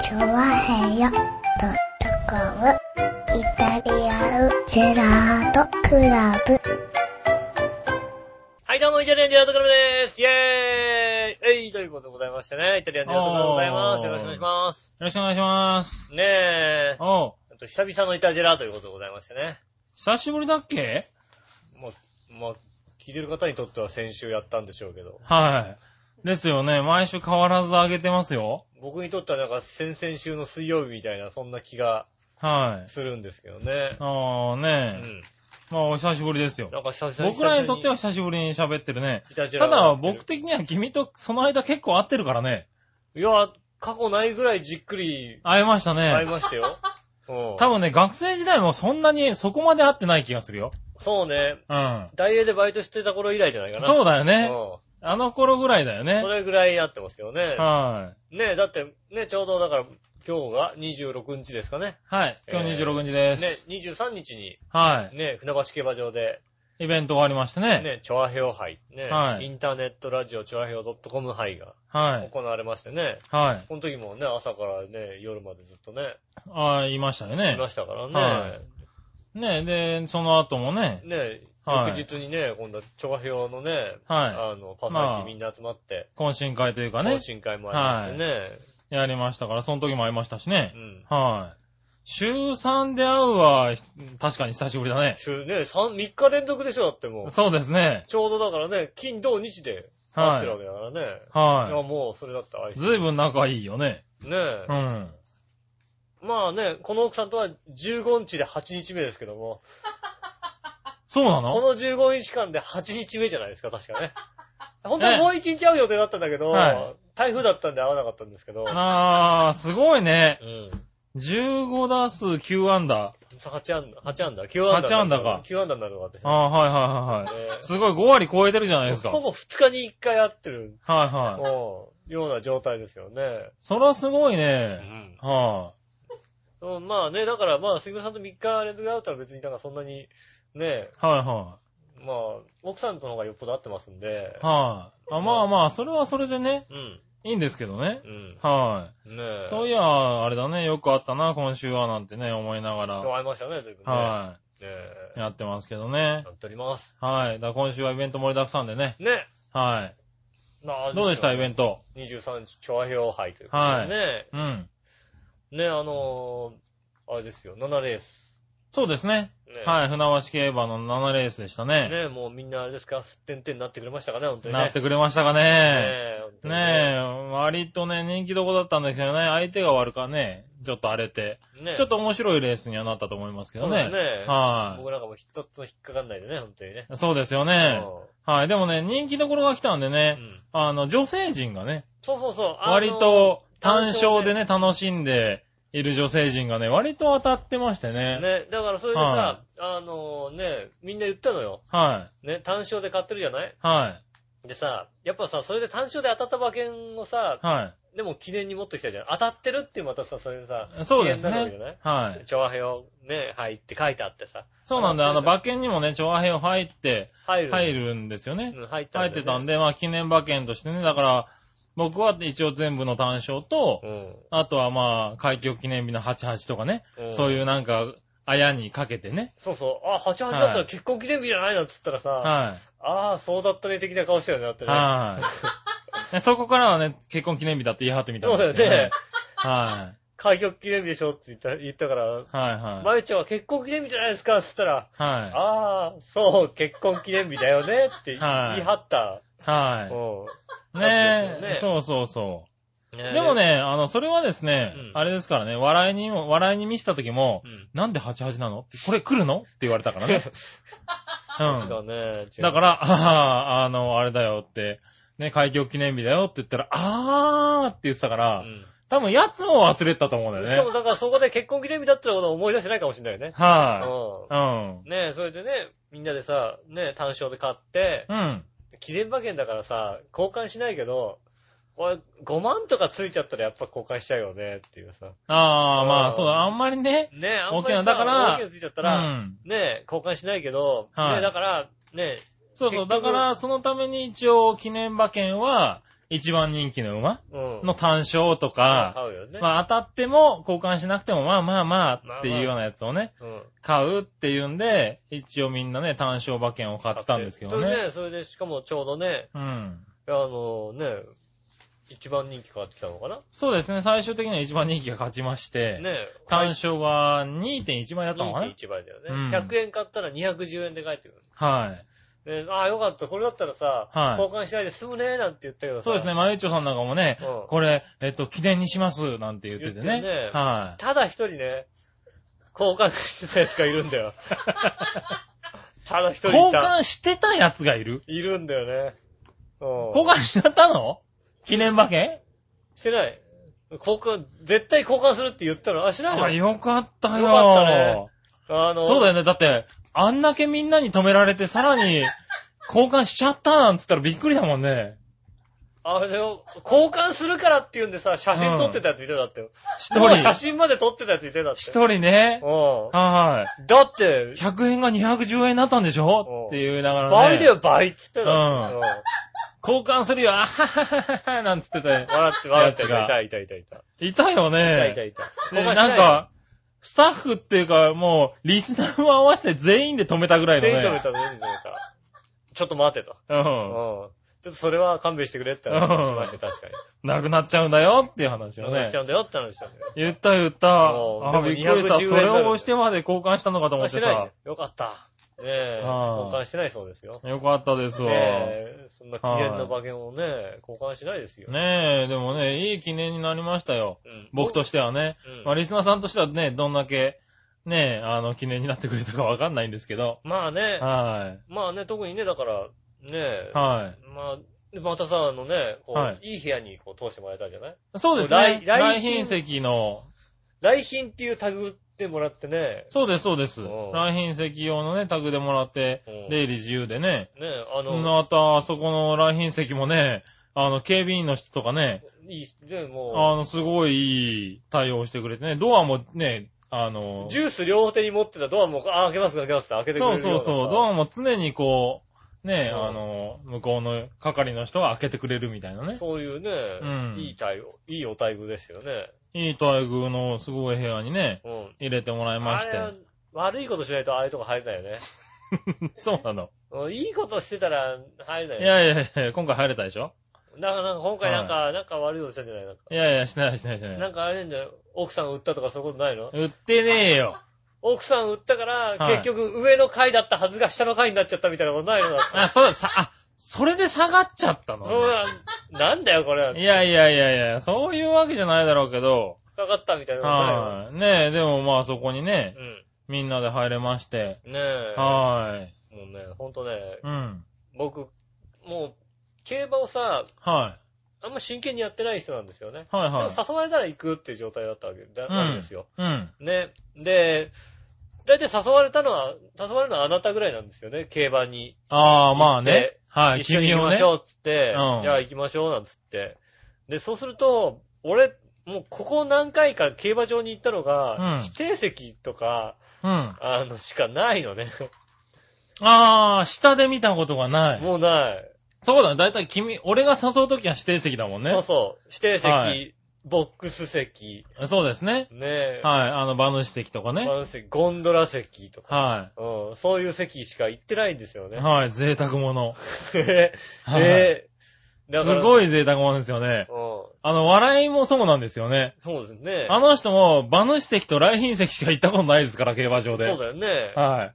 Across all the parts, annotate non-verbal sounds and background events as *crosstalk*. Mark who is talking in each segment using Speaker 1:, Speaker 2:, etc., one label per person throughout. Speaker 1: チョワヘヨドットコムイタリアンジェラートクラブ。
Speaker 2: はい、どうも、イタリアンジェラートクラブでーすイェーイえいということでございましてね、イタリアンジェラートクラブでございます。
Speaker 3: おー
Speaker 2: よろしくお願いします。
Speaker 3: よろしくお願いします。
Speaker 2: ねえ、
Speaker 3: おう。
Speaker 2: あと久々のイタジェラーということでございましてね。
Speaker 3: 久しぶりだっけ
Speaker 2: もう、まあ、聞いてる方にとっては先週やったんでしょうけど、
Speaker 3: はい。ですよね。毎週変わらず上げてますよ。
Speaker 2: 僕にとってはなんか先々週の水曜日みたいな、そんな気が
Speaker 3: はい。
Speaker 2: するんですけどね。
Speaker 3: あー
Speaker 2: う
Speaker 3: ねえ。
Speaker 2: ん。
Speaker 3: まあ、お久しぶりですよ。
Speaker 2: なんか久々
Speaker 3: 僕らにとっては、久しぶりに喋ってるね。
Speaker 2: イタジェラ
Speaker 3: た
Speaker 2: ートや
Speaker 3: だ、
Speaker 2: ってる
Speaker 3: 僕的には君とその間結構会ってるからね。
Speaker 2: いや、過去ないぐらいじっくり
Speaker 3: 会えました
Speaker 2: 会い
Speaker 3: ね。
Speaker 2: ましたよ。うん。
Speaker 3: *laughs* 多分ね、学生時代もそんなに、そこまで会ってない気がするよ。
Speaker 2: そうね。
Speaker 3: うん。
Speaker 2: 大英でバイトしてた頃以来じゃないかな。
Speaker 3: そうだよね。
Speaker 2: うん。
Speaker 3: あの頃ぐらいだよね
Speaker 2: そ。れぐらいやってますよね。
Speaker 3: はい。
Speaker 2: ねえ、だって、ね、ちょうどだから、今日が26日ですかね。
Speaker 3: はい。今日
Speaker 2: えー
Speaker 3: 26日
Speaker 2: ね
Speaker 3: です。、
Speaker 2: 23日に、
Speaker 3: は
Speaker 2: ね、船橋競馬場で、
Speaker 3: い。イベント終わりましてね。
Speaker 2: ね、チョアヘオ杯、ね、
Speaker 3: はい
Speaker 2: インターネットラジオチョアヘオ .com 杯が
Speaker 3: はい。
Speaker 2: 行われましてね、
Speaker 3: はい。
Speaker 2: この時もね、朝からね、夜までずっとね、
Speaker 3: ああ、いましたよね
Speaker 2: いま。したからね、
Speaker 3: はねで、その後もね、
Speaker 2: ね、
Speaker 3: はい
Speaker 2: 翌日にね、今度はチョアヘオのね、
Speaker 3: は
Speaker 2: あの、パーソ
Speaker 3: ま
Speaker 2: ナリ
Speaker 3: あ
Speaker 2: ティみんな集まって、
Speaker 3: い。懇親会というかね
Speaker 2: 懇、親会もありましてね、
Speaker 3: やりましたから、その時も会いましたしね
Speaker 2: う。ん。
Speaker 3: はい。週3で会うは、ひ確かに久しぶりだね。
Speaker 2: 週ね、3、3日連続でしょ、だってもう。
Speaker 3: そうですね。
Speaker 2: ちょうどだからね、金、土、日で会ってるわけだからね。い、や、
Speaker 3: は
Speaker 2: もうそれだった、
Speaker 3: い。ずい
Speaker 2: ん。
Speaker 3: ぶん仲いいよね。
Speaker 2: ねえ
Speaker 3: う。ん。
Speaker 2: まあね、この奥さんとは15日で8日目ですけども、
Speaker 3: そうな
Speaker 2: この
Speaker 3: の
Speaker 2: 15日間で8日目じゃないですか、確か
Speaker 3: *laughs*
Speaker 2: ね。本当はもう1日会う予定だったんだけど、
Speaker 3: はい
Speaker 2: 台風だったんで会わなかったんですけど、
Speaker 3: ああ、すごいね。
Speaker 2: うん。
Speaker 3: 15打数9アンダー。
Speaker 2: 8アンダー、8アンダー、9アンダー。
Speaker 3: 8アンダーか
Speaker 2: 9アンダーになるのかって。
Speaker 3: ああ、はいはいはい
Speaker 2: ね
Speaker 3: はい。すごい5割超えてるじゃないですか。
Speaker 2: ほ
Speaker 3: はい
Speaker 2: ぼ2日に1回会ってる、
Speaker 3: はい。
Speaker 2: うんような状態ですよね。
Speaker 3: それはすごいうね。
Speaker 2: ん。
Speaker 3: は
Speaker 2: うんまあね、だからまあ、杉村さんと3日連続で会うたら別になんかそんなに、ね、
Speaker 3: い。はいはい。
Speaker 2: まあ、奥さんとの方がよっぽど合ってますんで、
Speaker 3: はい、あ。まあまあ、それはそれでね、
Speaker 2: うん、
Speaker 3: いいんですけどね
Speaker 2: う。ん。
Speaker 3: は
Speaker 2: ねえ。
Speaker 3: い。そういや、あれだね、よくあったな、今週は、なんてね、思いながら。
Speaker 2: 今日会いましたね、随分ね。
Speaker 3: は
Speaker 2: ねえ
Speaker 3: い。。やってますけどね
Speaker 2: や。っております。
Speaker 3: はい。だから今週はイベント盛りだくさんでね。
Speaker 2: ね
Speaker 3: は。
Speaker 2: ない
Speaker 3: どうでした、イベ
Speaker 2: ン
Speaker 3: ント。
Speaker 2: ト ?23 日、調和表杯ということでね。
Speaker 3: うん。
Speaker 2: ねあのーあれですよ、7レース。
Speaker 3: そうですね。
Speaker 2: ね
Speaker 3: はい。船橋競馬の7レースでしたね。
Speaker 2: ねもうみんなあれですか、すってんてんになってくれましたかね、本当にね。
Speaker 3: なってくれましたか
Speaker 2: ね
Speaker 3: ね。
Speaker 2: 本当に
Speaker 3: ねえ、割とね、人気どこだったんですけどね、相手が悪かね、ちょっと荒れて、
Speaker 2: ね
Speaker 3: ちょっと面白いレースにはなったと思いますけど
Speaker 2: そう
Speaker 3: ね。
Speaker 2: ですね
Speaker 3: は
Speaker 2: 僕なんかもう一つも引っかかんないでね、本当にね。
Speaker 3: い。そうですよね。はい。でもね、人気どころが来たんで
Speaker 2: うんう
Speaker 3: ね、
Speaker 2: ん
Speaker 3: あの、女性陣がね、
Speaker 2: そうそうそう。あのー
Speaker 3: 割、と単
Speaker 2: 単勝
Speaker 3: 勝
Speaker 2: で
Speaker 3: でね、楽しんでいる女性陣がね、割と当たってましてね。
Speaker 2: ね、だからそれで
Speaker 3: は
Speaker 2: さ、あのーね、みんな言ったのよ。
Speaker 3: は
Speaker 2: ね、単勝で買ってるじゃない
Speaker 3: い。は
Speaker 2: でさ、やっぱさ、それで単勝で当たった馬券をさ
Speaker 3: い。、は
Speaker 2: でも記念に持ってきたじゃん。当たってるってまたさ、それでさ、
Speaker 3: い。そうです
Speaker 2: 記念になるわけじゃ
Speaker 3: ね。はい。
Speaker 2: ない調和表ね、入って書いてあってさ。
Speaker 3: そうなんだよ。あの、
Speaker 2: バ
Speaker 3: 馬券にもね、調和兵入って、
Speaker 2: 入る。
Speaker 3: 入るんですよね。
Speaker 2: うん。入った
Speaker 3: 入ってたん
Speaker 2: で。
Speaker 3: で、まあ、記念馬券としてね、だから、僕は一応全部の単勝と
Speaker 2: う、ん。
Speaker 3: あとはまあ、開局記念日の88とかね、
Speaker 2: うん
Speaker 3: そういうなんか、あやにかけてね。
Speaker 2: そうそう。あ、88だった
Speaker 3: は
Speaker 2: ら
Speaker 3: い
Speaker 2: 結婚記念日じゃないなんつったらさ、
Speaker 3: はい。
Speaker 2: ああ、そうだったね、的な顔したよね、だってね。
Speaker 3: はい。 *laughs* そこからはね、結婚記念日だって言い張ってみたんですけ
Speaker 2: そう
Speaker 3: ど
Speaker 2: だよね
Speaker 3: ね。は
Speaker 2: 開局記念日でしょって言った言ったから、
Speaker 3: い。はいはい。
Speaker 2: まゆちゃんは結婚記念日じゃないですかって言ったら、
Speaker 3: は
Speaker 2: ああ、そう、結婚記念日だよねって言い
Speaker 3: はい
Speaker 2: 張った。
Speaker 3: い。は
Speaker 2: うん感じ
Speaker 3: い。ね
Speaker 2: ですよね
Speaker 3: え、そうそうそう。
Speaker 2: ね
Speaker 3: でも、ね、あの、それはですね
Speaker 2: うん、
Speaker 3: あれですからね、笑いにも、笑いに見せた時も
Speaker 2: う、ん。
Speaker 3: なんで88なのってこれ来るのって言われ
Speaker 2: *laughs*
Speaker 3: たからね。う
Speaker 2: さすが
Speaker 3: ん。
Speaker 2: ね、、
Speaker 3: だからら、 *laughs* ああ、あの、あれだよって、ね、開業記念日だよって言ったら、あーって言ってたか
Speaker 2: う
Speaker 3: ら、
Speaker 2: ん
Speaker 3: 多分やつも忘れてたと思うんだ
Speaker 2: しか
Speaker 3: よ
Speaker 2: も
Speaker 3: ね。
Speaker 2: だからそこで結婚記念日だったことを思い出してないかもしれないよね。
Speaker 3: は
Speaker 2: う
Speaker 3: い。う
Speaker 2: ん。
Speaker 3: ん。
Speaker 2: ねえ、それでね、みんなでさ、ねえ、単勝で買って、
Speaker 3: うん。
Speaker 2: 記念馬券だからさ、交換しないけど、これ5万とかついちゃったらやっぱ交換しちゃうよねっていうさ。
Speaker 3: あ
Speaker 2: う
Speaker 3: あ、
Speaker 2: ん
Speaker 3: まあそうだ、あんまりね。
Speaker 2: ねえ、あんまり
Speaker 3: 大きな
Speaker 2: さ
Speaker 3: だから
Speaker 2: 大きなのついちゃっ
Speaker 3: う
Speaker 2: たら、
Speaker 3: ん。
Speaker 2: ねえ、交換しないけど、
Speaker 3: はい
Speaker 2: ねえ、だから、ねえ、
Speaker 3: そうそう、
Speaker 2: 結
Speaker 3: だ
Speaker 2: 局
Speaker 3: から、そのために一応記念馬券は、一番人気の馬
Speaker 2: うん。
Speaker 3: の単勝とか、
Speaker 2: 買うよね。
Speaker 3: まあ当たっても交換しなくてもまあまあまあっていうようなやつをね、
Speaker 2: うん。
Speaker 3: 買うっていうんで、一応みんなね、単勝馬券を買ってたんですけど
Speaker 2: それ
Speaker 3: ね。
Speaker 2: で、それでしかもちょうどね、
Speaker 3: うん。
Speaker 2: あのね、一番人気変わってきたのかな
Speaker 3: そうですね、最終的には一番人気が勝ちまして、
Speaker 2: ね。
Speaker 3: 単勝が2.1倍だったのかな
Speaker 2: 1倍だよね。
Speaker 3: うん
Speaker 2: 100円買ったら210円で返ってくる。
Speaker 3: はい。
Speaker 2: ね、ああ、よかった。これだったらさ、
Speaker 3: はい
Speaker 2: 交換しないで済むね、なんて言ったけどさ。
Speaker 3: そうですね、。まゆっちょさんなんかもね
Speaker 2: うん、
Speaker 3: これ、えっと、記念にします、なんて言ってて
Speaker 2: 言って
Speaker 3: ね
Speaker 2: ね。
Speaker 3: は
Speaker 2: ただ一人ね、交換してたやつがいるんだよ。
Speaker 3: *laughs*
Speaker 2: ただ一
Speaker 3: い。
Speaker 2: 人いた。
Speaker 3: 交換してたやつがいる
Speaker 2: いるんだよね。うん
Speaker 3: 交換しちゃったの記念馬券
Speaker 2: してない。交換、絶対交換するって言ったの。あ、しないの
Speaker 3: あ、よかった
Speaker 2: よかったね
Speaker 3: よ。
Speaker 2: あの、
Speaker 3: そうだよ
Speaker 2: ね。
Speaker 3: ね。だって、あんだけみんなに止められて、さらに、交換しちゃったなんつったらびっくりだもんね。
Speaker 2: あれを、交換するからって言うんでさ、写真撮ってたやついてたってよ。
Speaker 3: 一
Speaker 2: もう写
Speaker 3: 人、
Speaker 2: 真まで撮ってたやついてたって。
Speaker 3: 一人ね。
Speaker 2: う
Speaker 3: は
Speaker 2: ん。だって
Speaker 3: い。、100円が210円になったんでし
Speaker 2: うん
Speaker 3: ょっていうながらね。
Speaker 2: 倍だよ、倍っつってた。
Speaker 3: うん
Speaker 2: うん
Speaker 3: 交換するよ、あはははは、なんつってて。
Speaker 2: 笑って、笑って、い
Speaker 3: やつが
Speaker 2: た、いた、いた、いた。
Speaker 3: いたよ
Speaker 2: いた、いた、
Speaker 3: ね。
Speaker 2: いた。
Speaker 3: で
Speaker 2: 交換し
Speaker 3: なんか、スタッフっていうか、もう、リスナーも合わせて全員で止めたぐら
Speaker 2: ないい、
Speaker 3: の
Speaker 2: 手に止め
Speaker 3: ね。
Speaker 2: た、手に止めた。ちょっと待てと。
Speaker 3: う
Speaker 2: うん。
Speaker 3: ん。
Speaker 2: ちょっとそれは勘弁してくれって話しました、確かに。
Speaker 3: なくなっちゃうんだよっていう話
Speaker 2: な
Speaker 3: を
Speaker 2: くなっ
Speaker 3: ね
Speaker 2: ち。ゃうんだよって話したんだよ。
Speaker 3: 言った言った。
Speaker 2: うんで
Speaker 3: あ、
Speaker 2: も
Speaker 3: びっくりした。
Speaker 2: 210円
Speaker 3: それを押してまで交換したのかと思
Speaker 2: あ
Speaker 3: っ
Speaker 2: しててない
Speaker 3: さ
Speaker 2: ね。。よかった。ねえ、
Speaker 3: うん
Speaker 2: 交換してないそうですよ。
Speaker 3: よかったですわ。
Speaker 2: ね
Speaker 3: ね
Speaker 2: え、そんな機嫌の馬券をね、交換しないですよ。
Speaker 3: え、でもね、いい記念になりましたよ。
Speaker 2: うん
Speaker 3: 僕としてはね。
Speaker 2: うん
Speaker 3: まあ、リスナーさんとしてはね、どんだけ、ねえ、あの、記念になってくれたかわかんないんですけど。
Speaker 2: まあね、
Speaker 3: は
Speaker 2: まあね、特にね、だから、ねえ
Speaker 3: い。、は
Speaker 2: まあ、でまたさ、あのね、こ、
Speaker 3: はいう
Speaker 2: いい部屋にこう通してもらえたんじゃない
Speaker 3: い。そうですね。
Speaker 2: 来来
Speaker 3: 来
Speaker 2: 賓
Speaker 3: 賓席の、
Speaker 2: 来賓っていうタグってもらってね、
Speaker 3: そうです、そうです。来
Speaker 2: おう
Speaker 3: 賓席用のね、タグでもらって
Speaker 2: おう、
Speaker 3: 出入り自由でね。
Speaker 2: ねえ、あの、
Speaker 3: また、あそこの来賓席もね、あの、警備員の人とかね、
Speaker 2: いい、で
Speaker 3: あ
Speaker 2: も
Speaker 3: の、すごいいい対応してくれてね、ドアもね、あの
Speaker 2: う、、ジュース両手に持ってたドアも、あ、開けますか、開けますか、開けてくれる
Speaker 3: そうそうそう、ド
Speaker 2: ア
Speaker 3: アも常にこう、ね、
Speaker 2: うん
Speaker 3: あの、向こうの係の人が開けてくれるみたいなね。
Speaker 2: そういうね、
Speaker 3: うん
Speaker 2: いい対応、いいお待遇ですよね。
Speaker 3: いい待遇のすごい部屋にね、
Speaker 2: うん。
Speaker 3: 入れてもらいまし
Speaker 2: あれ
Speaker 3: て。
Speaker 2: は悪いことしないとああいうとこ入れないよね。
Speaker 3: *laughs* そうなの。
Speaker 2: うんいいことしてたら入れない
Speaker 3: い
Speaker 2: よね。
Speaker 3: やいやいや、今回入れたでしょ
Speaker 2: だからなんか今回なんか、なんか悪いことしたんじゃないなんか。
Speaker 3: いやいや、しないしないしな。
Speaker 2: ないんかあれなんじゃない奥さん売ったとかそういうことないの
Speaker 3: 売ってねえよ。
Speaker 2: 奥さん売ったから、
Speaker 3: はい
Speaker 2: 結局上の階だったはずが下の階になっちゃったみたいなことないのだって
Speaker 3: あ、そう、さ、あ、それで下がっちゃったの、
Speaker 2: そうなん、なんだよこれ。
Speaker 3: いやいやいやいや、そういうわけじゃないだろうけど、
Speaker 2: かかったみたいなことないの
Speaker 3: はい。ねえ、でもまあそこにね、
Speaker 2: う
Speaker 3: みんなで入れまして、
Speaker 2: ん。ねえ。
Speaker 3: は
Speaker 2: もうね、ほんとね
Speaker 3: い。、うん。
Speaker 2: 僕、もう、競馬をさ、
Speaker 3: は
Speaker 2: あんま真剣にやってない人なんですよね。
Speaker 3: い。はい
Speaker 2: でも
Speaker 3: はい。
Speaker 2: 誘われたら行くっていう状態だったわけだ
Speaker 3: うん
Speaker 2: なんですよ。
Speaker 3: うん。
Speaker 2: ね。で、だいたい誘われたのは、誘われるのはあなたぐらいなんですよね、競馬に。
Speaker 3: ああ、まあね。はい。
Speaker 2: 一緒に行き
Speaker 3: 君を
Speaker 2: ま
Speaker 3: ね
Speaker 2: し。ょうっつって、
Speaker 3: うん
Speaker 2: いや、行きましょうなんつって。で、そうすると、俺、もうここ何回か競馬場に行ったのが、
Speaker 3: うん
Speaker 2: 指定席とか、
Speaker 3: うん。あ
Speaker 2: あの、しかないのね。
Speaker 3: あー、下で見たことがない。
Speaker 2: もうない。
Speaker 3: そうだね。だいたい君、俺が誘うときは指定席だもんね。
Speaker 2: そうそう。指定席、
Speaker 3: はい
Speaker 2: ボックス席、
Speaker 3: そうですね。
Speaker 2: ねえ、
Speaker 3: はい。あの、馬主席とかね。
Speaker 2: ワン席、ゴンドラ席とか、
Speaker 3: は
Speaker 2: うん、そういう席しか行ってないんですよ
Speaker 3: い。
Speaker 2: ね。
Speaker 3: はい。贅沢者。
Speaker 2: *laughs* え
Speaker 3: はい
Speaker 2: ーだから、
Speaker 3: すごい贅沢者ですよね。
Speaker 2: うん、
Speaker 3: あの、笑いもそうなんですよね。
Speaker 2: そうですね。
Speaker 3: *laughs* あの人も、馬主席と来賓席しか行ったことないですから、競馬場で。
Speaker 2: そうだよね。
Speaker 3: はい。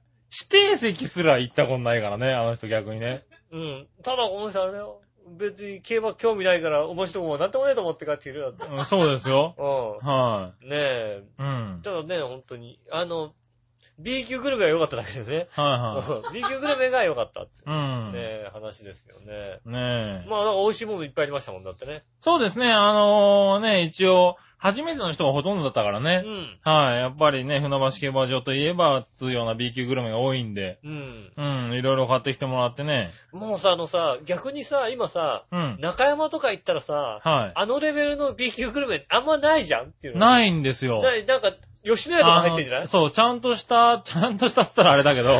Speaker 3: 指定席すら行ったことないからね、あの人逆にね。
Speaker 2: うん。ただ、この人あれだよ。別に競馬興味ないから、面白くもなんともねえと思って帰っているよだって。
Speaker 3: うんそうですよ。
Speaker 2: う
Speaker 3: は
Speaker 2: ん。ねえ。
Speaker 3: い。うん。
Speaker 2: ただね、本当に。あの、B 級グルメが良かっただけでね。
Speaker 3: は
Speaker 2: うん B 級グルメが良かったって
Speaker 3: いはい。うん。
Speaker 2: ね
Speaker 3: ね
Speaker 2: え、話ですよね。
Speaker 3: え。
Speaker 2: まあ、なんか美味しいものいっぱいありましたもんだってね。
Speaker 3: そうですね、あのーね、一応、初めての人がほとんどだったから
Speaker 2: う
Speaker 3: ね。
Speaker 2: ん。
Speaker 3: はい。やっぱりね、船橋競馬場といえば、通用な B 級グルメが多いんで。
Speaker 2: うん。
Speaker 3: うん、いろいろ買ってきてもらってね。
Speaker 2: もうさ、あのさ、逆にさ、今さ、
Speaker 3: うん。
Speaker 2: 中山とか行ったらさ、
Speaker 3: は
Speaker 2: あのレベルの B 級グルメあんまないじゃんっていう
Speaker 3: い。
Speaker 2: の。い。
Speaker 3: ないんですよ。
Speaker 2: ない、なんか、吉野家とか入ってんじゃな
Speaker 3: あの
Speaker 2: い *laughs*
Speaker 3: そう、ちゃんとした、ちゃんとしたっつったらあれだけど、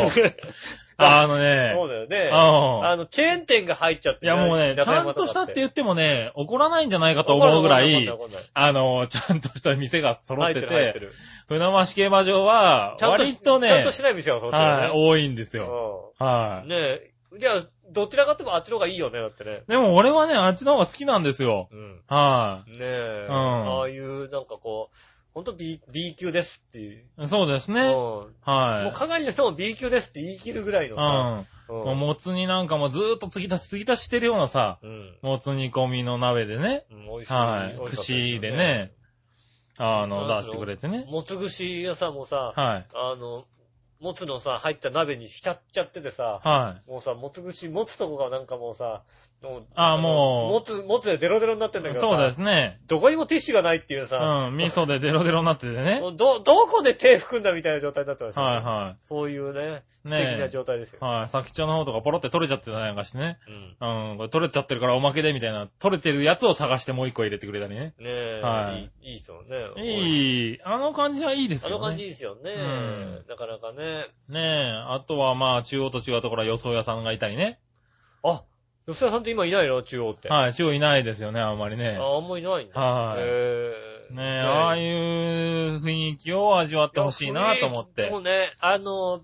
Speaker 3: あのね、
Speaker 2: そうだよね。
Speaker 3: うん
Speaker 2: あの、チェーン店が入っちゃって
Speaker 3: い
Speaker 2: ね、
Speaker 3: やもうね、ち
Speaker 2: 中
Speaker 3: ゃ
Speaker 2: 山
Speaker 3: んとしたって
Speaker 2: か
Speaker 3: 言ってもね、怒らないんじゃないかと思うぐらい
Speaker 2: 怒んな、怒んな怒ん
Speaker 3: あの、ちゃんとした店が揃
Speaker 2: な
Speaker 3: っ
Speaker 2: 入ってて
Speaker 3: て、
Speaker 2: る、入ってる。
Speaker 3: 船橋競馬場は、
Speaker 2: ちゃんとし
Speaker 3: 割と
Speaker 2: ちゃん
Speaker 3: ね
Speaker 2: と、しない店が揃ってるよね。
Speaker 3: はい、多いんですよ。
Speaker 2: う
Speaker 3: は
Speaker 2: ん
Speaker 3: い。
Speaker 2: ねえ。じゃあ、どちらかといえばあっちの方がいいよね、だってね。
Speaker 3: でも俺はね、あっちの方が好きなんですよ。
Speaker 2: うん。
Speaker 3: は
Speaker 2: ねえ。
Speaker 3: うん
Speaker 2: ああいう、なんかこう、ほんと B、B 級ですっていう。
Speaker 3: い。そうです
Speaker 2: うん。
Speaker 3: ね。
Speaker 2: もう
Speaker 3: は
Speaker 2: かなりの人も B 級ですって言い切るぐらい
Speaker 3: い。う
Speaker 2: の
Speaker 3: ん。
Speaker 2: さ。
Speaker 3: も
Speaker 2: うん
Speaker 3: うもつ煮なんかもずーっと継ぎ足し継ぎ足ししてるようなさ、
Speaker 2: うん。
Speaker 3: もつ煮込みの鍋でね、
Speaker 2: うん美味しい。
Speaker 3: は
Speaker 2: 美。味しかったす
Speaker 3: い
Speaker 2: よ
Speaker 3: 串で。ね、あの、
Speaker 2: なん
Speaker 3: 出
Speaker 2: つうの
Speaker 3: してくれてね。
Speaker 2: もつ串屋さんもさ、
Speaker 3: はい。
Speaker 2: あの、もつのさ、入った鍋に浸っちゃっててさ、
Speaker 3: はい。
Speaker 2: もうさ、もつ串、もつとこがなんかもうさ、もう、
Speaker 3: あー
Speaker 2: の
Speaker 3: もう
Speaker 2: もつ、もつでデロデロになってんだけどさ、
Speaker 3: そうですね。
Speaker 2: どこにもティッシュがないっていう
Speaker 3: う
Speaker 2: さ、
Speaker 3: ん。味噌でデロデロになっててね
Speaker 2: も。うど、どこで手含んだみたいな状態になってました、。
Speaker 3: はいはい
Speaker 2: そういうね、
Speaker 3: ねえ
Speaker 2: 素敵な状態ですよ
Speaker 3: い。。はい。先っちょの方とかポロって取れちゃってたりなんかしてね。
Speaker 2: うん。
Speaker 3: うん。これ取れちゃってるからおまけでみたいな。取れてるやつを探してもう一個入れてくれたりね。
Speaker 2: ねえ、
Speaker 3: はい
Speaker 2: いい、いい人のね。い。
Speaker 3: いい。あの感じはいいです
Speaker 2: あ
Speaker 3: よね。
Speaker 2: の感じいいですよね。
Speaker 3: ん
Speaker 2: なかなかね。
Speaker 3: ねえ。あとはまあ、中央と違うところは予想屋さんがいたりね。
Speaker 2: あ、吉田さんって今いないの中央って。
Speaker 3: はい。中央いないですよね、あんまりね。
Speaker 2: あ、あんまいないんだ。
Speaker 3: はい
Speaker 2: へえ
Speaker 3: ねえ、ああいう雰囲気を味わってほしいなと思っ
Speaker 2: いやそ
Speaker 3: て
Speaker 2: う。ね、あの、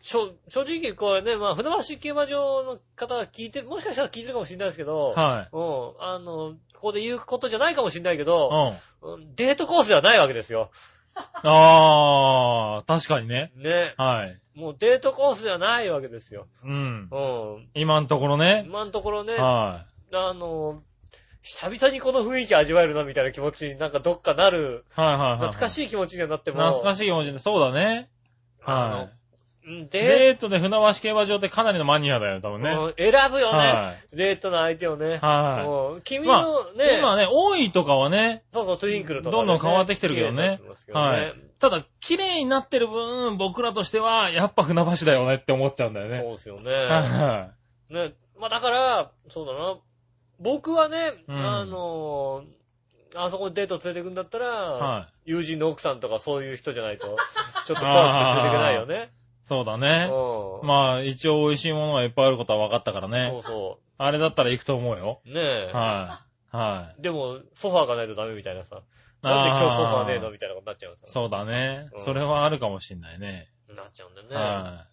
Speaker 2: しょ正直これね、まあ、船橋競馬場の方が聞いて、もしかしたら聞いてるかもしれないですけど、
Speaker 3: はい。
Speaker 2: うん、あの、ここで言うことじゃないかもしれないけど、
Speaker 3: うん。
Speaker 2: うんデートコースではないわけですよ。
Speaker 3: ああ、確かにね。
Speaker 2: ね。
Speaker 3: はい。
Speaker 2: もうデートコースではないわけですよ。
Speaker 3: うん。
Speaker 2: うん。
Speaker 3: 今のところね。
Speaker 2: 今のところね、あ
Speaker 3: は
Speaker 2: の、久々にこの雰囲気味わえるなみたいな気持ちになんかどっかなる、
Speaker 3: い。はいはいはい。
Speaker 2: 懐か
Speaker 3: い。
Speaker 2: しい気持ちにはなっても、
Speaker 3: 懐かしい気持ちで、そうだね。は
Speaker 2: うん
Speaker 3: い。
Speaker 2: デ
Speaker 3: デートで船橋競馬場ってかなりのマニアだよね、多分
Speaker 2: ート、
Speaker 3: ね。
Speaker 2: うん選ぶよね。
Speaker 3: は
Speaker 2: デートの相手をね。
Speaker 3: い。は
Speaker 2: うん君の
Speaker 3: い。
Speaker 2: ね、
Speaker 3: 今ね、多いとかはね、
Speaker 2: そうそう、トゥインクルとか、
Speaker 3: どんどん変わってきてるけど
Speaker 2: 綺麗にな
Speaker 3: ね
Speaker 2: ってますけど
Speaker 3: はい。ただ、綺麗になってる分、僕らとしては、やっぱ船橋だよねって思っちゃうんだよ
Speaker 2: そ
Speaker 3: ね。
Speaker 2: うですよ
Speaker 3: はい
Speaker 2: ね。
Speaker 3: は
Speaker 2: ね、まあだから、そうだな。僕はね、
Speaker 3: うん
Speaker 2: あのー、あそこにデート連れてくんだったら、
Speaker 3: い。はい。
Speaker 2: 友人の奥さんとかそういう人じゃない
Speaker 3: *laughs*
Speaker 2: と、ちょっと怖くて連れていけないよね。
Speaker 3: そうだね。
Speaker 2: うん。
Speaker 3: まあ、一応美味しいものがいっぱいあることは分かったから
Speaker 2: そ
Speaker 3: ね
Speaker 2: う。そ
Speaker 3: あれだったら行くと思うよ。
Speaker 2: う。ねえ。
Speaker 3: はい。はい。
Speaker 2: でも、ソファーがないとダメみたいなさ。 *laughs* なんで今日ソファーねえのみたいなことになっちゃうさ。
Speaker 3: そうだね。
Speaker 2: うん
Speaker 3: それはあるかもしんないね。
Speaker 2: なっちゃうんだよね。
Speaker 3: は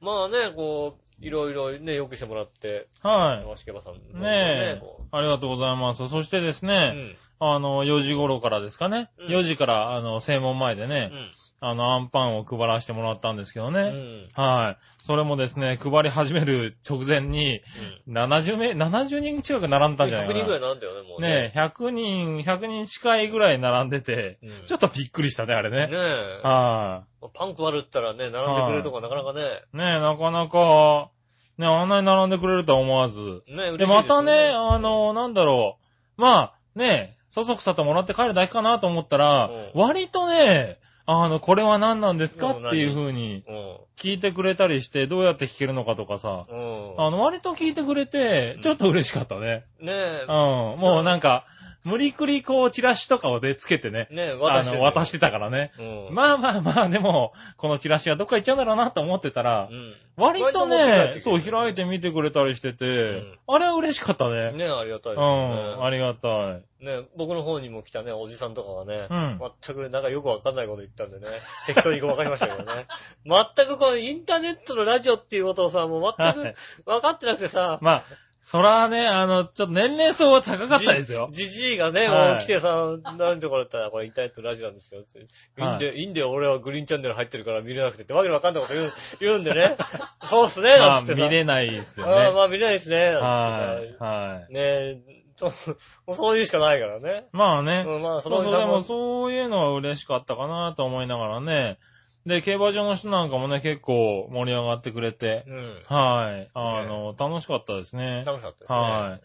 Speaker 2: まあね、こう、いろいろね、よくしてもらって、
Speaker 3: い。は
Speaker 2: 山下馬さんの
Speaker 3: い。ねえ
Speaker 2: こ。
Speaker 3: ありがとうございます。そしてです
Speaker 2: うう
Speaker 3: ね、
Speaker 2: ん。
Speaker 3: あの、4時頃からですかね。
Speaker 2: うん
Speaker 3: 4時から、あの、正門前で
Speaker 2: う
Speaker 3: ね、
Speaker 2: ん。
Speaker 3: あの、アンパンを配らせてもらったんですけど
Speaker 2: うん。う
Speaker 3: ね。
Speaker 2: ん。
Speaker 3: はい。それもですね、配り始める直前に、70名、70人近く並んだんじゃな
Speaker 2: 100
Speaker 3: いかな。
Speaker 2: 人ぐらいなんだよね、もう
Speaker 3: ね
Speaker 2: ね。
Speaker 3: え、100人、100人近いぐらい並んでて、
Speaker 2: うん
Speaker 3: ちょっとびっくりしたね、あれ
Speaker 2: ね
Speaker 3: ね。
Speaker 2: え。
Speaker 3: は
Speaker 2: パン配るったらね、並んでくれるとこなかなかね、
Speaker 3: い。ねえ、なかなか、ね、あんなに並んでくれるとは思わず。
Speaker 2: ね、嬉しい
Speaker 3: で、
Speaker 2: ですよ
Speaker 3: またね、あ、の、なんだろう。まあ、ね、そそくさともらって帰るだけかなと思ったら、
Speaker 2: うん
Speaker 3: 割とね、あの、これは何なんですかっていう風に
Speaker 2: うん。
Speaker 3: 聞いてくれたりして、どうやって弾けるのかとかさ、
Speaker 2: うん。
Speaker 3: あの、割と聞いてくれて
Speaker 2: うん、
Speaker 3: ちょっと嬉しかったね。
Speaker 2: ねえ
Speaker 3: うん。、もうなんか、無理くりこう、チラシとかをでつけてね、
Speaker 2: ねえ、
Speaker 3: あ
Speaker 2: 渡して
Speaker 3: の、
Speaker 2: る。
Speaker 3: 渡してたからね。
Speaker 2: うん。
Speaker 3: まあまあまあ、でも、このチラシはどっか行っちゃうんだろうなと思ってたら
Speaker 2: う、ん。
Speaker 3: 割とね、そう、
Speaker 2: 開
Speaker 3: 開
Speaker 2: い
Speaker 3: い
Speaker 2: て
Speaker 3: て見てくれたりしてて、あれは嬉しかったね。
Speaker 2: ねえ、ありがたいです
Speaker 3: う
Speaker 2: よ
Speaker 3: ん、
Speaker 2: ね。
Speaker 3: ありがたい。
Speaker 2: ねえ、僕の方にも来たね、おじさんとかがね、
Speaker 3: うん
Speaker 2: 全くなんかよくわかんないこと言ったんでね、適当にわかりましたけどね。 *laughs* 全くこのインターネットのラジオっていうことをさ、もう全
Speaker 3: は
Speaker 2: く
Speaker 3: い
Speaker 2: 分かってなくてさ、
Speaker 3: まあ、そらね、あの、ちょっと年齢層は高かったで
Speaker 2: *laughs*
Speaker 3: すよ。
Speaker 2: じじいがね、
Speaker 3: はい
Speaker 2: もう来てさ、何とこだったら、これインターネットラジオなんですよって。いいんで、いいんで俺はグリーンチャンネル入ってるから見れなくてってわけのわかんないこと言う、言うんで
Speaker 3: *laughs*
Speaker 2: ね。そうっすね、
Speaker 3: ま
Speaker 2: な
Speaker 3: あ、
Speaker 2: んつって
Speaker 3: 見
Speaker 2: さ。
Speaker 3: れないですよ
Speaker 2: あーま
Speaker 3: ね。
Speaker 2: あ見れないですね。なんつって
Speaker 3: はい、は
Speaker 2: さねえ、ちょ *laughs* もうそういうしかないからね。
Speaker 3: い。まあね、
Speaker 2: うん、まあ、その
Speaker 3: そ
Speaker 2: お
Speaker 3: う
Speaker 2: じ
Speaker 3: そう、
Speaker 2: さ
Speaker 3: で
Speaker 2: ん
Speaker 3: も
Speaker 2: も。
Speaker 3: そういうのは嬉しかったかなと思いながらね。で、競馬場の人なんかもね、結構盛り上がってくれて、
Speaker 2: うん。
Speaker 3: はい。あの、楽しかったですね。
Speaker 2: 楽しかったですね。
Speaker 3: は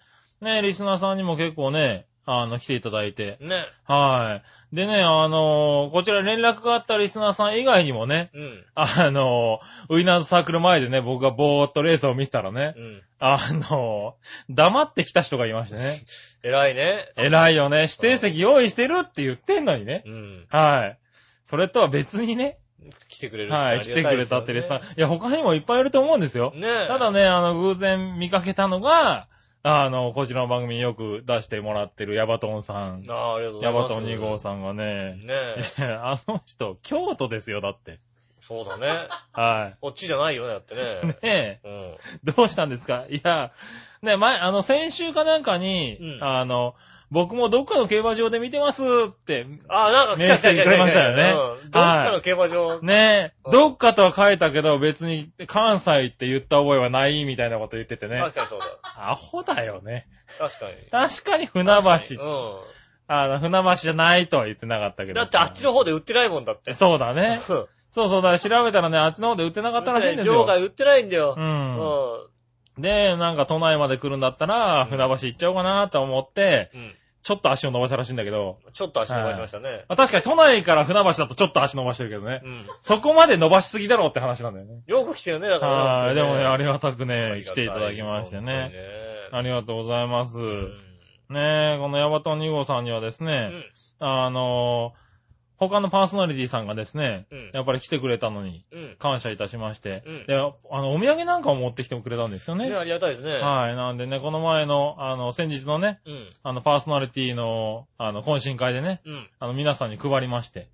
Speaker 3: い。ね、リスナーさんにも結構ね、あの、来ていただいて。
Speaker 2: ね。
Speaker 3: はい。でね、あのこちら連絡があったリスナーさん以外にもね、
Speaker 2: うん。
Speaker 3: あのウィナーズサークル前でね、僕がぼーっとレースを見てたらね
Speaker 2: う、ん。
Speaker 3: あの黙ってきた人がいましてね。
Speaker 2: 偉いね。
Speaker 3: 偉いよね。指定席用意してるって言ってんのにね。
Speaker 2: うん。
Speaker 3: はい。それとは別にね、
Speaker 2: 来てくれる
Speaker 3: はい、来てくれたってレスナー。いや、他にもいっぱいいると思うんですよ。
Speaker 2: ねえ。
Speaker 3: ただね、あの、偶然見かけたのが、あの、こちらの番組によく出してもらってるヤバトンさん。
Speaker 2: ああ、ありがとうござ
Speaker 3: ヤ
Speaker 2: いま
Speaker 3: バ
Speaker 2: す。
Speaker 3: トン2号さんがね、
Speaker 2: ねえ。
Speaker 3: *laughs* あの人、京都ですよ、だって。
Speaker 2: そうだね。
Speaker 3: は
Speaker 2: こっちじゃないよね、だって
Speaker 3: い。
Speaker 2: ね
Speaker 3: *laughs* ね。え、
Speaker 2: うん。
Speaker 3: *laughs* どうしたんですかいや、ね、前、あの、先週かなんかに、
Speaker 2: うん
Speaker 3: あの、僕もどっかの競馬場で見てますって、
Speaker 2: ああ、なんか来た来た来た来た来た。
Speaker 3: メッセージくれましたよね
Speaker 2: うん。どっかの競馬場。
Speaker 3: ね
Speaker 2: う
Speaker 3: え
Speaker 2: ん、
Speaker 3: どっかとは書いたけど、別に関西って言った覚えはないみたいなこと言っててね。
Speaker 2: 確かにそうだ。
Speaker 3: アホだよね。
Speaker 2: 確かに。
Speaker 3: 確かに船橋、
Speaker 2: う
Speaker 3: あの、船橋じゃないとは言ってなかったけ
Speaker 2: ん。
Speaker 3: ど
Speaker 2: だ
Speaker 3: さ。
Speaker 2: ってあっちの方で売ってないもんだ
Speaker 3: *laughs*
Speaker 2: って。
Speaker 3: そうだね。
Speaker 2: うん
Speaker 3: そうそう、だから調べたらね、あっちの方で売ってなかったらしいんです
Speaker 2: 場
Speaker 3: よ。
Speaker 2: 外売ってないんだ
Speaker 3: う。
Speaker 2: よ。うん
Speaker 3: で、なんか都内まで来るんだったら、
Speaker 2: ん
Speaker 3: 船橋行っちゃおうかなと思って、
Speaker 2: ん。
Speaker 3: ちょっと足を伸ばしたらしいんだけど、
Speaker 2: うん。ちょっと足伸ばしましたね。
Speaker 3: まあ確かに都内から船橋だとちょっと足伸ばしてるけどね
Speaker 2: う。ん。
Speaker 3: そこまで伸ばしすぎだろうって話なんだよね。
Speaker 2: よく来てるね、だから。
Speaker 3: はい。でもね、ありがたく
Speaker 2: あ
Speaker 3: ね
Speaker 2: り、が
Speaker 3: 来
Speaker 2: た
Speaker 3: ていただきましてね。。
Speaker 2: 本
Speaker 3: ありがとうございます。
Speaker 2: 当にね
Speaker 3: ねえ、このヤバトン2号さんにはです
Speaker 2: うん。う
Speaker 3: ね、
Speaker 2: ん
Speaker 3: あのー、他のパーソナリティさんがですね、
Speaker 2: うん
Speaker 3: やっぱり来てくれたのに
Speaker 2: うん。
Speaker 3: 感謝いたしまして
Speaker 2: うん、
Speaker 3: で、あの、お土産なんかも持ってきてくれたんですよ
Speaker 2: ね、
Speaker 3: ね。
Speaker 2: ありがたいですね。
Speaker 3: はい。なんでね、この前の、あの、先日のね、
Speaker 2: うん。
Speaker 3: あの、パーソナリティの、あの、懇親会でね、
Speaker 2: うん。
Speaker 3: あの、皆さんに配りまして、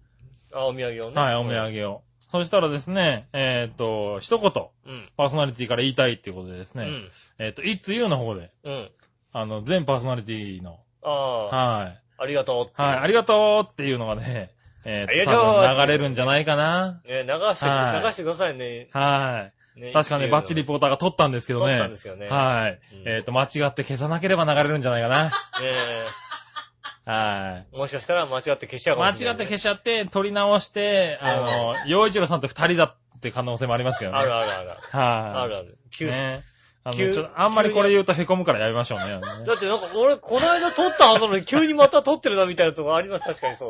Speaker 2: あ、お土産をね。
Speaker 3: はい、お土。産を。そしたらですね、えーっと、一言、
Speaker 2: うん。
Speaker 3: パーソナリティから言いたいっていうことでです
Speaker 2: う
Speaker 3: ね、
Speaker 2: ん。
Speaker 3: えっ、と、いつゆの方で、
Speaker 2: うん。
Speaker 3: あの、全パーソナリティの、
Speaker 2: ああ、
Speaker 3: はい。
Speaker 2: ありがとう。
Speaker 3: はい、ありがとうっていうのがね、え
Speaker 2: あり
Speaker 3: っ、
Speaker 2: が
Speaker 3: と、
Speaker 2: とう
Speaker 3: 多分流れるんじゃないかな。
Speaker 2: ね、流して、
Speaker 3: はい
Speaker 2: 流してくださいね。
Speaker 3: は
Speaker 2: ね
Speaker 3: い。確かね、バッチリ。ポーターが撮ったんですけど
Speaker 2: 撮った
Speaker 3: ね
Speaker 2: んで。すよね。
Speaker 3: はい。
Speaker 2: うん
Speaker 3: えっ、と、間違って消さなければ流れるんじゃない
Speaker 2: *laughs*
Speaker 3: かな。
Speaker 2: ねえ
Speaker 3: はい。
Speaker 2: もしかしたら間違って消しちゃうか
Speaker 3: 間
Speaker 2: もしれ
Speaker 3: 違
Speaker 2: な
Speaker 3: っ
Speaker 2: い。
Speaker 3: て消しちゃって、撮り直して、あの、洋一郎さんと二人だって可能性もありますけどね。
Speaker 2: あるあるあるある。あ
Speaker 3: はい。
Speaker 2: るある。急に。
Speaker 3: ね。あの、
Speaker 2: 急
Speaker 3: ちょっとあんまりこれ言うと凹むからやめましょうね。
Speaker 2: だってなんか、俺、この間撮ったはずなのに急にまた撮ってるなみたいなとこあります。確かにそう。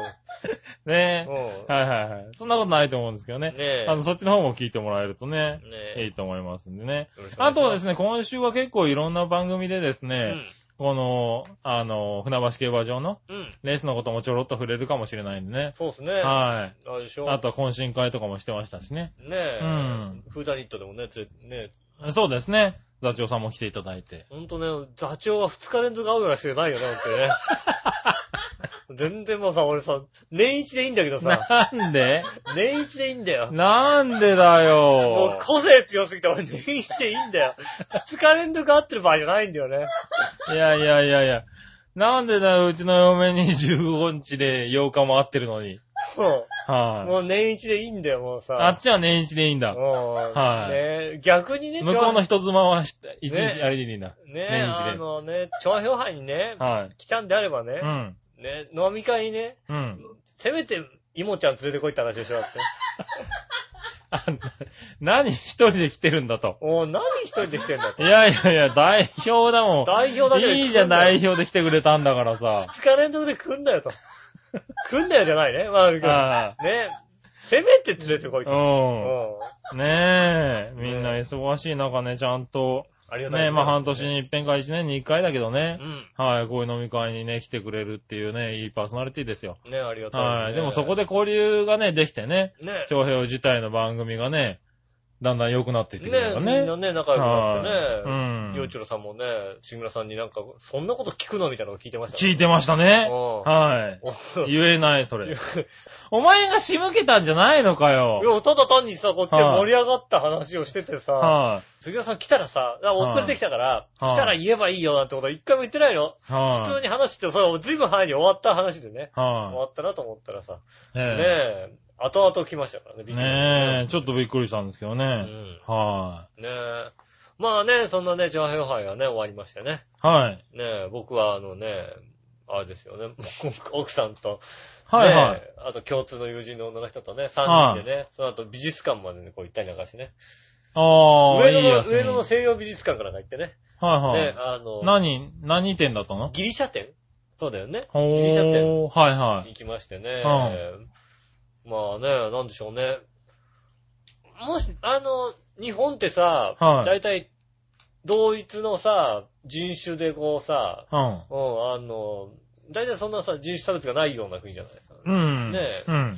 Speaker 2: う
Speaker 3: ね
Speaker 2: ん。。ね
Speaker 3: はいはいはい。そんなことないと思うんですけどね。
Speaker 2: え。
Speaker 3: あの、そっちの方も聞いてもらえるとね、
Speaker 2: ね
Speaker 3: い
Speaker 2: え
Speaker 3: い。と思いますんでね。
Speaker 2: よろしくお願
Speaker 3: あ
Speaker 2: いします
Speaker 3: とはですね、今週は結構いろんな番組でです
Speaker 2: う
Speaker 3: ね、
Speaker 2: ん。
Speaker 3: この、あの、船橋競馬場の
Speaker 2: うん。
Speaker 3: レースのこともちょろっと触れるかもしれないんでね。
Speaker 2: そうですね。あ
Speaker 3: は
Speaker 2: れでし
Speaker 3: い。
Speaker 2: ょ
Speaker 3: あとは懇親会とかもしてましたしね。
Speaker 2: ねえ。
Speaker 3: うん
Speaker 2: フーダニットでもね、つれね、
Speaker 3: そうですね。座長さんも来ていただいて。
Speaker 2: ほんとね、座長は2日連続会うような人じゃないよな、だ
Speaker 3: *laughs*
Speaker 2: ってね。全然もうさ、俺さ、年一でいいんだけどさ、
Speaker 3: なんで
Speaker 2: 年一でいいんだよ。
Speaker 3: なんで
Speaker 2: も
Speaker 3: だ
Speaker 2: う
Speaker 3: よ。
Speaker 2: 個性強すぎて俺年一でいいんだよ。2日連続会ってる場合じゃないんだよね。
Speaker 3: いやいやいやいや。なんでだよ、うちの嫁に15日で8日も会ってるのに。
Speaker 2: もう、
Speaker 3: はい。
Speaker 2: もう年一でいいんだよ、もう
Speaker 3: あ
Speaker 2: さ
Speaker 3: っ。ちは年一でいいんだ。
Speaker 2: もう、
Speaker 3: はい
Speaker 2: ねえ逆にね、
Speaker 3: 向こうの
Speaker 2: ね
Speaker 3: 人妻はし一日、
Speaker 2: ね
Speaker 3: あれでいいんだ。
Speaker 2: え、
Speaker 3: 年一で
Speaker 2: あのね、調表杯にね、
Speaker 3: はい。
Speaker 2: 来たんであればね
Speaker 3: う、ん。
Speaker 2: ね、飲み会にね、
Speaker 3: うん。
Speaker 2: せめて、イモちゃん連れてこいって話でしょ、
Speaker 3: *laughs*
Speaker 2: だって。
Speaker 3: あ何一人で来てるんだと。
Speaker 2: おう何一人で来てんだ
Speaker 3: い
Speaker 2: と。
Speaker 3: やいやいや、代表だも
Speaker 2: 代表だ
Speaker 3: ん。
Speaker 2: けで来んだよ。
Speaker 3: いいじゃん、代表で来てくれたんだからさ。
Speaker 2: 二日連続で来んだよ
Speaker 3: *laughs*
Speaker 2: と。来んだよじゃないね。まあ、ね
Speaker 3: あ
Speaker 2: せめて連れてこいと。うん。
Speaker 3: あうん。ねえ、みんな忙しい中ね、ちゃんと。
Speaker 2: ありがたい
Speaker 3: ねえ、まあ半年。に一遍か一年に一回だけど
Speaker 2: う
Speaker 3: ね。
Speaker 2: ん。
Speaker 3: はい、こういう飲み会にね、来てくれるっていうね、いいパーソナリティですよ。
Speaker 2: ねありがたい、
Speaker 3: はい。でもそこで。交流がね、できてね、
Speaker 2: ね
Speaker 3: 長平自体の番組がね、だんだん良くなっていってくれるから
Speaker 2: ねみんなね、仲良くなってね。
Speaker 3: はい
Speaker 2: よ
Speaker 3: う
Speaker 2: い
Speaker 3: ん。
Speaker 2: ちろさんもね、志村さんになんか、そんなこと聞くのみたいなの聞いてました、
Speaker 3: 聞いてましたね。
Speaker 2: おう
Speaker 3: はい。
Speaker 2: お *laughs* い
Speaker 3: 言えない、それ。お前が仕向けたんじゃないのかよ。
Speaker 2: や、ただ単にさ、こっちで盛り上がった話をしててさ、
Speaker 3: は
Speaker 2: 杉浦さん来たらさ、あ遅れてきたから、
Speaker 3: はい
Speaker 2: 来たら言えばいいよなんてことは一回も言ってないの
Speaker 3: い。は
Speaker 2: 普
Speaker 3: い。
Speaker 2: 通に話して、それずいぶん早いに終わった話でね。終
Speaker 3: は
Speaker 2: わったなと思ったらさ、
Speaker 3: い。
Speaker 2: ね
Speaker 3: え
Speaker 2: え、後々来ましたからね、
Speaker 3: え
Speaker 2: びっくり。
Speaker 3: ねえ、ちょっとびっくりしたんですけど
Speaker 2: う
Speaker 3: ね。
Speaker 2: ん。
Speaker 3: は
Speaker 2: ねえ。まあね、そんなね、上辺杯はね、終わりましてね。
Speaker 3: い。はい。
Speaker 2: ねえ、僕はあのね、あれですよね、 *laughs* 奥さんと、
Speaker 3: はい
Speaker 2: ね
Speaker 3: はい。
Speaker 2: えあと共通の友人の女の人とね、3人でね、その後美術館までね、こう行ったりなんかしてね。
Speaker 3: ああ、
Speaker 2: 上
Speaker 3: いい
Speaker 2: 野の、
Speaker 3: やつ。
Speaker 2: 上野の
Speaker 3: はい
Speaker 2: 西洋美術館からなんか行ってね。
Speaker 3: は
Speaker 2: ね
Speaker 3: い、。
Speaker 2: あの、
Speaker 3: 何、何店だったの
Speaker 2: ギリシャ店そうだよね。
Speaker 3: お
Speaker 2: ギリシャ店
Speaker 3: ー、はいはい。
Speaker 2: 行きましてね。
Speaker 3: う
Speaker 2: まあね、なんでしょうね。もし、あの、日本ってさ、
Speaker 3: はい
Speaker 2: 大体、同一のさ、人種でこうさ、
Speaker 3: うん。
Speaker 2: うん、あの、大体そんなさ、人種差別がないような国じゃないですか。
Speaker 3: うん。
Speaker 2: ねえ
Speaker 3: うん。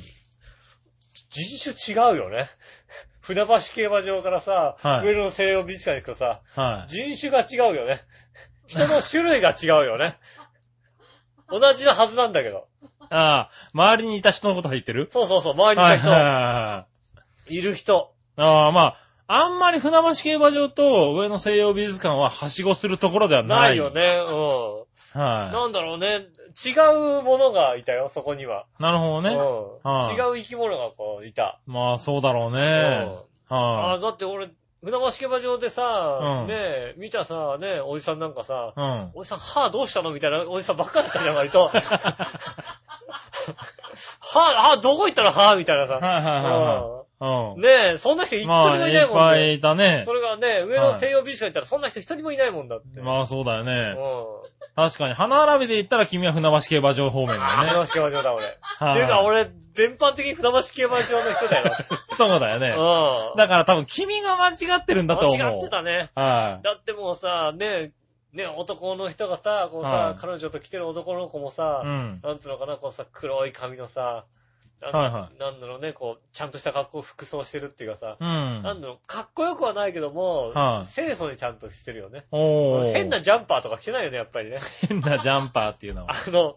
Speaker 2: 人種違うよね。 *laughs* 船橋競馬場からさ、
Speaker 3: はい
Speaker 2: 上野の西洋美術館行くとさ、
Speaker 3: はい。
Speaker 2: 人種が違うよね。人の種類が違うよね。同じなはずなんだけど。
Speaker 3: ああ、周りにいた人のこと入ってる
Speaker 2: そうそうそう、周り
Speaker 3: はい
Speaker 2: の
Speaker 3: はい
Speaker 2: 人、
Speaker 3: はいはい
Speaker 2: る人。
Speaker 3: い。ああ、まあ、あんまり船橋競馬場と上野西洋美術館ははしごするところではない。
Speaker 2: ないよ。ね。うん。
Speaker 3: は
Speaker 2: なんだろうね。違うものがいたよ、そこには。
Speaker 3: い。なるほど
Speaker 2: うん
Speaker 3: ね。はい
Speaker 2: 違う生き物がこう、いた。
Speaker 3: まあ、そうだろう
Speaker 2: う
Speaker 3: ね
Speaker 2: ん。あ
Speaker 3: は
Speaker 2: あ、だって俺、船橋競馬場でさ
Speaker 3: う、ん
Speaker 2: ねえ、見たさ、ねえ、おじさんなんかさ
Speaker 3: い。、うん。
Speaker 2: おじさん、歯どうしたのみたいなおじさんばっかだったじゃん、割
Speaker 3: *laughs*
Speaker 2: と。歯、歯、どこ行ったの歯みたいな
Speaker 3: はい
Speaker 2: さ。
Speaker 3: はいはいは
Speaker 2: う
Speaker 3: い。うん
Speaker 2: んねえ、そんな人一人
Speaker 3: ま
Speaker 2: も
Speaker 3: あ、
Speaker 2: いないい
Speaker 3: っ
Speaker 2: もん
Speaker 3: ぱい
Speaker 2: ね。
Speaker 3: いたね
Speaker 2: そ。れがね、上
Speaker 3: は
Speaker 2: の
Speaker 3: い
Speaker 2: 西洋美術館行ったらそんな人一人もいないもんだって。
Speaker 3: まあ、そうだよ
Speaker 2: うん
Speaker 3: ね。。確かに、花並びで言ったら君は船橋競馬場方面だよ
Speaker 2: 船
Speaker 3: ね。
Speaker 2: 橋競馬場だ、
Speaker 3: *laughs*
Speaker 2: 俺。
Speaker 3: は
Speaker 2: *laughs* っていうか、、俺、全般的に船橋競馬場の人だ
Speaker 3: *laughs*
Speaker 2: よ。
Speaker 3: そうだよね。
Speaker 2: うん。
Speaker 3: だから多分君が間違ってるんだと思う。
Speaker 2: 間違ってたね。
Speaker 3: はい。
Speaker 2: だってもうさ、ね、ね、男の人がさ、こうさ
Speaker 3: はい、
Speaker 2: 彼女と来てる男の子も
Speaker 3: う
Speaker 2: さ、
Speaker 3: ん。
Speaker 2: なんつうのかな、こうさ、黒い髪のさ、なん
Speaker 3: はいは
Speaker 2: なんだろうね、こう、ちゃんとした格好、服装してるっていうかさ、
Speaker 3: うん。
Speaker 2: なんだろう、かっこよくはないけども、
Speaker 3: はい
Speaker 2: 清楚にちゃんとしてるよね。
Speaker 3: おー。
Speaker 2: 変な、ジャンパーとか着てないよね、やっぱりね。
Speaker 3: 変なジャンパーっていうのは。
Speaker 2: あの、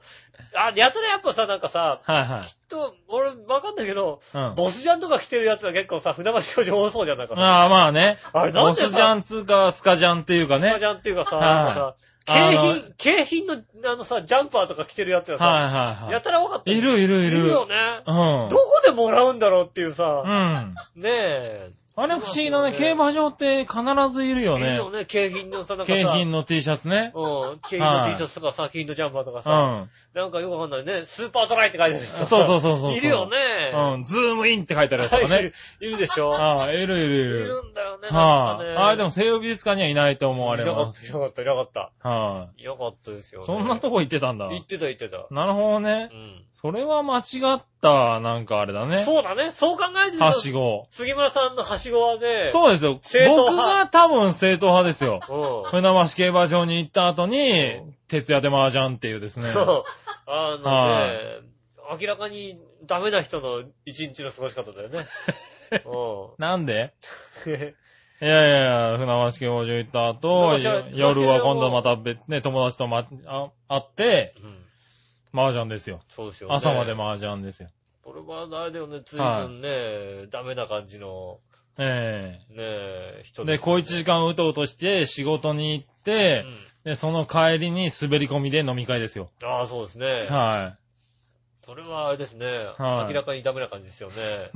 Speaker 2: あ、やたらやっぱさ、なんかさ、
Speaker 3: はいはい。
Speaker 2: と、俺、わかんないけど、
Speaker 3: うん。
Speaker 2: ボスジャンとか着てるやつは結構さ、船橋教授多そうじゃん、なんかさ。
Speaker 3: ああ、まあね。
Speaker 2: あれなん
Speaker 3: ボ
Speaker 2: でさ
Speaker 3: スジャンつうか、スカジャンっていうかね。
Speaker 2: スカジャンっていうかさ、
Speaker 3: はい
Speaker 2: なんかさ
Speaker 3: あの
Speaker 2: 景品、景品の、あのさ、ジャンパーとか着てるやつがさ、
Speaker 3: はいはい
Speaker 2: や
Speaker 3: は
Speaker 2: たら多かった
Speaker 3: い。
Speaker 2: よ。
Speaker 3: いるいるいる。
Speaker 2: よね
Speaker 3: う。ん。
Speaker 2: どこでもらうんだろうっていう
Speaker 3: う
Speaker 2: さ、
Speaker 3: ん。
Speaker 2: ねえ。
Speaker 3: あれ不思議だね。
Speaker 2: そう
Speaker 3: 競馬場って必ずいるよ
Speaker 2: いい
Speaker 3: ね
Speaker 2: よ。ね、景品のさ、なんかさ、
Speaker 3: 景品の T シャツね。
Speaker 2: うん、景品
Speaker 3: は
Speaker 2: の
Speaker 3: い
Speaker 2: T シャツとかさ、景品のジャンパーとか
Speaker 3: う
Speaker 2: さ、
Speaker 3: ん。
Speaker 2: なんかよくわかんないね、スーパードライって書いてある人さ
Speaker 3: そうそうそうそうそう
Speaker 2: いるよね。
Speaker 3: うん。ズームインって書いてあるやつとか
Speaker 2: はいい
Speaker 3: ね
Speaker 2: る。いるでしょ。
Speaker 3: ああ、いるいるい
Speaker 2: い
Speaker 3: る。
Speaker 2: るんだよね。なん
Speaker 3: は
Speaker 2: か
Speaker 3: い
Speaker 2: ね。
Speaker 3: ああ、でも西洋美術館にはいないと思われ
Speaker 2: いなかった、
Speaker 3: ます。
Speaker 2: いなかった、いなかった。
Speaker 3: はい
Speaker 2: なかったですよ
Speaker 3: い。
Speaker 2: ね。
Speaker 3: そんなとこ行ってたんだ。
Speaker 2: 言ってた言ってた。
Speaker 3: なるほどね
Speaker 2: う。ん。
Speaker 3: それは間違った、なんかあれだね。
Speaker 2: そうだね。そう考えてる
Speaker 3: は
Speaker 2: と
Speaker 3: しご。
Speaker 2: 杉村さんのはしごはね、
Speaker 3: そうですよ
Speaker 2: 正。統
Speaker 3: 僕
Speaker 2: 派
Speaker 3: が多分正統派ですよ。
Speaker 2: う。
Speaker 3: 船橋競馬場に行った後に
Speaker 2: う、
Speaker 3: 徹夜で麻雀っていうですね。
Speaker 2: そう。あの
Speaker 3: は
Speaker 2: ね、明らかにダメな人の一日の過ごし方だよ
Speaker 3: *laughs*
Speaker 2: ね。う
Speaker 3: なんで
Speaker 2: ん。
Speaker 3: いやいやいや、船橋競馬場行った後、
Speaker 2: 船橋は
Speaker 3: よ夜は今度また別、ね、友達とま、あ会って、
Speaker 2: うん
Speaker 3: 麻雀ですよ。
Speaker 2: そうですよね。
Speaker 3: 朝まで。麻雀ですよ。
Speaker 2: これはあれだよね、随分ね、ダメな感じの、
Speaker 3: え
Speaker 2: ね、
Speaker 3: え
Speaker 2: 人
Speaker 3: で、
Speaker 2: す
Speaker 3: 小一時間うとうとして仕事に行って
Speaker 2: う、ん
Speaker 3: で、その帰りに滑り込みで飲み会ですよ。
Speaker 2: ああ、そうですね。
Speaker 3: は
Speaker 2: それはあれですね。
Speaker 3: はい
Speaker 2: 明らかにダメな感じですよ
Speaker 3: *laughs*
Speaker 2: ね。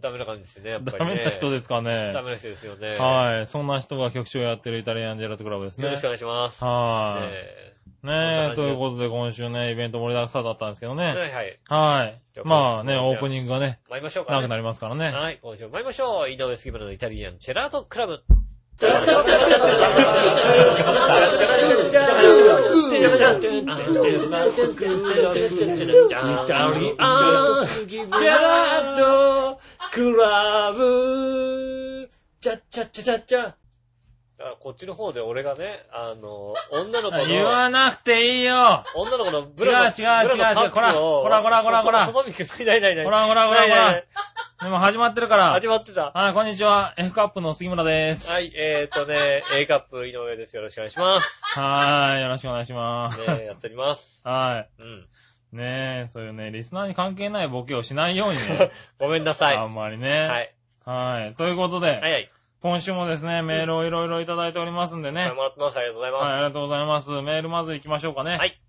Speaker 2: ダメな感じですね、やっ
Speaker 3: い。
Speaker 2: ぱ
Speaker 3: ダ
Speaker 2: りね。
Speaker 3: メな人ですかね
Speaker 2: ダ。メな人ですよね。
Speaker 3: はい。そんな人が局長やってるイタリアンジェラートクラブです
Speaker 2: よろ
Speaker 3: ね
Speaker 2: しく。お願いします。
Speaker 3: はい。
Speaker 2: えこ
Speaker 3: ね
Speaker 2: んな感
Speaker 3: え、
Speaker 2: じで
Speaker 3: ということで今週ね、イベント盛りだくさんだったんですけ
Speaker 2: ー
Speaker 3: ど
Speaker 2: は
Speaker 3: ね。
Speaker 2: いはい。
Speaker 3: はい
Speaker 2: じゃ。あ
Speaker 3: まあね、
Speaker 2: じゃあ
Speaker 3: オープニングがね、
Speaker 2: 参りましょうか、ね。
Speaker 3: 長くなりますからね。
Speaker 2: はい、今週も参りましょう。井上杉村のイタリアンチェラートクラブ。あこっちの方で俺がね、あの、女の子の、
Speaker 3: 言わなくていいよ
Speaker 2: 女の子のブラの、
Speaker 3: 違う違う
Speaker 2: ブラの
Speaker 3: 違う違うこ
Speaker 2: カ
Speaker 3: ら
Speaker 2: ップを
Speaker 3: こらこらこらこら
Speaker 2: そばみくん、ないないない。
Speaker 3: ほらほらほら
Speaker 2: ない
Speaker 3: ほ
Speaker 2: ないな
Speaker 3: ら
Speaker 2: い。
Speaker 3: でも始まってるから。
Speaker 2: 始まってた。
Speaker 3: はい、こんにちは。F カップの杉村です。
Speaker 2: はい、えーとね、A カップ井上です。よろしくお願いします。
Speaker 3: はーい、よろしくお願いします。
Speaker 2: ね、やっております。
Speaker 3: は *laughs*
Speaker 2: うん。
Speaker 3: い。ねえ、そういうね、リスナーに関係ないボケをしないようにね。
Speaker 2: ごめんなさい。
Speaker 3: あ
Speaker 2: *laughs* は
Speaker 3: んまり
Speaker 2: い。は
Speaker 3: ね。
Speaker 2: い
Speaker 3: はい。ということ
Speaker 2: は
Speaker 3: で、
Speaker 2: い。
Speaker 3: 今週もですね、メールをいろいろいただいておりますんでね
Speaker 2: 頑。張ってます。ありがとうござい
Speaker 3: はい、あ
Speaker 2: ま
Speaker 3: りがとうございます。メールまず行きましょうかね。
Speaker 2: す。はい。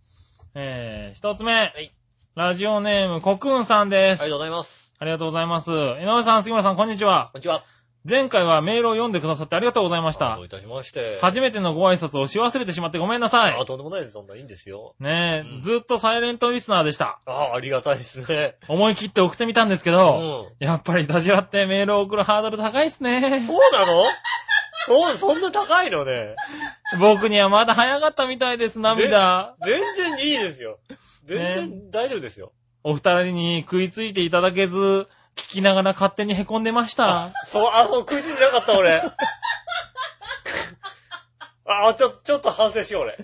Speaker 3: えー、一つ目。
Speaker 2: い
Speaker 3: ラジオネーム、コクーンさんで
Speaker 2: ありがとう
Speaker 3: す。
Speaker 2: ございます。
Speaker 3: ありがとうございます。井上さん、杉村さん、こんにちは。
Speaker 2: こんにちは。
Speaker 3: 前回はメールを読んでくださってありがとうございまし
Speaker 2: あ
Speaker 3: た
Speaker 2: どう。いたしまして。
Speaker 3: 初めてのご挨拶をし忘れてしまってごめんなさ
Speaker 2: あ、
Speaker 3: い。
Speaker 2: とんでもないです。そんないいんですよ。
Speaker 3: ね
Speaker 2: うん
Speaker 3: え、ずっとサイレントリスナーでした。
Speaker 2: ああ、りがたいですね。
Speaker 3: 思い切って送ってみたんですけ
Speaker 2: う
Speaker 3: ど、
Speaker 2: ん。
Speaker 3: やっぱりダジラってメールを送るハードル高いっすね。
Speaker 2: そうなのおそんな高いのね。
Speaker 3: 僕にはまだ早かったみたいです、涙。
Speaker 2: 全然いいですよ。全然大丈夫ですよ。
Speaker 3: お二人に食いついていただけず、聞きながら勝手に凹んでました。
Speaker 2: そう、あ、そう、食いついてなかった、
Speaker 3: *laughs*
Speaker 2: 俺。あ、ちょ、ちょっと反省しよう、俺。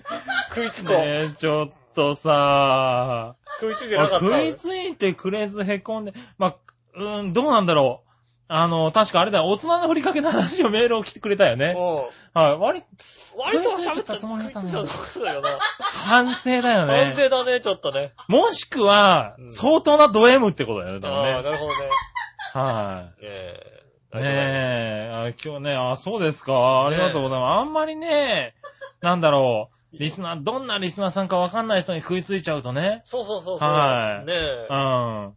Speaker 2: 食いつこう。
Speaker 3: ねえ、ちょっとさ
Speaker 2: 食いついて
Speaker 3: まあ
Speaker 2: なかった。
Speaker 3: 食
Speaker 2: 俺
Speaker 3: いついてくれずへこんで、まあ、うーん、どうなんだろう。あの、確かあれだよ、大人のふりかけの話をメールを来てくれたよね。
Speaker 2: うん。
Speaker 3: はい。割、
Speaker 2: 割と喋った
Speaker 3: つもりだったんだ
Speaker 2: そうそうだよな。
Speaker 3: 反省だよ
Speaker 2: *laughs* 反
Speaker 3: ね。
Speaker 2: 省だね、ちょっとね。
Speaker 3: もしくは
Speaker 2: う、ん
Speaker 3: 相当なド M ってことだよね、多分
Speaker 2: ああ、
Speaker 3: ね。
Speaker 2: なるほどね。
Speaker 3: は
Speaker 2: ねえ。
Speaker 3: い。ねえ、あ今日ね、あ、そうですか。ありがとうございます。あんまりね、なんだろう、リスナー、どんなリスナーさんかわかんない人に食いついちゃうとね。
Speaker 2: そうそうそうそう。
Speaker 3: はい
Speaker 2: ねえ
Speaker 3: うん。。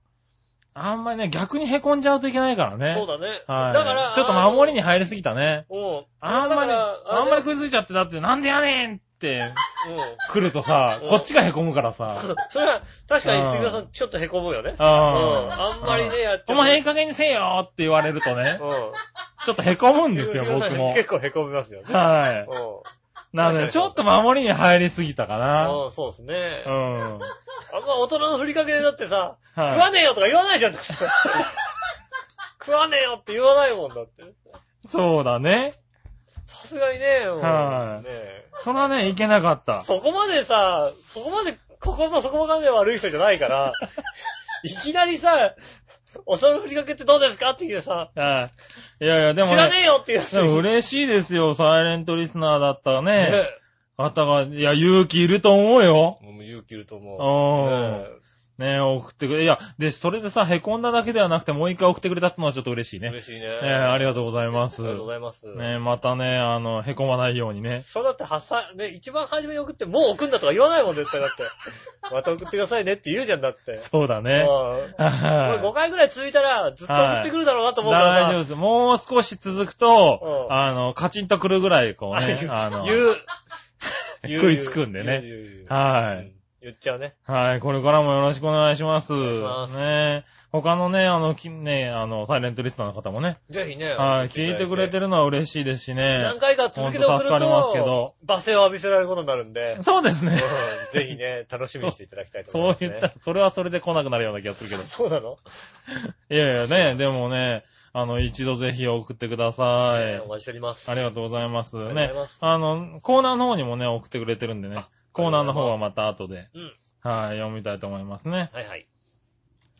Speaker 3: あんまりね、逆に凹んじゃうといけないからね。
Speaker 2: そうだね。
Speaker 3: はい。
Speaker 2: だから、
Speaker 3: ちょっと
Speaker 2: あの
Speaker 3: 守りに入りすぎたね。
Speaker 2: うん。
Speaker 3: あんまり、あんまり食いついちゃって、だってなんでやねんって
Speaker 2: り。うん。
Speaker 3: 来るとさ
Speaker 2: う、ん
Speaker 3: こっちが凹むからさ。
Speaker 2: *laughs* それは、確か
Speaker 3: う
Speaker 2: に
Speaker 3: ん
Speaker 2: 杉田さん、ちょっと凹むよね。
Speaker 3: う。
Speaker 2: *laughs* うんん。あんまりね、やっち
Speaker 3: お
Speaker 2: ゃう。
Speaker 3: 前ええ加減にせえよって言われる
Speaker 2: *laughs*
Speaker 3: とね、
Speaker 2: う
Speaker 3: ちょっと凹むん
Speaker 2: ん。
Speaker 3: ですよ、
Speaker 2: 杉浦さん
Speaker 3: 僕
Speaker 2: *laughs*
Speaker 3: も。
Speaker 2: 結構凹みますよね。
Speaker 3: は
Speaker 2: う
Speaker 3: い。なので、ちょっと守りに入りすぎたか
Speaker 2: ん。
Speaker 3: な。
Speaker 2: うん、そうですね
Speaker 3: う。ん。
Speaker 2: あんま大人のふりかけだってさ、食
Speaker 3: は
Speaker 2: わねえよとか言わないじゃん。
Speaker 3: *laughs*
Speaker 2: 食わねえよって言わないもんだって。
Speaker 3: い。そうだね。
Speaker 2: さすがにね、もう。
Speaker 3: はい
Speaker 2: ねえ
Speaker 3: それはね、いけなかった。
Speaker 2: そこまでさ、そこまで、心の底まで悪い人じゃないから、
Speaker 3: *laughs*
Speaker 2: いきなりさ、お皿のふりかけってどうですかって言ってさ、
Speaker 3: はい。いやいや、でも
Speaker 2: 知らね
Speaker 3: ね、
Speaker 2: えよって言うやつ
Speaker 3: でも嬉しいですよ、サイレントリスナーだったね。
Speaker 2: え
Speaker 3: 方が、いや、勇気いると思うよ。
Speaker 2: もう勇気いると
Speaker 3: う
Speaker 2: 思う。
Speaker 3: ん
Speaker 2: ね。
Speaker 3: ね送ってくれ。いや、で、それでさ、凹んだだけではなくて、もう一回送ってくれたってのはちょっと嬉しい
Speaker 2: え
Speaker 3: ね。
Speaker 2: 嬉しいね。
Speaker 3: ねありがとうございます。
Speaker 2: ありがとうござい
Speaker 3: ね
Speaker 2: ます。
Speaker 3: またね、あの、凹まないようにね。
Speaker 2: そうだって発散、ね、一番初めに送って、もう送んだとか言わないもん、絶対だっ
Speaker 3: *laughs*
Speaker 2: て。また送ってくださいねって言うじゃんだって。
Speaker 3: そうだ
Speaker 2: うん
Speaker 3: ね。はい
Speaker 2: これ5回ぐらい続いたら、ずっと送ってくるだろうなと思うから
Speaker 3: 大
Speaker 2: さ。
Speaker 3: 丈夫です。もう少し続くと、
Speaker 2: うん
Speaker 3: あの、カチンとくるぐらい、こうね
Speaker 2: 言、う
Speaker 3: あの、
Speaker 2: 言う。
Speaker 3: *laughs* 食いつくんで
Speaker 2: 言
Speaker 3: ね
Speaker 2: う。言う言う
Speaker 3: は
Speaker 2: うん
Speaker 3: い。
Speaker 2: 言っちゃうね。
Speaker 3: はい、これからもよろしくお願いします。お願
Speaker 2: いします
Speaker 3: ね他のね、あの、きね、あの、サイレントリスナーの方もね、
Speaker 2: ぜひね。
Speaker 3: はい、聞いてくれてるのは嬉しいですしね
Speaker 2: 何。回か続けて送る
Speaker 3: ほんと助かりますけ
Speaker 2: と
Speaker 3: ど、
Speaker 2: 罵声を浴びせられることになるん
Speaker 3: *laughs*
Speaker 2: で、
Speaker 3: そうですね。
Speaker 2: うんぜひね、楽しみにしていただきたいと思
Speaker 3: そ
Speaker 2: いうます、
Speaker 3: 言
Speaker 2: ね。
Speaker 3: ったら、それはそれで来なくなるような気がするけど。
Speaker 2: そうなの
Speaker 3: いやいやね、でもね、あの、一度ぜひ送ってくださ
Speaker 2: ね
Speaker 3: い
Speaker 2: お。待ちしております。
Speaker 3: ありがとうございます。
Speaker 2: りがと
Speaker 3: ね
Speaker 2: うございます。
Speaker 3: あの、コーナーの方にもね、送ってくれてるんでね。コーナーの方はまた後で、
Speaker 2: うん。
Speaker 3: はい、読みたいと思いますね。
Speaker 2: はいはい。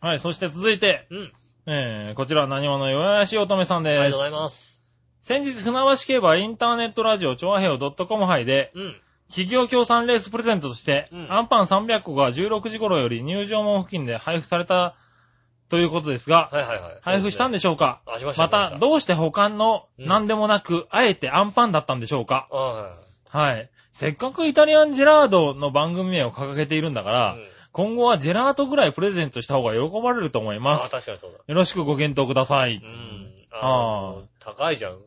Speaker 3: はい、そして続いて、
Speaker 2: うん。
Speaker 3: えー、こちら、何者よやしおとめさん
Speaker 2: あり
Speaker 3: で
Speaker 2: がとう
Speaker 3: す
Speaker 2: ご。ざいます。
Speaker 3: 先日、船橋競馬インターネットラジオ、調和平を .com 杯で、
Speaker 2: うん。
Speaker 3: 企業協賛レースプレゼントとして、
Speaker 2: うん
Speaker 3: アンパン300個が16時頃より入場門付近で配布されたということですが、
Speaker 2: はいはいはい。
Speaker 3: 配布したん
Speaker 2: で
Speaker 3: でしょうか
Speaker 2: あ、しました。
Speaker 3: また、
Speaker 2: う
Speaker 3: どうして保管の
Speaker 2: うん
Speaker 3: 何でもなく、あえてアンパンだったんでしょうか
Speaker 2: あ
Speaker 3: はい。せっかくイタリアンジェラードの番組名を掲げているんだか
Speaker 2: あ、
Speaker 3: ら、
Speaker 2: うん
Speaker 3: 今後はジェラートぐらいプレゼントした方が喜ばれると思い
Speaker 2: あ
Speaker 3: ま
Speaker 2: あ、
Speaker 3: す。
Speaker 2: 確かにそうだ。
Speaker 3: よろしくご検討ください。
Speaker 2: うん。
Speaker 3: あ
Speaker 2: ああ、高いじゃん。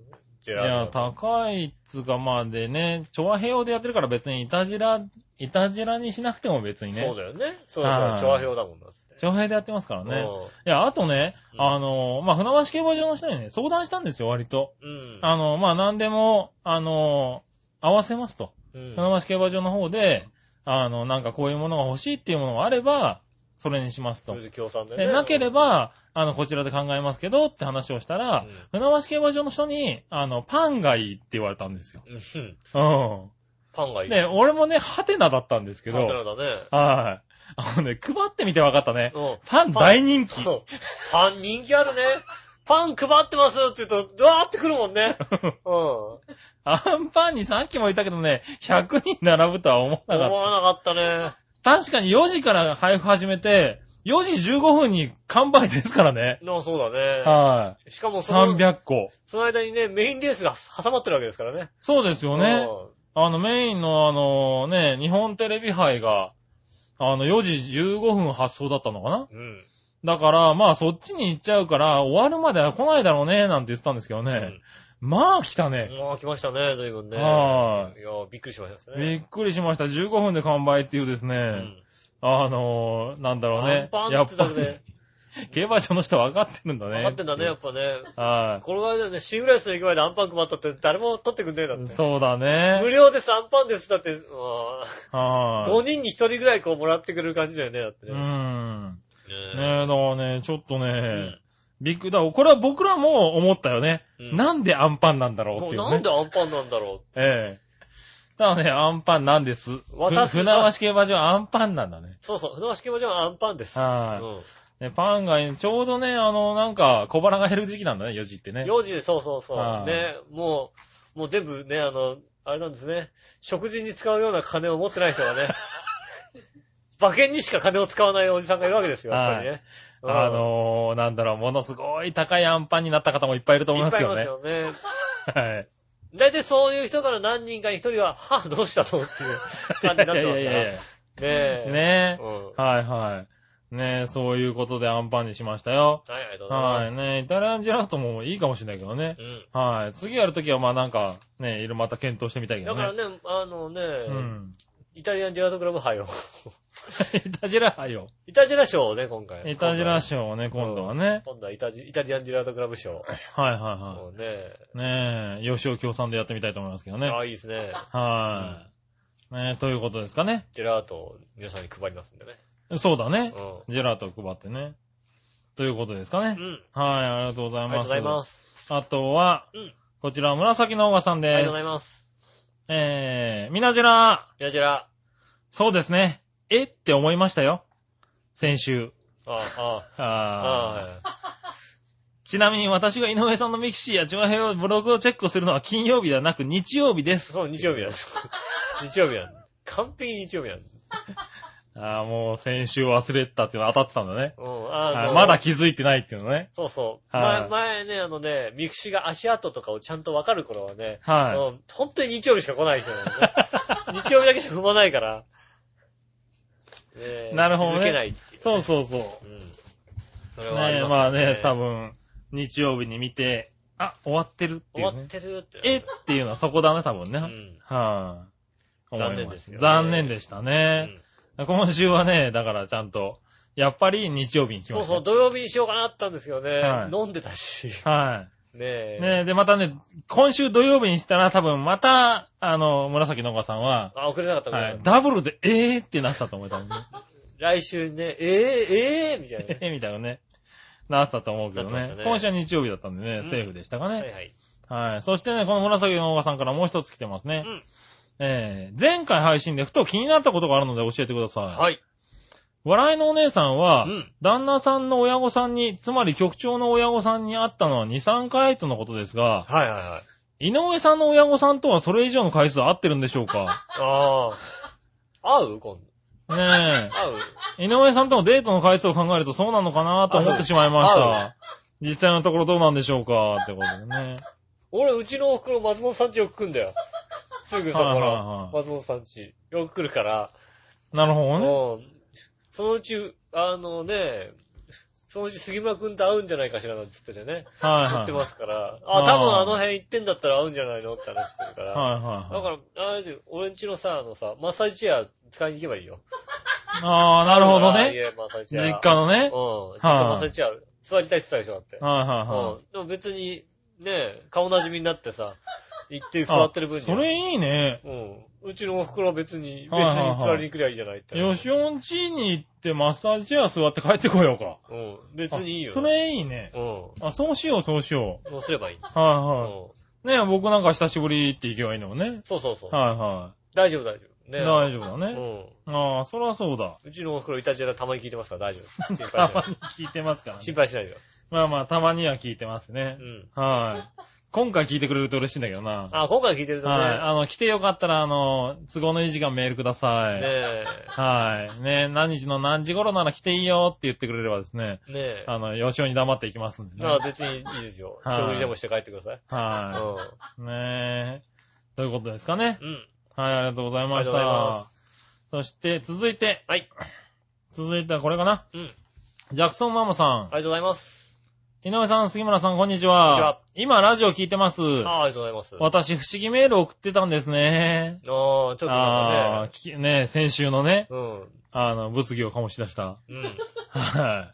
Speaker 2: ジェ
Speaker 3: いや
Speaker 2: ラ、ート。
Speaker 3: 高いっつうか、まあでね、調和平和でやってるから別にイタジラ、イタジラにしなくても別に
Speaker 2: そう
Speaker 3: ね、
Speaker 2: だよね。そうだ
Speaker 3: は
Speaker 2: よ。
Speaker 3: い
Speaker 2: 調和表だもんだって。
Speaker 3: 調和平和でやってますからね。
Speaker 2: う
Speaker 3: いや、あとね、
Speaker 2: うん
Speaker 3: あの、まあ、船橋競馬場の人にね、相談したんですよ、割と。
Speaker 2: ん。
Speaker 3: あの、まあ、何でも、あの、合わせますと。
Speaker 2: うん。
Speaker 3: 船橋競馬場の方で、あの、なんかこういうものが欲しいっていうものがあれば、それにします
Speaker 2: そ
Speaker 3: と
Speaker 2: れ。で協賛で
Speaker 3: で
Speaker 2: ね。
Speaker 3: なければ、あの、こちらで考えますけどって話をしたら、船橋競馬場の人に、あの、パンがいいって言われたんですよ。
Speaker 2: うん、うん。
Speaker 3: う
Speaker 2: パンがい
Speaker 3: ん。
Speaker 2: い。
Speaker 3: で、俺もね、ハテナだったんですけど、
Speaker 2: パンっ
Speaker 3: は
Speaker 2: て
Speaker 3: い
Speaker 2: なんだね。。
Speaker 3: あのね、配ってみて分かったね。
Speaker 2: うん。
Speaker 3: パン大人気。
Speaker 2: そう。パン人気あるね。パン配ってますって言うと、うわーってくるもん
Speaker 3: *laughs*
Speaker 2: ね。うん。思
Speaker 3: アンパンにさっきも言ったけどね、100人並ぶとは思わなかっ
Speaker 2: わなかったね。
Speaker 3: た。確かに4時から配布始めて、4時15分に完売ですからね。
Speaker 2: なあ、そうだね。
Speaker 3: はい。
Speaker 2: しかもその、
Speaker 3: 300個。
Speaker 2: その間にね、メインレースが挟まってるわけですからね。
Speaker 3: そうですよね。
Speaker 2: うん
Speaker 3: あの、メインのあの、ね、日本テレビ杯が、あの、4時15分発送だったのかな
Speaker 2: うん。
Speaker 3: だから、まあ、そっちに行っちゃうから、終わるまでは来ないだろうね、なんて言ってたんですけどね。まあ、来たね。
Speaker 2: ああ、来ましたね、随分ね。
Speaker 3: はい
Speaker 2: やー、びっくりしました
Speaker 3: び
Speaker 2: ね。
Speaker 3: っくりしました。15分で完売っていうです
Speaker 2: う
Speaker 3: ね。
Speaker 2: ん。
Speaker 3: あのー、なんだろう
Speaker 2: アン
Speaker 3: ね。
Speaker 2: パン
Speaker 3: や
Speaker 2: っ
Speaker 3: ってぱ
Speaker 2: だけで、
Speaker 3: り、競馬場の人は分かってるんだね。
Speaker 2: 分かってんだね、やっぱね。
Speaker 3: は
Speaker 2: この間ね、シーグライスの駅前でアンパン配ったって誰も取ってくんねえだっ
Speaker 3: い。
Speaker 2: て。
Speaker 3: そうだ
Speaker 2: 無
Speaker 3: ね。
Speaker 2: 料です、アンパンです。だって、うわー
Speaker 3: は
Speaker 2: 5人に1人ぐらいこうもらってくれる感じだよね、だって
Speaker 3: い。う
Speaker 2: ね。
Speaker 3: ーん。ねえ、
Speaker 2: ね
Speaker 3: だからね、ちょっと
Speaker 2: え
Speaker 3: ね、びっくり。だからこれは僕らも思ったよね。
Speaker 2: うん
Speaker 3: なんでアンパンなんだろうって
Speaker 2: こ
Speaker 3: いううね。
Speaker 2: なんでアンパンなんだろ
Speaker 3: ええ。だからね、アンパンなんです。ふ
Speaker 2: 私は
Speaker 3: 船橋競馬場はアンパンなんだね。
Speaker 2: う。そうそう、船橋競馬場はアンパンです。
Speaker 3: はい
Speaker 2: うん
Speaker 3: ね、パンが、ちょうどね、あの、なんか、小腹が減る時期なんだね、4時ってね。
Speaker 2: 4時で、そうそうそう
Speaker 3: は。い
Speaker 2: ね、もう、もう全部ね、あの、あれなんですね。食事に使うような金を持ってない人が
Speaker 3: *laughs*
Speaker 2: ね、馬券にしか金を使わないおじさんがいるわけですよ、やっぱりね。うん
Speaker 3: あ、のー、なんだろう、ものすごい高いアンパンになった方もいっぱいいると思い
Speaker 2: いっ
Speaker 3: ます
Speaker 2: ぱい
Speaker 3: け
Speaker 2: いま
Speaker 3: ど
Speaker 2: す
Speaker 3: ね。
Speaker 2: よね。
Speaker 3: はい。
Speaker 2: 大体そういう人から何人かに一人は、はぁ、どうしたのっていう感じになってますから。
Speaker 3: *laughs* いやいやいや
Speaker 2: ね
Speaker 3: いや
Speaker 2: え。
Speaker 3: ね
Speaker 2: う
Speaker 3: え
Speaker 2: ん。。はい、
Speaker 3: はいはい。ねえ、そういうことでアンパンにしましたよ。
Speaker 2: ありがとうござい
Speaker 3: は
Speaker 2: ま
Speaker 3: い。ねえ、イタリアンジェラートもいいかもしれないけどね
Speaker 2: す。。うん。
Speaker 3: はい。次やるときは、まあなんか、ね、いろまた検討してみたいけ
Speaker 2: だ
Speaker 3: ど
Speaker 2: から
Speaker 3: ね。
Speaker 2: ね、あのね、
Speaker 3: うん。
Speaker 2: イタリアンジェラートクラブ杯を。
Speaker 3: イタジェラーよ。
Speaker 2: イタジェラ賞をね、今回。
Speaker 3: イタジェラー賞をね、今度はね。
Speaker 2: 今度はイタジイタリアンジェラートクラブ賞。
Speaker 3: はいはいはい。
Speaker 2: もうね。
Speaker 3: ねえ、吉尾共産でやってみたいと思いますけどね。
Speaker 2: ああ、いいですね。
Speaker 3: はい。ねえ、ということですかね。
Speaker 2: ジェラートを皆さんに配りますんでね。
Speaker 3: そうだね。
Speaker 2: う
Speaker 3: ジェラートを配ってね。ということですかね
Speaker 2: ん。う。ん。
Speaker 3: はい、ありがとうござ
Speaker 2: あ
Speaker 3: い
Speaker 2: りがとうご
Speaker 3: ます。
Speaker 2: ざいます。
Speaker 3: あとは、
Speaker 2: うん
Speaker 3: こちらは紫のオガさ
Speaker 2: あ
Speaker 3: ん
Speaker 2: り
Speaker 3: で
Speaker 2: が
Speaker 3: す。
Speaker 2: とうございます。
Speaker 3: えー、みなじら、
Speaker 2: イタジェラ。
Speaker 3: そうですね。えって思いましたよ。先週。
Speaker 2: ああ、ああ、
Speaker 3: あー
Speaker 2: ああ。
Speaker 3: ちなみに私が井上さんのミキシーや長編をブログをチェックするのは金曜日ではなく日曜日です。
Speaker 2: そう、日曜日なんです。日曜日なんです完璧に日曜日なんです。
Speaker 3: ああ、もう先週忘れてたっていうのは当たってたんだね。
Speaker 2: うん、あ
Speaker 3: は
Speaker 2: の
Speaker 3: いまだ気づいてないっていうのね。
Speaker 2: そうそう。前、
Speaker 3: はい
Speaker 2: 前ね、あのね、ミクシが足跡とかをちゃんとわかる頃はね、あ
Speaker 3: は
Speaker 2: の本当に日曜日しか来ないんです
Speaker 3: *laughs*
Speaker 2: よね。日曜日だけしか踏まないから。ねえ
Speaker 3: なるほどね
Speaker 2: 気づけないってい
Speaker 3: い。
Speaker 2: う。。
Speaker 3: そうそうそう。
Speaker 2: うん。そうれはあ
Speaker 3: ね
Speaker 2: り
Speaker 3: え、
Speaker 2: ます
Speaker 3: まあね、多分、日曜日に見て、あ、終わってるっ
Speaker 2: 終
Speaker 3: てい
Speaker 2: わ
Speaker 3: う
Speaker 2: っ
Speaker 3: ね。
Speaker 2: てるって。
Speaker 3: えっていうのはそこだね、多分ね。
Speaker 2: う
Speaker 3: は
Speaker 2: ん。
Speaker 3: い、思いま
Speaker 2: 残念ですよね
Speaker 3: 残念でした
Speaker 2: う
Speaker 3: ね、
Speaker 2: ん
Speaker 3: 今週はね、だからちゃんと、やっぱり日曜日に来
Speaker 2: そ
Speaker 3: ま
Speaker 2: う
Speaker 3: した。
Speaker 2: そう、土曜日にしようかなってったんですけどね。
Speaker 3: はい
Speaker 2: 飲んでたし。
Speaker 3: は
Speaker 2: ね
Speaker 3: い。
Speaker 2: え。
Speaker 3: ねえ、で、またね、今週土曜日にしたら多分また、あの、紫のおさんは、
Speaker 2: あ、遅れなかった、遅れ
Speaker 3: は
Speaker 2: ないかっ、た
Speaker 3: ダブルで、えーってなったと思う、多分ね。
Speaker 2: 来週ね、え *laughs* ー、えー、みたいな
Speaker 3: *laughs*
Speaker 2: ね。
Speaker 3: えーみたいなね。なってたと思うけど
Speaker 2: なってまし
Speaker 3: ね
Speaker 2: た。ね
Speaker 3: 今週は日曜日だったんでね、
Speaker 2: うん
Speaker 3: セーフでしたかね。
Speaker 2: はいはい。
Speaker 3: はい。そしてね、この紫のおばさんからもう一つ来てますね。
Speaker 2: うん
Speaker 3: えー、前回配信でふと気になったことがあるので教えてください。
Speaker 2: はい。
Speaker 3: 笑いのお姉さんは、
Speaker 2: うん
Speaker 3: 旦那さんの親御さんに、つまり局長の親御さんに会ったのは2、3回とのことですが、
Speaker 2: はいはいはい。
Speaker 3: 井上さんの親御さんとはそれ以上の回数会ってるんでしょうか *laughs*
Speaker 2: ああ。会う今度。
Speaker 3: ね
Speaker 2: 会う
Speaker 3: え。井上さんとのデートの回数を考えるとそうなのかなと思ってしまいまし
Speaker 2: 会
Speaker 3: た。実際のところどうなんでしょうかってことでね。
Speaker 2: 俺、うちのお袋、松本さんちよく来るんだよ。すぐそこ
Speaker 3: はいはいは
Speaker 2: の
Speaker 3: い、
Speaker 2: 松本さんち。よく来るから。
Speaker 3: なるほどね。
Speaker 2: もう、そのうち、あのね、そのうち杉村くんと会うんじゃないかしらなんて言っててね。
Speaker 3: はいはい。
Speaker 2: 言ってますから。
Speaker 3: あ
Speaker 2: あ、
Speaker 3: ー
Speaker 2: 多分あの辺行ってんだったら会うんじゃないのって話してるから。
Speaker 3: はいはいは
Speaker 2: だ
Speaker 3: い。
Speaker 2: から、あれで、俺んちのさ、あのさ、マッサージチェア使いに行けばいいよ。
Speaker 3: ああ、なるほど
Speaker 2: ああ
Speaker 3: ね
Speaker 2: い。えマッサージチェア。
Speaker 3: 実家のね。
Speaker 2: うん。実家マッサージチェアある。座りたいって言ってたでしょ、だって。
Speaker 3: はいはいうは
Speaker 2: ん。でも別に、ねえ、顔なじみになってさ、行って
Speaker 3: い。
Speaker 2: 座ってる分
Speaker 3: あ
Speaker 2: に
Speaker 3: そ
Speaker 2: は。
Speaker 3: れいいね。
Speaker 2: うん。うちのお袋は別に、別
Speaker 3: はいはいはい
Speaker 2: に座りに来りゃいいじゃないって。
Speaker 3: 吉尾ん家に行ってマッサージチェア座って帰ってこようか。
Speaker 2: うん。別にいいよ。
Speaker 3: あそれいいね。
Speaker 2: うん。
Speaker 3: あ、そうしようそうしよ
Speaker 2: そうすればいい。
Speaker 3: う。
Speaker 2: うん
Speaker 3: は。いはい。ね僕なんか久しぶりって行けばいいのもね。
Speaker 2: そうそうそう。
Speaker 3: はいは
Speaker 2: 大丈夫、大丈夫。
Speaker 3: い。
Speaker 2: ね
Speaker 3: 大丈夫だ
Speaker 2: う
Speaker 3: ね。
Speaker 2: ん。
Speaker 3: ああ、そらそうだ。
Speaker 2: うちのお袋、イタジェラたまに聞いてますから大丈夫。心配
Speaker 3: た
Speaker 2: しな
Speaker 3: ま *laughs*
Speaker 2: い。
Speaker 3: に聞いてますからね
Speaker 2: 心。配しないでよ。
Speaker 3: まあまあ、たまには聞いてますね
Speaker 2: う。ん。
Speaker 3: はい。今回聞いてくれると嬉しいんだけどな。
Speaker 2: あ、今回聞いてるとね、
Speaker 3: はい。あの、来てよかったら、あの、都合のいい時間メールください。
Speaker 2: ね
Speaker 3: はい。ね何時の何時頃なら来ていいよって言ってくれればですね、
Speaker 2: え、ねえ。
Speaker 3: あの、吉尾に黙っていきますんで
Speaker 2: まあ
Speaker 3: ね。
Speaker 2: 別にいいですよ。
Speaker 3: はい
Speaker 2: 食事でもして帰ってください。
Speaker 3: は
Speaker 2: う
Speaker 3: い。ねえ。ということですかね。
Speaker 2: ん。うん。
Speaker 3: はい、ありがとうございまし
Speaker 2: ありがとうござい
Speaker 3: た。そして、続いて、
Speaker 2: はい。
Speaker 3: 続いてはこれかな。
Speaker 2: うん。あ
Speaker 3: ジャクソンママさん
Speaker 2: り。がとうございます。
Speaker 3: 井上さん、杉村さん、こんにち
Speaker 2: こんにちは
Speaker 3: は。今、ラジオ聞いてます。
Speaker 2: ああ、りがとうございます。ああ、
Speaker 3: 私、不思議メール送ってたんですね。
Speaker 2: ちょっと
Speaker 3: あ
Speaker 2: な
Speaker 3: あ
Speaker 2: んかね。
Speaker 3: ー、きね先週のね、
Speaker 2: うん。
Speaker 3: あの、物議を醸し出した。
Speaker 2: うん。
Speaker 3: はい。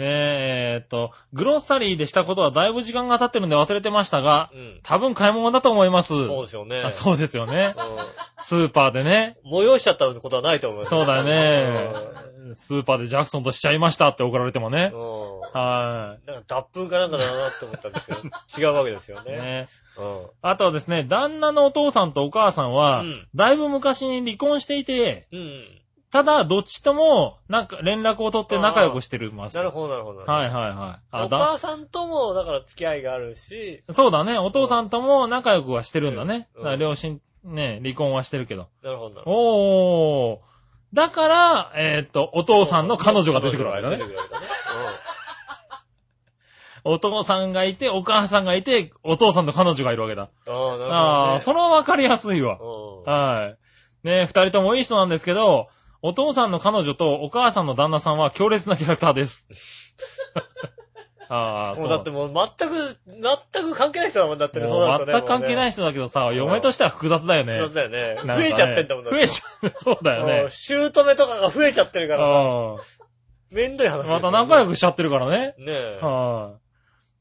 Speaker 3: ねえ、えーっと、グロッサリーでしたことはだいぶ時間が経ってるんで忘れてましたが、
Speaker 2: うん。
Speaker 3: 多分買い物だと思います。
Speaker 2: そうですよね。
Speaker 3: あそうですよね
Speaker 2: う。ん。
Speaker 3: スーパーでね。
Speaker 2: 催しちゃったことはないと思います。
Speaker 3: そうだね。スーパーでジャクソンとしちゃいましたって怒られてもね
Speaker 2: う。ん。
Speaker 3: は
Speaker 2: なんか脱粉かなんかだなって思ったん
Speaker 3: *laughs*
Speaker 2: ですけど、違うわけですよ
Speaker 3: い。
Speaker 2: ね。
Speaker 3: ね
Speaker 2: うん。
Speaker 3: あとはですね、旦那のお父さんとお母さんは、
Speaker 2: うん
Speaker 3: だいぶ昔に離婚していて、
Speaker 2: うん。
Speaker 3: ただ、どっちとも、なんか、連絡を取って仲良くしてるます。
Speaker 2: なるほど、なるほど。。
Speaker 3: はいいはいはい。あ、
Speaker 2: お
Speaker 3: だ、
Speaker 2: 母さんとも、だから付き合いがあるし、
Speaker 3: そうだね。お父さんとも仲良くはしてるんだね。
Speaker 2: うん
Speaker 3: だから両親、ね、離婚はしてるけど。
Speaker 2: なるほど、なるほど。
Speaker 3: おー。だから、えーっと、お父さんの彼女が出てくるわけだ
Speaker 2: 彼
Speaker 3: ね。
Speaker 2: 女が出てくるわけだね
Speaker 3: お父さんがいて、お母さんがいて、お父さんの彼女がいるわけだ。
Speaker 2: うんああ、なるほどね。
Speaker 3: ああ、それはわかりやすいわ。
Speaker 2: うん
Speaker 3: はい。ね二人ともいい人なんですけど、お父さんの彼女とお母さんの旦那さんは強烈なキャラクター
Speaker 2: *laughs*
Speaker 3: です。ああ、
Speaker 2: もうだってもう全く、全く関係ない人だもんだってね、そうな
Speaker 3: も
Speaker 2: る
Speaker 3: う
Speaker 2: とね。
Speaker 3: 全く関係ないい人だけどさ、
Speaker 2: ん
Speaker 3: 嫁としては複雑だよね。
Speaker 2: そうだよね。
Speaker 3: な
Speaker 2: 増
Speaker 3: んかね
Speaker 2: えちゃってんだもんだっ
Speaker 3: 増
Speaker 2: て
Speaker 3: えちゃう。 *laughs* そうだよ
Speaker 2: う
Speaker 3: ね
Speaker 2: ん。姑とかが増えちゃってるから、
Speaker 3: う
Speaker 2: めんどい話。
Speaker 3: ん。また仲良
Speaker 2: く。
Speaker 3: くしちゃってるからね。
Speaker 2: ねえ。
Speaker 3: は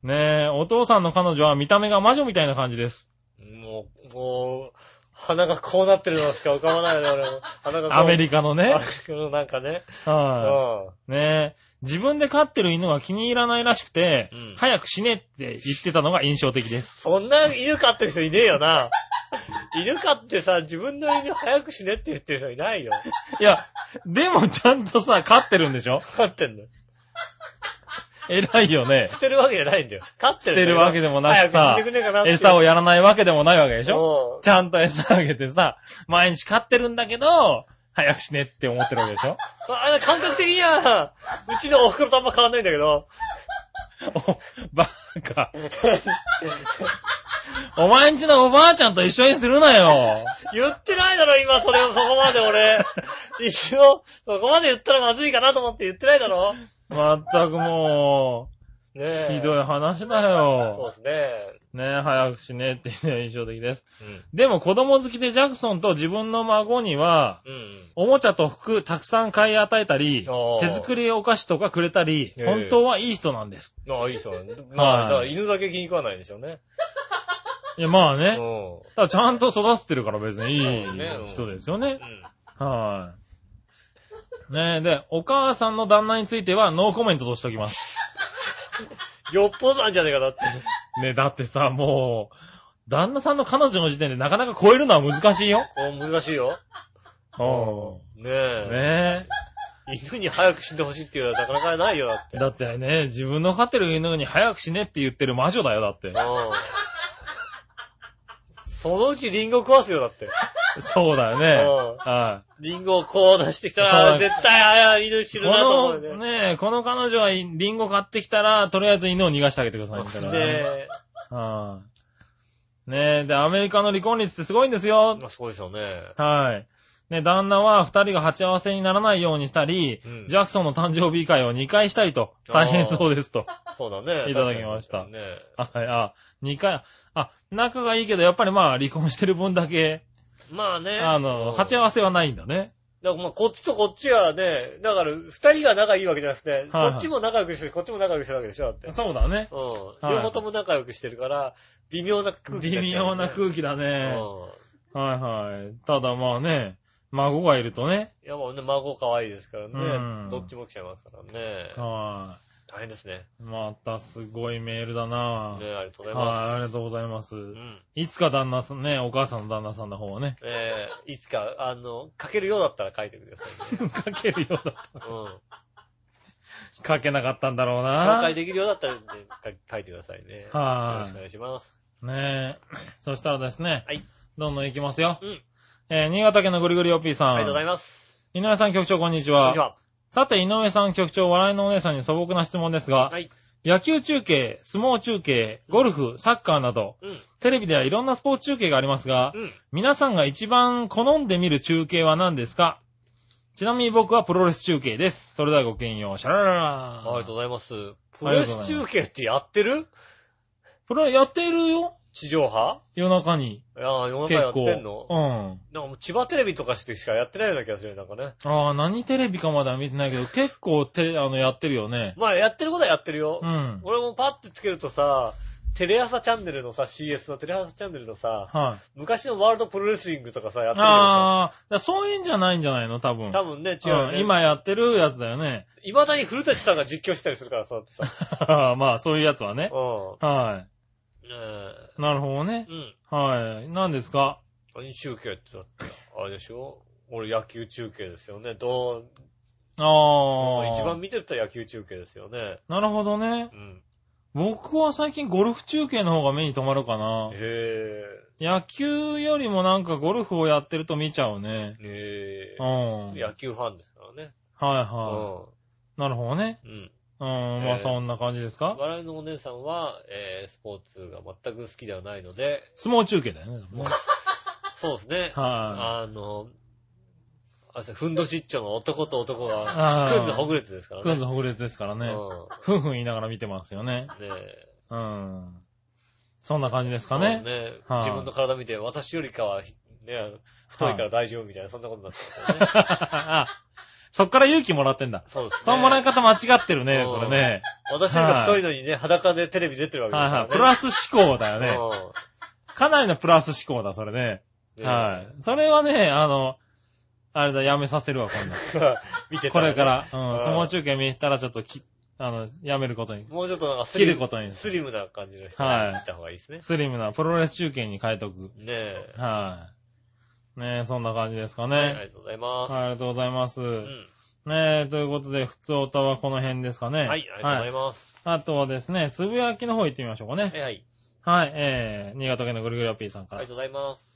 Speaker 3: い。ねえ、お父さんの彼女は見た目が魔女みたいな感じです。
Speaker 2: もう、もう、鼻がこうなってるのしか浮かばないよね、俺も。鼻がこう。
Speaker 3: アメリカのね
Speaker 2: あ。のなんかね。う
Speaker 3: はい。
Speaker 2: ん。
Speaker 3: ねえ、自分で飼ってる犬が気に入らないらしくて、
Speaker 2: うん
Speaker 3: 早く死ねって言ってたのが印象的です。
Speaker 2: そんな犬飼ってる人いねえよな。犬飼ってさ、自分の犬早く死ねって言ってる人いないよ。
Speaker 3: いや、でもちゃんとさ、飼ってるんでしょ
Speaker 2: 飼ってんの。
Speaker 3: 偉いよね。
Speaker 2: 捨てるわけじゃないんだよ。飼って
Speaker 3: 捨
Speaker 2: るんだ
Speaker 3: て
Speaker 2: よ
Speaker 3: るわけでもなくさ
Speaker 2: 早く死んでくんねえかなっ、て
Speaker 3: 餌をやらないわけでもないわけでしょ
Speaker 2: ょ
Speaker 3: ちゃんと餌あげてさ、毎日飼ってるんだけど、早く死ねって思ってるわけでしょ
Speaker 2: あ感覚的には、うちのお袋とあんま変わんないんだけど、
Speaker 3: お、バカ。お前んちのおばあちゃんと一緒にするなよ。
Speaker 2: 言ってないだろ、今、それをそこまで
Speaker 3: *laughs*
Speaker 2: 俺。一応、そこまで言ったらまずいかなと思って言ってないだろ。ね
Speaker 3: まったくも
Speaker 2: え
Speaker 3: う、。ひど
Speaker 2: い。
Speaker 3: い話だよ。
Speaker 2: そうですね。
Speaker 3: ねえ、早く死ねっていうのが印象的です。
Speaker 2: うん。
Speaker 3: でも子供好きでジャクソンと自分の孫には、
Speaker 2: うんうん。
Speaker 3: おもちゃと服たくさん買い与えたり
Speaker 2: あー、
Speaker 3: 手作りお菓子とかくれたり
Speaker 2: へ、え
Speaker 3: 本当はいい人なんです。
Speaker 2: まあ、いい人なんだ。まあ、
Speaker 3: はい
Speaker 2: だから犬だけ気に食わないんでしょうね。
Speaker 3: いや、まあ
Speaker 2: う
Speaker 3: ね。
Speaker 2: ん。
Speaker 3: ただちゃんと育ててるから別にいい
Speaker 2: そうね
Speaker 3: 人ですよね
Speaker 2: う。ん。
Speaker 3: はい。ねえ、で、お母さんの旦那についてはノーコメントとしておきます。
Speaker 2: よっぽどなんじゃねえかなって。
Speaker 3: ね、だってさ、もう、旦那さんの彼女の時点でなかなか超えるのは難しいよ。
Speaker 2: お難しいよ。
Speaker 3: う
Speaker 2: ね
Speaker 3: ん。
Speaker 2: え。
Speaker 3: ねえ。
Speaker 2: 犬に早く死んでほしいっていうのはなかなかないよ、だって。
Speaker 3: だってね、自分の飼ってる犬に早く死ねって言ってる魔女だよ、だって。 *laughs*
Speaker 2: うん。そのうちリンゴ食わすよ、だって。
Speaker 3: そうだよね
Speaker 2: うん。
Speaker 3: は
Speaker 2: リンゴをこう出してきた
Speaker 3: そ
Speaker 2: ら、
Speaker 3: う
Speaker 2: 絶対、ああ、犬死
Speaker 3: い。
Speaker 2: ぬなと思
Speaker 3: こ
Speaker 2: うよ
Speaker 3: の、
Speaker 2: ね。
Speaker 3: ねこの彼女はリンゴ買ってきたら、とりあえず犬を逃がしてあげてください、みたい
Speaker 2: ね
Speaker 3: なね。
Speaker 2: え。
Speaker 3: はい。ねえ、で、アメリカの離婚率ってすごいんですよ。
Speaker 2: まあ、そうでしょうね。
Speaker 3: はい。ね、旦那は二人が鉢合わせにならないようにしたり、
Speaker 2: うん
Speaker 3: ジャクソンの誕生日会を2回したいと、大変そうですと。
Speaker 2: そうだね。
Speaker 3: *laughs* いただきました
Speaker 2: 確かにね
Speaker 3: はい、あ、2回、あ、仲がいいけど、やっぱりまあ、離婚してる分だけ、
Speaker 2: まあね。
Speaker 3: あの、鉢合
Speaker 2: わ
Speaker 3: わせはないんだね。
Speaker 2: だからまあこっちとこっちはね、だから二人が仲いいわけじゃなくて、
Speaker 3: はい
Speaker 2: こっちも仲良くしてる、こっちも仲良くしてるわけでしょ、だって。うん。
Speaker 3: そうだね。はい
Speaker 2: 両方とも仲良くしてるから、微妙な空気に
Speaker 3: 微
Speaker 2: っちゃう
Speaker 3: 妙
Speaker 2: よね
Speaker 3: な空気だね。
Speaker 2: うん。
Speaker 3: はいはい。ただまあね、孫がいるとね。
Speaker 2: いや、もうね、孫可愛いですから
Speaker 3: うん
Speaker 2: ね。どっちも来ちゃいますからね。
Speaker 3: は
Speaker 2: 大変ですね。
Speaker 3: い。またすごいメールだな
Speaker 2: ね、ありがとうございます。
Speaker 3: はい、ありがとうございます。
Speaker 2: うん。
Speaker 3: いつか旦那さんね、お母さんの旦那さんの方は
Speaker 2: *laughs*
Speaker 3: ね、
Speaker 2: えー、いつか、あの、書けるようだったら書いてくださいね。
Speaker 3: かけるようだっ
Speaker 2: うん。
Speaker 3: た。かけなかったんだろう
Speaker 2: 紹
Speaker 3: な
Speaker 2: 介できるようだったらね、か書いてくださいね。よろ
Speaker 3: は
Speaker 2: しくお願いします。
Speaker 3: い。ねえ。そしたらですね、
Speaker 2: はい。
Speaker 3: どんどん行きますよ。
Speaker 2: うん。
Speaker 3: えー新潟県のぐりぐりおっぴーさん。
Speaker 2: ありがとうござい
Speaker 3: ま
Speaker 2: ます。
Speaker 3: す。井上さん局長、こんにち
Speaker 2: こん
Speaker 3: は。
Speaker 2: にちは。
Speaker 3: さて、井上さん局長、笑いのお姉さんに素朴な質問ですが、
Speaker 2: はい。
Speaker 3: 野球中継、相撲中継、ゴルフ、サッカーなど、
Speaker 2: うん。
Speaker 3: テレビではいろんなスポーツ中継がありますが、
Speaker 2: うん。
Speaker 3: 皆さんが一番好んで見る中継は何ですかちなみに僕はプロレス中継です。それではごきげんよう。シャララ
Speaker 2: あ
Speaker 3: ラ
Speaker 2: りがとうございます。プ
Speaker 3: あ
Speaker 2: ロ
Speaker 3: りが
Speaker 2: レ
Speaker 3: とうございま
Speaker 2: ス
Speaker 3: す
Speaker 2: 中継ってやってる
Speaker 3: プロやってるよ
Speaker 2: 地上波
Speaker 3: 夜中に。
Speaker 2: いやー、世の中や
Speaker 3: 結
Speaker 2: っ
Speaker 3: 構。
Speaker 2: てんの
Speaker 3: うん。
Speaker 2: なんかもう千葉テレビとかしてしかやってないような気がするよなんかね。
Speaker 3: ああ、何テレビかまでは見てないけど、結構テレ、あの、やってるよね。
Speaker 2: まあ、やってることはやってるよ。
Speaker 3: うん。
Speaker 2: 俺もパッてつけるとさ、テレ朝チャンネルのさ、CS のテレ朝チャンネルのさ、
Speaker 3: はい。
Speaker 2: 昔のワールドプロレスリングとかさ、やってるけどさ、
Speaker 3: ああ、だからそういうんじゃないんじゃないの多分。
Speaker 2: 多分ね、違うよ
Speaker 3: うん
Speaker 2: ね。今、
Speaker 3: 今やってるやつだよね。 *laughs*
Speaker 2: 未だに古舘さんが実況したりするからさ、だってさ。
Speaker 3: まあ、そういうやつはね。
Speaker 2: う
Speaker 3: は
Speaker 2: ん。ねえ
Speaker 3: い。なるほどね。
Speaker 2: うん。
Speaker 3: はい。何ですか
Speaker 2: 何中継ってだって、あれでしょ俺野球中継ですよね。どう、
Speaker 3: ああ。
Speaker 2: 一番見てた野球中継ですよね。
Speaker 3: なるほどね
Speaker 2: う。ん。
Speaker 3: 僕は最近ゴルフ中継の方が目に留まるかな。
Speaker 2: へ
Speaker 3: 野球よりもなんかゴルフをやってると見ちゃうね
Speaker 2: え。。へえ
Speaker 3: うん。。はい
Speaker 2: 野球ファンですからね。うん
Speaker 3: はい。なるほどね。
Speaker 2: うん。
Speaker 3: うん、
Speaker 2: え
Speaker 3: まあそんな感じですか
Speaker 2: 我々のお姉さんは、えー、スポーツが全く好きではないので、
Speaker 3: 相撲中継だよね。でもね
Speaker 2: そうですね。
Speaker 3: は
Speaker 2: あの、あれですねふんどしっちょの男と男が
Speaker 3: あ、ー
Speaker 2: くんずほぐれてですから
Speaker 3: い。
Speaker 2: ね。
Speaker 3: くんずほぐれつですからね。ふんふん言いながら見てますよね。
Speaker 2: うん。ねえ。
Speaker 3: うん。そんな感じですか
Speaker 2: も
Speaker 3: ね
Speaker 2: う。ね
Speaker 3: はい
Speaker 2: 自分の体見て、私よりかは、ひね、太いから大丈夫みたいな、そんなことになってますよね。
Speaker 3: あそっから勇気もらってんだ。
Speaker 2: そうですね。
Speaker 3: そのもらい方間違ってるね
Speaker 2: う、ん
Speaker 3: それね。
Speaker 2: 私よりか太いのにね、裸でテレビ出てるわけ
Speaker 3: はいはい。
Speaker 2: です
Speaker 3: プ
Speaker 2: からね。
Speaker 3: ラス思考だよね。かなりのプラス思考だ、それね。
Speaker 2: うん
Speaker 3: はい。それはね、あの、あれだ、やめさせるわ、今
Speaker 2: *laughs*
Speaker 3: 度。
Speaker 2: ね見てた
Speaker 3: こ
Speaker 2: ね
Speaker 3: れ
Speaker 2: *laughs*
Speaker 3: か。ら、
Speaker 2: う
Speaker 3: うんん、相撲中継見たらちょっとき、あの、やめることに。
Speaker 2: もうちょっとなんかス
Speaker 3: 切
Speaker 2: リ
Speaker 3: る
Speaker 2: ム
Speaker 3: こ、とに。
Speaker 2: スリムな感じの人
Speaker 3: はい
Speaker 2: 見た方がいいですね。
Speaker 3: スリムなプロレス中継に変えとく。
Speaker 2: ねえ。
Speaker 3: はい。ねえ、そんな感じですか
Speaker 2: はい、あ
Speaker 3: ね。
Speaker 2: りがとうございます。
Speaker 3: はい、ありがとうございます。
Speaker 2: うん
Speaker 3: ねえ、ということで、普通歌はこの辺ですかね。
Speaker 2: はい、ありがとうございます。
Speaker 3: あとはですね、つぶやきの方行ってみましょうか
Speaker 2: はい、
Speaker 3: ね。
Speaker 2: はい、
Speaker 3: はい、えー、新潟県のぐるぐるおっぴーさん
Speaker 2: あ
Speaker 3: か
Speaker 2: り
Speaker 3: ら
Speaker 2: が。とうございます。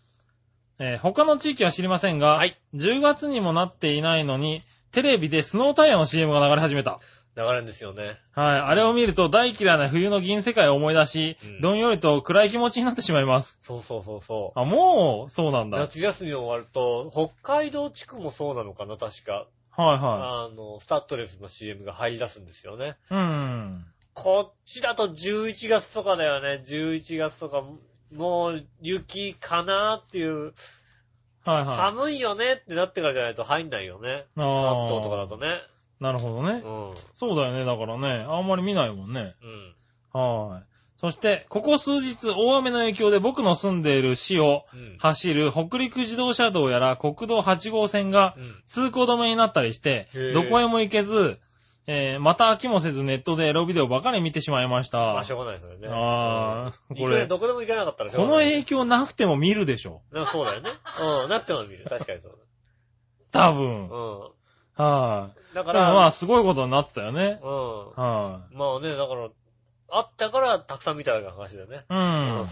Speaker 3: えー他の地域は知りませんが、
Speaker 2: はい
Speaker 3: 10月にもなっていないのに、テレビでスノータイヤの CM が流れ始めた。
Speaker 2: 流れるんですよね。
Speaker 3: はい。あれを見ると大嫌いな冬の銀世界を思い出し、
Speaker 2: うん
Speaker 3: どんよりと暗い気持ちになってしまいます。
Speaker 2: そうそうそうそ
Speaker 3: あ、もう、そうなん
Speaker 2: う。
Speaker 3: だ。はい
Speaker 2: 夏休み終わると、北海道地区もそうなのかな、確か。
Speaker 3: は
Speaker 2: あの、スタッドレスの CM が入り出すんですよね。
Speaker 3: い。うん。
Speaker 2: こっちだと11月とかだよね。11月とか、もう雪かなっていう、
Speaker 3: はいは
Speaker 2: 寒いよねってなってからじゃないと入んないよね。
Speaker 3: い。あ
Speaker 2: 関
Speaker 3: ー
Speaker 2: 東とかだとね。
Speaker 3: なるほどね
Speaker 2: う。ん。
Speaker 3: そうだよね。だからね、あんまり見ないもんね。
Speaker 2: うん。
Speaker 3: はい。そして、ここ数日、大雨の影響で僕の住んでいる市を
Speaker 2: うん。
Speaker 3: 走る北陸自動車道やら国道8号線が
Speaker 2: うん。
Speaker 3: 通行止めになったりして
Speaker 2: へー、
Speaker 3: どこへも行けず、えーまた飽きもせずネットでエロビデオばかり見てしまいました。
Speaker 2: まあ、しょうがないですよね。
Speaker 3: あ
Speaker 2: う
Speaker 3: ー
Speaker 2: ん
Speaker 3: これ
Speaker 2: いくらどこでも行かなかったらしょ
Speaker 3: こ
Speaker 2: うが
Speaker 3: の
Speaker 2: ない
Speaker 3: 影響なくても見るでしょ。
Speaker 2: なんかそうだよね。うん。なくても見る。確かにそう
Speaker 3: 多分。
Speaker 2: だ。
Speaker 3: はい、
Speaker 2: うん。
Speaker 3: あ。
Speaker 2: だか、
Speaker 3: だかららまあ、すごいことになってたよね。
Speaker 2: う
Speaker 3: は
Speaker 2: ん。まあね、だから、あったからたくさん見たような話だよね。
Speaker 3: い、
Speaker 2: う
Speaker 3: うん。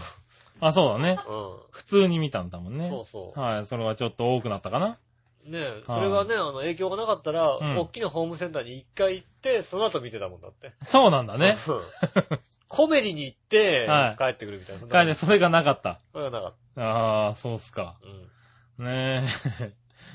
Speaker 3: あ、そうだね。
Speaker 2: う
Speaker 3: 普通に見たんだもん
Speaker 2: ん。
Speaker 3: ね。
Speaker 2: そうそう。
Speaker 3: はい、それはちょっと多くなったかな。
Speaker 2: ねえ、それがね、あの、影響がなかったら、
Speaker 3: うん
Speaker 2: 大きなホームセンターに一回行って、その後見てたもんだって。
Speaker 3: そうなんだね。
Speaker 2: うん。コメリに行って
Speaker 3: は、い
Speaker 2: 帰ってくるみたいな。そんな
Speaker 3: かえでそれがなかった。
Speaker 2: それがなかっ
Speaker 3: ああ、そうっすか。
Speaker 2: た。うん。
Speaker 3: ね *laughs* え。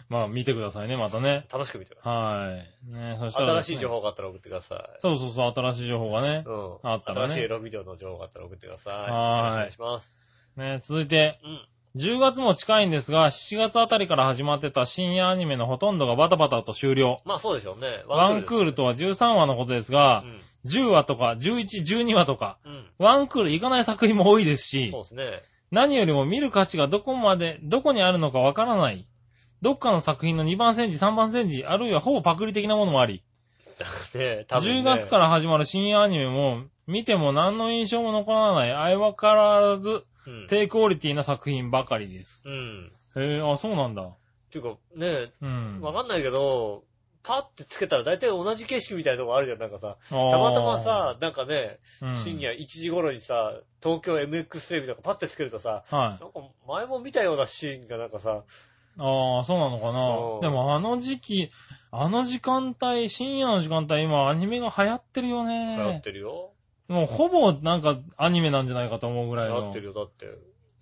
Speaker 3: まあ、見てくださいね、またね。
Speaker 2: 楽しく見てます。
Speaker 3: はい。ねえ、そしたら
Speaker 2: 新
Speaker 3: です
Speaker 2: し
Speaker 3: ね、
Speaker 2: い情報があったら送ってください。
Speaker 3: そうそうそう、新しい情報がね。
Speaker 2: うん。
Speaker 3: あったら
Speaker 2: 新
Speaker 3: ね
Speaker 2: しいエロビデオの情報があったら送ってください。
Speaker 3: はーい
Speaker 2: よろしくお願いします。
Speaker 3: ねえ、続いて、
Speaker 2: うん。
Speaker 3: 10月も近いんですが、7月あたりから始まってた深夜アニメのほとんどがバタバタと終了。
Speaker 2: まあそうでしょうね。
Speaker 3: ワンクールとは13話のことですが
Speaker 2: う、ん。
Speaker 3: 10話とか11、12話とか、
Speaker 2: うん。
Speaker 3: ワンクール行かない作品も多いですし
Speaker 2: そう、ですね。 *laughs*
Speaker 3: 何よりも見る価値がどこまで、どこにあるのかわからない。どっかの作品の2番戦時、3番戦時、あるいはほぼパクリ的なものもあり、
Speaker 2: だからね、多分、ね。、
Speaker 3: 10月からら始まる深夜アニメも、見ても何の印象も残らない、相わからず、
Speaker 2: うん。
Speaker 3: 低クオリティな作品ばかりです。
Speaker 2: うん。
Speaker 3: へえ、あ、そうなんだ。
Speaker 2: っていうか、ね
Speaker 3: うん。
Speaker 2: わかんないけど、パッてつけたら大体同じ景色みたいなとこあるじゃん、なんかさ。
Speaker 3: た
Speaker 2: たま
Speaker 3: ま
Speaker 2: たまさ、、なんかね、
Speaker 3: うん
Speaker 2: 深。夜1時頃にさ、東京 MX テレビとかパッてつけるとさ、
Speaker 3: はい。
Speaker 2: なんか前も見たようなシーンがなんかさ、
Speaker 3: ああ、そうなのか
Speaker 2: うん
Speaker 3: な。でもあの時期、あの時間帯、深夜の時間帯、今アニメが流行ってるよ
Speaker 2: 流行っ
Speaker 3: ね。
Speaker 2: てるよ。
Speaker 3: もうほぼなんかアニメなんじゃないかと思うぐ
Speaker 2: 流
Speaker 3: らい
Speaker 2: 行
Speaker 3: の
Speaker 2: って。るよ、だって。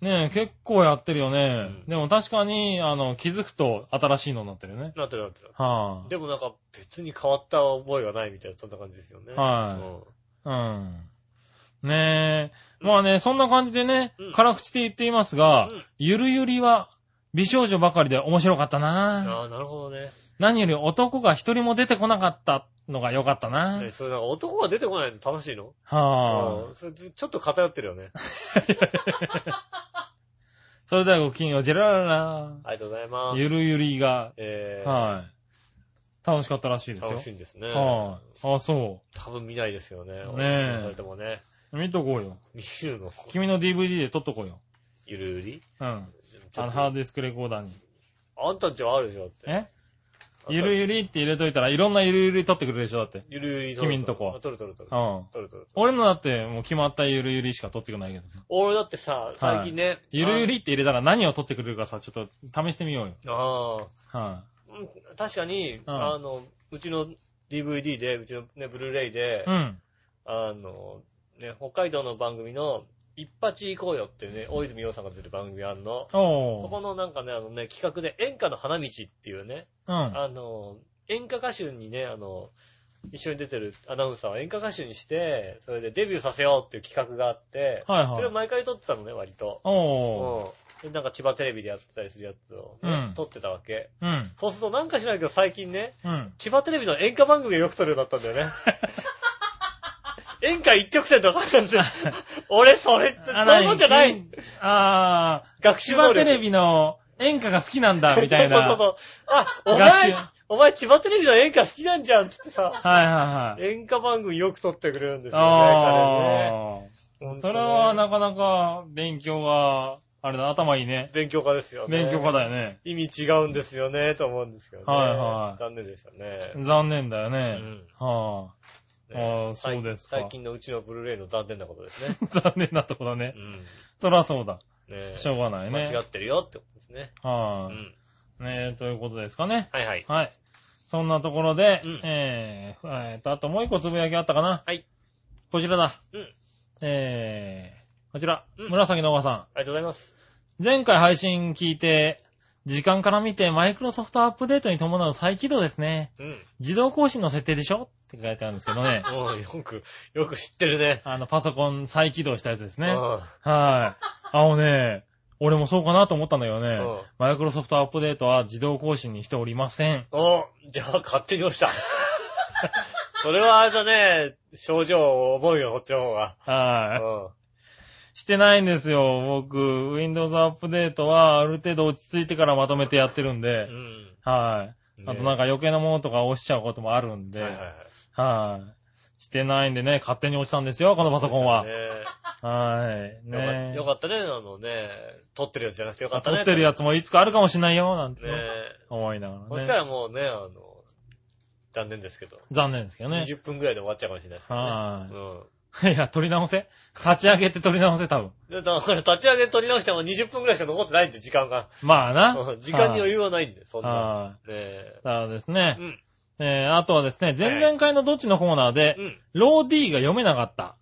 Speaker 3: ねえ、結構やってるよね
Speaker 2: うん。
Speaker 3: でも確かに、あの、気づくと新しいのになってるね。
Speaker 2: なってるなってる。
Speaker 3: は
Speaker 2: でもなんか別に変わった覚えがないみたいな、そんな感じですよね。
Speaker 3: はあ。うん。ねえ。まあね、そんな感じでね
Speaker 2: うん、
Speaker 3: 辛口で言っていますが
Speaker 2: うん、
Speaker 3: ゆるゆりは美少女ばかりで面白かった
Speaker 2: うん。
Speaker 3: な。
Speaker 2: ああ、なるほどね。
Speaker 3: 何より男が一人も出てこなかったのが良かったな。
Speaker 2: ねそれなんか男が出てこないの楽しいの
Speaker 3: はあ
Speaker 2: う。んそれちょっと偏ってるよね。
Speaker 3: それではごきげんよう、ジェラララ
Speaker 2: ありがとうございます。
Speaker 3: ゆるゆりが、
Speaker 2: えー、
Speaker 3: はい。楽しかったらしいですよ
Speaker 2: 楽。しいんですね。
Speaker 3: はい。あ、そ
Speaker 2: 多分見ないですよね。
Speaker 3: え
Speaker 2: 面白されてもね。
Speaker 3: う。見とこうよ。
Speaker 2: 見るの、
Speaker 3: 君の DVD で撮っとこうよ。
Speaker 2: ゆるゆり
Speaker 3: うん。
Speaker 2: ちょ
Speaker 3: あ
Speaker 2: っ
Speaker 3: の、
Speaker 2: と
Speaker 3: ハードディスクレコーダーに。
Speaker 2: あんたんちはあるでしょだって。
Speaker 3: えゆるゆりって入れといたらいろんなゆるゆり取ってくれるでしょだって。
Speaker 2: ゆるゆり
Speaker 3: 君んとこ
Speaker 2: あ取る取る取る
Speaker 3: う。ん。
Speaker 2: 取る取る。
Speaker 3: 俺のだってもう決まったゆるゆりしか取ってくれないけどさ。
Speaker 2: 俺だってさ、最近ね。
Speaker 3: ゆるゆりって入れたら何を取ってくれるかさ、ちょっと試してみようよ。
Speaker 2: ああー。
Speaker 3: は
Speaker 2: うん確かに、あの、うちの DVD で、うちのね、ブルーレイで
Speaker 3: い。、うん。
Speaker 2: あの、ね、北海道の番組の、一発行こうよっていうね、大泉洋さんが出てる番組あんの。
Speaker 3: お
Speaker 2: そ
Speaker 3: ー。
Speaker 2: このなんかね、あのね、企画で演歌の花道っていうね、
Speaker 3: うん。
Speaker 2: あの、演歌歌手にね、あの、一緒に出てるアナウンサーを演歌歌手にして、それでデビューさせようっていう企画があって、
Speaker 3: はい
Speaker 2: それを
Speaker 3: はい。
Speaker 2: 毎回撮ってたのね、割と。
Speaker 3: おー。
Speaker 2: うん。でなんか千葉テレビでやってたりするやつをね、
Speaker 3: うん
Speaker 2: 撮ってたわけ。
Speaker 3: うん。
Speaker 2: そうするとなんか知らないけど最近ね、
Speaker 3: うん。
Speaker 2: 千葉テレビの演歌番組がよく撮るようになったんだ
Speaker 3: *laughs*
Speaker 2: よね。演歌一直線とかなんで、俺それ、そういうのじゃない。。
Speaker 3: あ
Speaker 2: 学
Speaker 3: ー、
Speaker 2: 習
Speaker 3: 千
Speaker 2: 能
Speaker 3: 葉
Speaker 2: 力。
Speaker 3: テレビの演歌が好きなんだ、
Speaker 2: *laughs*
Speaker 3: みたい
Speaker 2: そう
Speaker 3: な。
Speaker 2: そうそうあ、お
Speaker 3: 学習
Speaker 2: 前、お前千葉テレビの演歌好きなんじゃんっつってさ、
Speaker 3: はいはいはい。
Speaker 2: 演歌番組よく撮ってくれるんですよね、彼ね
Speaker 3: あ
Speaker 2: ほんと
Speaker 3: ー。
Speaker 2: ね。
Speaker 3: それはなかなか勉強が、あれだ、頭いいね。
Speaker 2: 勉強家ですよね。
Speaker 3: 勉強家だよね。
Speaker 2: 意味違うんですよね、と思うんですけどね。
Speaker 3: はいはい
Speaker 2: 残念でしたね。
Speaker 3: 残念だよ
Speaker 2: う
Speaker 3: ね。
Speaker 2: ん。
Speaker 3: はあ。 *laughs*
Speaker 2: ね
Speaker 3: ああ、そうですか。
Speaker 2: 最近のうちのブルーレイの残念なことです
Speaker 3: *laughs*
Speaker 2: ね。
Speaker 3: 残念なところね
Speaker 2: う。ん。
Speaker 3: そらそうだ。
Speaker 2: ね
Speaker 3: しょうがないね。
Speaker 2: 間違ってるよってことですね。う
Speaker 3: はい、
Speaker 2: ん。
Speaker 3: ねえ、ということですかね。
Speaker 2: はいはい。
Speaker 3: はい。そんなところで、
Speaker 2: うん
Speaker 3: えー、えーと、あともう一個つぶやきあったかな。
Speaker 2: はい。
Speaker 3: こちらだ。
Speaker 2: うん
Speaker 3: えー、こちら、
Speaker 2: うん
Speaker 3: 紫のおばさ
Speaker 2: ありがとうございます。
Speaker 3: ん。前回配信聞いて、時間から見て、マイクロソフトアップデートに伴う再起動ですね。
Speaker 2: うん。。
Speaker 3: 自動更新の設定でしょって書いてあるんですけどね
Speaker 2: *laughs* もうよく、よく知ってるね。
Speaker 3: あの、パソコン再起動したやつですね。
Speaker 2: うん
Speaker 3: はい。あのね、俺もそうかなと思ったんだけどね
Speaker 2: うん、
Speaker 3: マイクロソフトアップデートは自動更新にしておりません。
Speaker 2: おじゃあ勝手に押した。 *laughs* それはあれだね、症状を覚えよ、こっちの方が。う
Speaker 3: は
Speaker 2: ん。
Speaker 3: い。してないんですよ。僕、Windows アップデートはある程度落ち着いてからまとめてやってるんで
Speaker 2: う、ん。
Speaker 3: はい。あとなん
Speaker 2: か、
Speaker 3: か余計なものとか押しちゃうこともあるんで、
Speaker 2: はいはいはい。
Speaker 3: はい。してないんでね、勝手に落ちたんですよ、このパソコンは
Speaker 2: ね。
Speaker 3: はい。
Speaker 2: よか
Speaker 3: ね
Speaker 2: よかったね、あのね、撮ってるやつじゃなくてよかったね。
Speaker 3: 撮ってるやつもいつかあるかもしれないよ、なんて
Speaker 2: ね
Speaker 3: ね思いながらね。
Speaker 2: そしたらもうね、あの、残念ですけど。
Speaker 3: 残念ですけどね。
Speaker 2: 20分くらいで終わっちゃうかもしれないですね。
Speaker 3: はいういや、取り直せ立ち上げて取り直せ、多分。
Speaker 2: ん。でだから立ち上げ取り直しても20分くらいしか残ってないんで、時間が。
Speaker 3: まあ
Speaker 2: う
Speaker 3: な。
Speaker 2: ん *laughs* 時間に余
Speaker 3: 裕
Speaker 2: 裕はないんで、そんな。
Speaker 3: は
Speaker 2: ねえ
Speaker 3: い。そうです
Speaker 2: う
Speaker 3: ね。
Speaker 2: ん。
Speaker 3: えー、あとはですね、前々回のどっちのコーナーで
Speaker 2: う、ん。
Speaker 3: ロー D が読めなかった。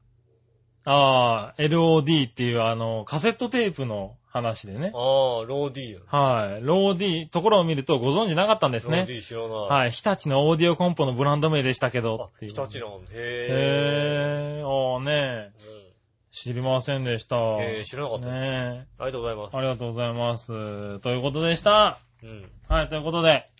Speaker 3: あー、LOD っていうあの、カセットテープの話でね
Speaker 2: あ。あ、ローディーよ。
Speaker 3: はい。ロー D、ところを見るとご存知なかったんです
Speaker 2: ロー
Speaker 3: ね
Speaker 2: デ。ィー知らない。
Speaker 3: はい。日立のオーディオコンポのブランド名でしたけ
Speaker 2: あ
Speaker 3: ど。、
Speaker 2: 日
Speaker 3: って
Speaker 2: 立
Speaker 3: いう
Speaker 2: なんだへ
Speaker 3: へー。あーね
Speaker 2: ぇー。
Speaker 3: 知りませんでした。
Speaker 2: うんへぇー、知らなかったです。
Speaker 3: ね
Speaker 2: ありがとうございま
Speaker 3: え。
Speaker 2: す。
Speaker 3: ありがとうございます。ということでした。
Speaker 2: うん。
Speaker 3: はい、ということで。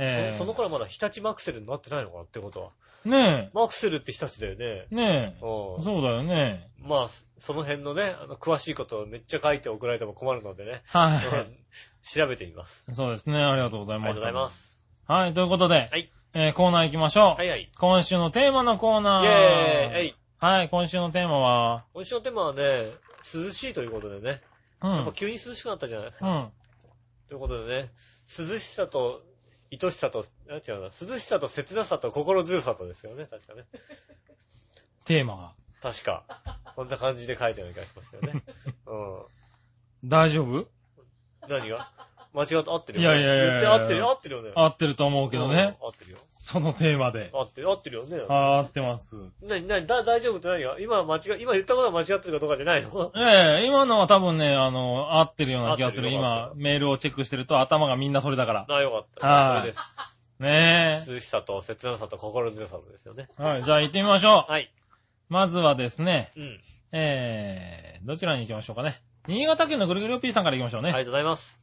Speaker 3: えー、
Speaker 2: そその頃まだ日立マクセルになってないのかなってことは。
Speaker 3: ね
Speaker 2: マクセルって日立だよね。
Speaker 3: え、ねえ、
Speaker 2: うん。
Speaker 3: そうだよね。
Speaker 2: まあ、そその辺のね、あの、詳しいことをめっちゃ書いて送られても困るので
Speaker 3: *laughs*
Speaker 2: ね。
Speaker 3: は
Speaker 2: うん調べてみます。
Speaker 3: い。そうですね、ありがとうござい
Speaker 2: あり
Speaker 3: ま
Speaker 2: が
Speaker 3: し
Speaker 2: と
Speaker 3: た。。
Speaker 2: うございますす。
Speaker 3: はい、ということで、
Speaker 2: はい
Speaker 3: えー、コーナー行きましょう。
Speaker 2: はいはい。イ
Speaker 3: 今週のテーマのコー
Speaker 2: ェ
Speaker 3: ナ
Speaker 2: ー
Speaker 3: ー。
Speaker 2: イえい
Speaker 3: はい、今週のテーマは、
Speaker 2: 今週のテーマはね、涼しいということでね。
Speaker 3: うん。
Speaker 2: やっぱ急に涼しくなったじゃないです
Speaker 3: う
Speaker 2: か。
Speaker 3: ん。
Speaker 2: ということでね、涼しさと、愛しさと、あ違うな、涼しさと切なさと心強さとですよね、確かね。
Speaker 3: テーマが。
Speaker 2: 確か。こんな感じで書いてある気がしますよね。うん。
Speaker 3: 大丈夫
Speaker 2: 何が間違って合ってるよね。
Speaker 3: いやいやいやい
Speaker 2: 言っ
Speaker 3: や
Speaker 2: て合ってるよ、合ってるよね。
Speaker 3: 合ってると思うけどね。
Speaker 2: うん。合ってるよ。
Speaker 3: そのテーマで。
Speaker 2: 合ってる、合ってるよね。
Speaker 3: あー合ってます。
Speaker 2: なになにだ、大丈夫って何が今間違い、今言ったことは間違ってるかどうかじゃないの *laughs*
Speaker 3: ええ今のは多分ね、あの、合ってるような気がす
Speaker 2: 合
Speaker 3: る。
Speaker 2: ってるよ合っ
Speaker 3: 今、メールをチェックしてると頭がみんなそれだから。
Speaker 2: あ、よかった。
Speaker 3: はい
Speaker 2: それで
Speaker 3: ね
Speaker 2: す。涼しさと切なさと心強さとですよね。
Speaker 3: え。はい、じゃあ行ってみましょう。
Speaker 2: はい。
Speaker 3: まずはですね、
Speaker 2: うん。
Speaker 3: えー、どちらに行きましょうかね。新潟県のぐるぐるおっぴーさんから行きましょう
Speaker 2: あり
Speaker 3: ね。
Speaker 2: がとうございます。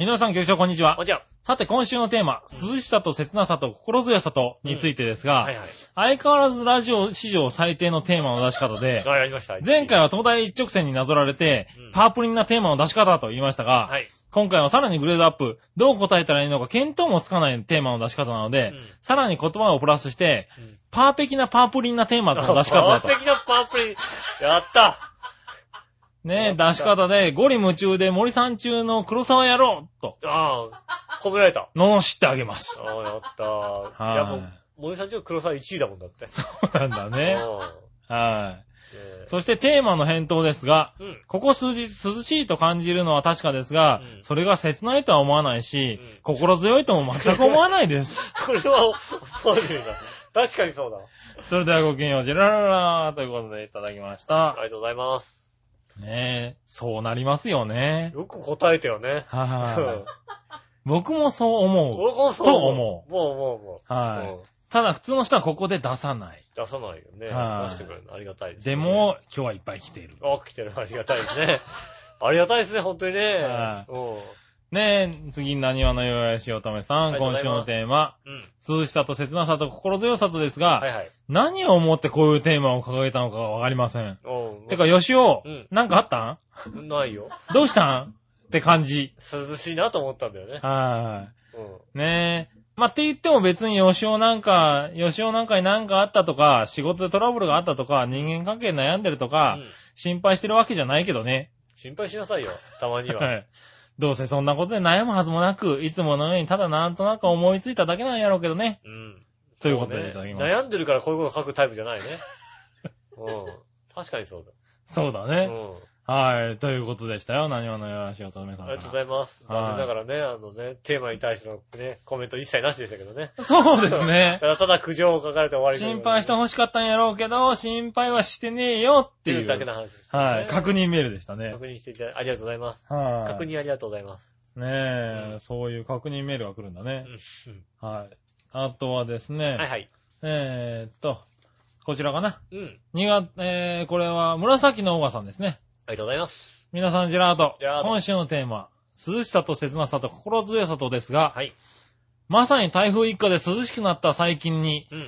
Speaker 3: 井上さん、局長、こんにちは
Speaker 2: お。じゃ
Speaker 3: さて、今週のテーマ、涼しさと切なさと心強さとについてです
Speaker 2: あ。はい
Speaker 3: が、
Speaker 2: はい。
Speaker 3: 相変わらずラジオ史上最低のテーマの出し方で、
Speaker 2: はい、やりました。
Speaker 3: 前回は東大一直線になぞられて
Speaker 2: うん、
Speaker 3: パープリンなテーマの出し方だと言いましたが、
Speaker 2: はい。
Speaker 3: 今回はさらにグレードアップ、どう答えたらいいのか見当もつかないテーマの出し方なので、
Speaker 2: うん
Speaker 3: さらに言葉をプラスして、
Speaker 2: うん
Speaker 3: パ
Speaker 2: *laughs*
Speaker 3: ーペキなパープリンなテーマの出し方だ
Speaker 2: 完
Speaker 3: と。
Speaker 2: 璧なパープリン。やった
Speaker 3: ねえ、出し方で、ゴリ夢中で森さん中の黒沢野郎と、
Speaker 2: ああ、褒められた。
Speaker 3: 罵ってあげます。
Speaker 2: ああ、やったー。
Speaker 3: はい
Speaker 2: いや、もう、森さんちの黒沢1位だもんだって。
Speaker 3: そうなんだ
Speaker 2: うん
Speaker 3: ね。はい。
Speaker 2: え
Speaker 3: そしてテーマの返答ですが、
Speaker 2: えうん。
Speaker 3: ここ数日涼しいと感じるのは確かですが、
Speaker 2: うん
Speaker 3: それが切ないとは思わないし、
Speaker 2: うん
Speaker 3: 心強いとも全く思わないです。
Speaker 2: これは、思わねえな。確かにそうだ。
Speaker 3: それではごきげんよう、ジェラララーということでいただきました
Speaker 2: あり。がとうございます。
Speaker 3: ねえ、そうなりますよね。
Speaker 2: よく答えたよね。
Speaker 3: は
Speaker 2: う
Speaker 3: い。僕もそう思う。
Speaker 2: 僕もそう
Speaker 3: 思
Speaker 2: う。もうもうもう。
Speaker 3: はい
Speaker 2: うん
Speaker 3: ただ普通の人はここで出さない。
Speaker 2: 出さないよね。
Speaker 3: はい
Speaker 2: 出してくれるのありがたいです、
Speaker 3: で、も、今日はいっぱい来ている。
Speaker 2: あ、来てる。ありがたいですね。 *laughs* ありがたいですね、本当にね。
Speaker 3: は
Speaker 2: うん。
Speaker 3: ねえ、次、何話のよやしおとめさん、
Speaker 2: ありがとうご
Speaker 3: 今
Speaker 2: ざいます
Speaker 3: 週のテーマ、
Speaker 2: うん。
Speaker 3: 涼しさと切なさと心強さとですが、
Speaker 2: はいはい。
Speaker 3: 何を思ってこういうテーマを掲げたのかがわかりません。
Speaker 2: うん。
Speaker 3: てか、よしお
Speaker 2: うん、
Speaker 3: なんかあった
Speaker 2: ないよ。
Speaker 3: んどうしたんって感じ。
Speaker 2: 涼しいなと思ったんだよね。
Speaker 3: は
Speaker 2: うん。
Speaker 3: い。ねえ。まあ、って言っても別によしおなんか、よしおなんかになんかあったとか、仕事でトラブルがあったとか、人間関係に悩んでるとか、
Speaker 2: うん
Speaker 3: 心配してるわけじゃないけどね。
Speaker 2: 心配しなさいよ、たまには。
Speaker 3: はい。 *laughs* どうせそんなことで悩むはずもなく、いつものようにただなんとなく思いついただけなんやろうけどね。
Speaker 2: うん。
Speaker 3: ということ
Speaker 2: そ
Speaker 3: でいただきます。
Speaker 2: 悩んでるからこういうこと書くタイプじゃない
Speaker 3: *laughs*
Speaker 2: ね。うん。確かにそう
Speaker 3: そうだ
Speaker 2: だ。う
Speaker 3: ね。
Speaker 2: ん。
Speaker 3: はい。ということでしたよ。何話のよらしおとめさ
Speaker 2: あ
Speaker 3: ん
Speaker 2: り
Speaker 3: から
Speaker 2: がとうございます。
Speaker 3: はい
Speaker 2: 残念ながらね、あのね、テーマに対してのね、コメント一切なしでしたけどね。
Speaker 3: そうですね
Speaker 2: *laughs* た。だただ苦情を書かれて終わりという
Speaker 3: 心
Speaker 2: ことで
Speaker 3: 配してほしかったんやろうけど、心配はしてねえよっ
Speaker 2: ってて
Speaker 3: い。
Speaker 2: いううだけの話ですね。
Speaker 3: はい。確認メールでしたね。
Speaker 2: 確認していただいて、ありがとうございます。
Speaker 3: はい。
Speaker 2: 確認ありがとうございます。
Speaker 3: ね
Speaker 2: う
Speaker 3: え、そういう確認メールが来るんだね。
Speaker 2: うん
Speaker 3: はい。あとはですね、
Speaker 2: はいはい。
Speaker 3: えーっと、こちらかな。
Speaker 2: うん。
Speaker 3: 新潟、えー、これは紫のオーガさんですね。
Speaker 2: ありがとうございます。
Speaker 3: 皆さん、ジェラート。
Speaker 2: ジェラート
Speaker 3: 今週のテーマ、涼しさと切なさと心強さとですが、
Speaker 2: はい。
Speaker 3: まさに台風一過で涼しくなった最近に、
Speaker 2: うん。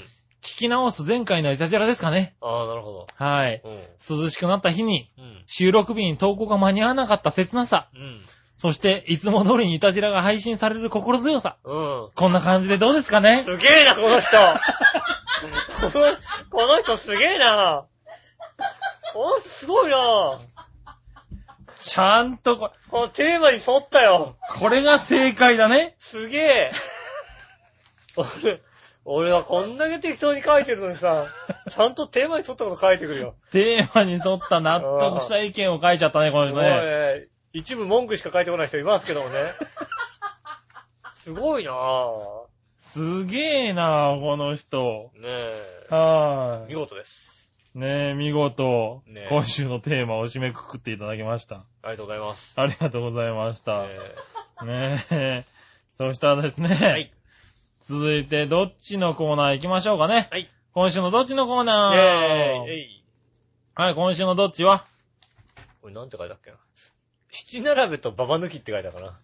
Speaker 3: 聞き直す前回のイタジェラですかね。
Speaker 2: ああ、なるほど。
Speaker 3: はい。
Speaker 2: うん。
Speaker 3: 涼しくなった日に、
Speaker 2: うん。
Speaker 3: 収録日に投稿が間に合わなかった切なさ。
Speaker 2: うん。
Speaker 3: そして、いつも通りにイタジェラが配信される心強さ。
Speaker 2: うん。
Speaker 3: こんな感じでどうですかね
Speaker 2: すげえな、この人 *laughs* このこの人すげえなおすごいな
Speaker 3: ちゃんとこ、
Speaker 2: このテーマに沿ったよ
Speaker 3: これが正解だね。
Speaker 2: すげえ俺、俺はこんだけ適当に書いてるのに
Speaker 3: *laughs*
Speaker 2: さ、ちゃんとテーマに沿ったこと書いてくるよ。
Speaker 3: テーマに沿った納得した意見を書いちゃったね、この
Speaker 2: す
Speaker 3: 人
Speaker 2: ごい
Speaker 3: ね。
Speaker 2: ね。一部文句しか書いてこない人いますけどもね。すごいなぁ。
Speaker 3: すげえなこの人。
Speaker 2: ねえ。
Speaker 3: はー
Speaker 2: 見
Speaker 3: い。
Speaker 2: 事です。
Speaker 3: ねえ、見事、
Speaker 2: ねえ
Speaker 3: 今週のテーマを締めくくっていただきました。
Speaker 2: ありがとうございます。
Speaker 3: ありがとうございました。
Speaker 2: ね
Speaker 3: ねえ。そしたらですね、
Speaker 2: えはい。
Speaker 3: 続いて、どっちのコーナー行きましょうかね。
Speaker 2: はい。
Speaker 3: 今週のどっちのコー
Speaker 2: イ
Speaker 3: ナ
Speaker 2: ェー
Speaker 3: ー
Speaker 2: イえい
Speaker 3: はい、今週のどっちは
Speaker 2: これなんて書いたっけな。七並べとババ抜きって書いたかな。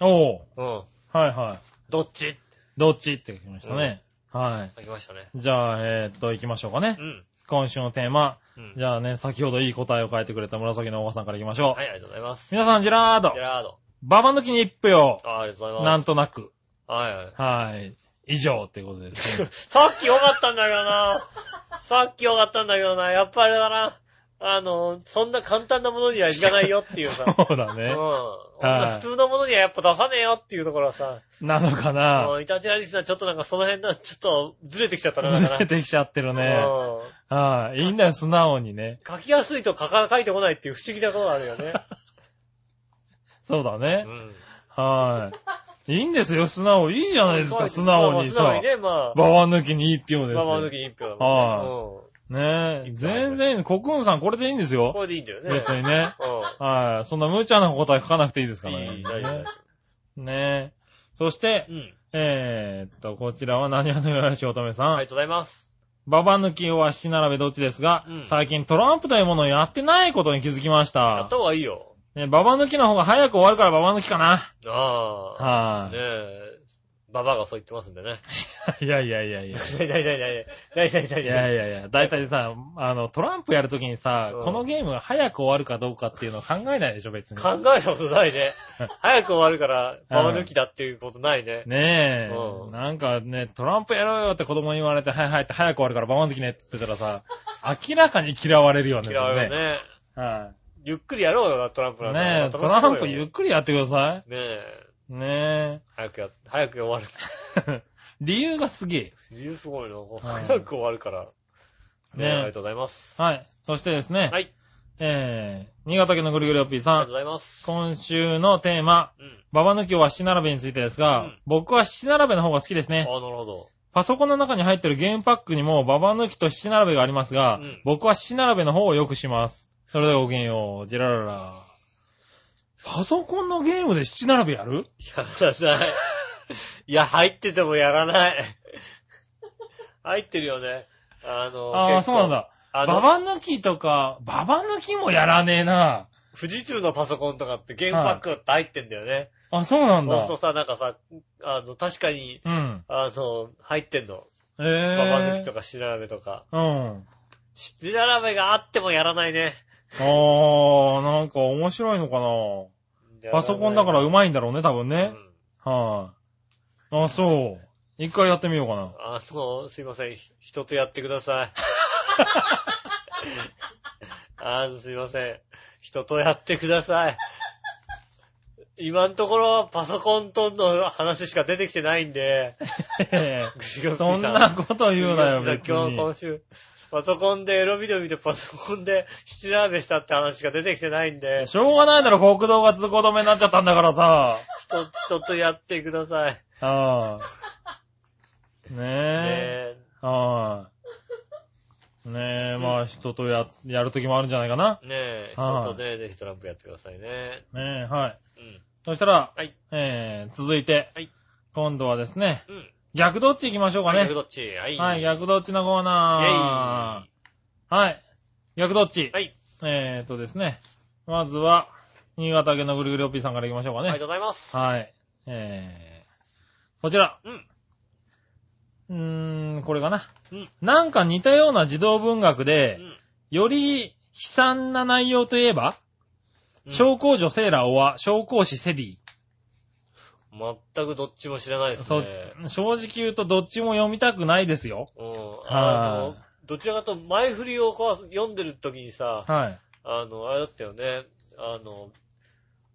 Speaker 3: おう
Speaker 2: うん。
Speaker 3: はいはい。
Speaker 2: どっち
Speaker 3: どっちって書きましたね。はい。
Speaker 2: 書きましたね。
Speaker 3: じゃあ、えーっと、行きましょうかね
Speaker 2: う。ん。
Speaker 3: 今週のテーマ。
Speaker 2: うん。
Speaker 3: じゃあね、先ほどいい答えを書いてくれた紫のおばさんから行きましょう。
Speaker 2: はい、ありがとうございます。
Speaker 3: 皆さん、ジェラード
Speaker 2: ジェ。ラード。
Speaker 3: ババ抜きに一票。
Speaker 2: あありがとうござい
Speaker 3: な
Speaker 2: ま
Speaker 3: んとなく。
Speaker 2: す。はいはい。
Speaker 3: はい。以上ってことですね。
Speaker 2: *laughs* さっきよかったんだけどな。さっきよかったんだけどな。やっぱあれだな。あの、そんな簡単なものにはいかないよっていうさ。
Speaker 3: そうだ
Speaker 2: う
Speaker 3: ね
Speaker 2: ん。。こんな普通のものにはやっぱ出さねえよっていうところはさ、
Speaker 3: なのかな
Speaker 2: うんイタチラリスナーちょっとなんかその辺のちょっとずれてきちゃったな、だ
Speaker 3: ず
Speaker 2: から
Speaker 3: れ。てきちゃってるね。
Speaker 2: うん
Speaker 3: はい。いいんだよ、素直にね。
Speaker 2: 書きやすいと書か、書いてこないっていう不思議なことがあるよね。
Speaker 3: そうだね。
Speaker 2: ん。
Speaker 3: はい。いいんですよ、素直。いいじゃないですか、素直に
Speaker 2: 素
Speaker 3: さ
Speaker 2: 直に。ね、まあ、
Speaker 3: ババ抜きに一票です
Speaker 2: まあまあ
Speaker 3: よ。
Speaker 2: 抜きに一票だ
Speaker 3: は
Speaker 2: もんね。
Speaker 3: ねえ。
Speaker 2: い
Speaker 3: 全然、コクーンさんこれでいいんです
Speaker 2: うん。こ
Speaker 3: よ。
Speaker 2: れでいいんだよね。
Speaker 3: 別にね。
Speaker 2: う
Speaker 3: はい。そんな無茶な答え書かなくていいですか
Speaker 2: ん。
Speaker 3: らね。
Speaker 2: いい、大丈夫。
Speaker 3: ねえ。そして、
Speaker 2: うん。
Speaker 3: えーっと、こちらは何話のよやしおとめさん。
Speaker 2: ありがとうございます。
Speaker 3: ババ抜きは七並べどっちですが、
Speaker 2: うん
Speaker 3: 最近トランプというものをやってないことに気づきまし。
Speaker 2: やったた方がいいよ。
Speaker 3: ね、ババ抜きの方が早く終わるからババ抜きかな。
Speaker 2: ああ。
Speaker 3: は
Speaker 2: ねえ。ババアがそう言ってますんでね。 *laughs*
Speaker 3: い。いやいやいやいや。
Speaker 2: なになになになになになにないに
Speaker 3: やいやいや、だいたいさ、あの、トランプやるときにさ、
Speaker 2: うん
Speaker 3: このゲームが早く終わるかどうかっていうのを考えないでしょ、別に。
Speaker 2: 考えたことないね。早く終わるから、ババ抜きだっていうことないね。
Speaker 3: ねえ、
Speaker 2: うん
Speaker 3: なんかね、トランプやろうよって子供に言われて、はいはいって早く終わるからババ抜きねって言ってたらさ、明らかに嫌われるよね。
Speaker 2: 嫌われ
Speaker 3: こ
Speaker 2: るね。
Speaker 3: れねはい。
Speaker 2: ゆっくりやろうよ、トランプなんて
Speaker 3: ねえ、ト
Speaker 2: 楽しも
Speaker 3: ラ
Speaker 2: う
Speaker 3: ン
Speaker 2: よ
Speaker 3: プゆっくりやってくださ
Speaker 2: ねえ、
Speaker 3: い。ね
Speaker 2: 早くや、早く終わる。 *laughs*
Speaker 3: え。理由がすげえ。
Speaker 2: 理由すごいな。
Speaker 3: い
Speaker 2: 早く終わるから。ねえ、
Speaker 3: ねえ
Speaker 2: ありがとうございます。
Speaker 3: はい。そしてですね。
Speaker 2: はい。
Speaker 3: えー、新潟県のぐるぐるよっぴー
Speaker 2: あり
Speaker 3: さ
Speaker 2: がとうんご。ざいます。
Speaker 3: 今週のテーマ、
Speaker 2: うん。
Speaker 3: ババ抜きは七並べについてですが、
Speaker 2: うん
Speaker 3: 僕は七並べの方が好きです
Speaker 2: ああ、
Speaker 3: ね。
Speaker 2: なるほど。
Speaker 3: パソコンの中に入ってるゲームパックにもババ抜きと七並べがありますが、
Speaker 2: うん
Speaker 3: 僕は七並べの方をよくします。それではごきげんよう。ジェラララ。パソコンのゲームで七並べやる
Speaker 2: やらない。いや、入っててもやらない。入ってるよね。あの、
Speaker 3: ああ、
Speaker 2: 結
Speaker 3: そう
Speaker 2: 構
Speaker 3: なん。だ。
Speaker 2: あ
Speaker 3: バ
Speaker 2: の、
Speaker 3: バ抜きとか、ババ抜きもやらねえな。
Speaker 2: 富士通のパソコンとかってゲームパックって入ってんだよね。
Speaker 3: あ、そうなん
Speaker 2: そうする
Speaker 3: だ
Speaker 2: と。さ、なんかさ、あの、確かに、
Speaker 3: うん。
Speaker 2: あの、入ってんの。
Speaker 3: え
Speaker 2: バ
Speaker 3: ー。
Speaker 2: バ抜きとか調べとか。
Speaker 3: うん。
Speaker 2: 調べがあってもやらないね。
Speaker 3: あー、なんか面白いのかな。パソコンだから
Speaker 2: う
Speaker 3: 上手いんだろうね、多分ね。
Speaker 2: ん
Speaker 3: はい、あ。そう。一回やってみようかな。
Speaker 2: あ、そう、すいません。ひ人とやってくださ
Speaker 3: *laughs*
Speaker 2: い。あすいません。人とやってください。今のところはパソコンとの話しか出てきてないんで、 *laughs* 串が好きさ
Speaker 3: そんなこと言うなよ、
Speaker 2: 串が好
Speaker 3: 別
Speaker 2: きさん今日、
Speaker 3: に。
Speaker 2: 今週、パソコンでエロビデオ見てパソコンで七並べしたって話しか出てきてないんで、
Speaker 3: しょうがないだろ、国道が通行止めになっちゃったんだから *laughs* さ。
Speaker 2: 人、人とやってください。ね
Speaker 3: ああ。ねえ。
Speaker 2: え
Speaker 3: はい。ねえ、まあ、人とや、やるときもあるんじゃないかな。
Speaker 2: ねえ、
Speaker 3: はい
Speaker 2: 人とね、ぜひトランプやってくださいね。
Speaker 3: ねえ、はい。
Speaker 2: うん。
Speaker 3: そしたら、
Speaker 2: はい。
Speaker 3: えー、続いて、
Speaker 2: はい
Speaker 3: 今度はですね、
Speaker 2: うん。
Speaker 3: 逆どっち行きましょうか
Speaker 2: はい
Speaker 3: ね
Speaker 2: 逆。どっちはい。
Speaker 3: は
Speaker 2: イェ
Speaker 3: い、
Speaker 2: イ
Speaker 3: 逆どっちのコーナー。はい。逆どっち。
Speaker 2: はい。
Speaker 3: えーとですね。まずは、新潟県のぐるぐるおっぴーさんから行きましょうか
Speaker 2: ありが
Speaker 3: ね
Speaker 2: と。うございます。
Speaker 3: はい。えー、こちら。
Speaker 2: うん。
Speaker 3: うーん、これかな。
Speaker 2: うん
Speaker 3: なんか似たような児童文学
Speaker 2: う
Speaker 3: で、
Speaker 2: ん。
Speaker 3: より悲惨な内容といえば、
Speaker 2: うん
Speaker 3: 小公女セーラーは小公子セディ。
Speaker 2: 全くどっちも知らないです
Speaker 3: そ
Speaker 2: ね
Speaker 3: う。、正直言うとどっちも読みたくないですよ。
Speaker 2: うん。あの
Speaker 3: は、
Speaker 2: どちらかというと前振りをこう読んでる時にさ、
Speaker 3: はい。
Speaker 2: あの、あれだったよね。あの、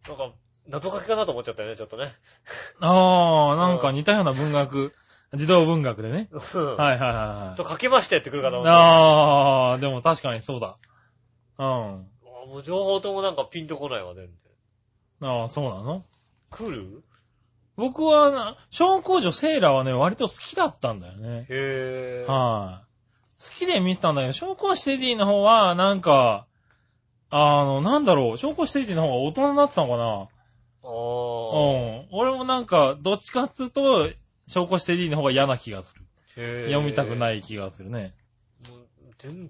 Speaker 2: なんか、謎かけかなと思っちゃったよね、ちょっとね。
Speaker 3: ああ、なんか似たような文学、児童文学でね。
Speaker 2: うん。
Speaker 3: はいはいは
Speaker 2: *laughs*
Speaker 3: い
Speaker 2: と、かけましてってくるかな
Speaker 3: はい。
Speaker 2: 思った
Speaker 3: ああ、でも確かにそうだ。う
Speaker 2: あ
Speaker 3: ん。
Speaker 2: もう情報ともなんかピンとこないわ、全然。
Speaker 3: ああ、そうなの
Speaker 2: 来る
Speaker 3: 僕はな、小公女セーラーはね、割と好きだったんだよね。
Speaker 2: へぇー。
Speaker 3: はい。好きで見てたんだけど、小公子テディの方は、なんか、あの、なんだろう、小公子テディの方が大人になってたのかな
Speaker 2: あー。
Speaker 3: うん。俺もなんか、どっちかっつうと、小公子テディの方が嫌な気がする。
Speaker 2: へー
Speaker 3: 読みたくない気がするね。
Speaker 2: もう全然、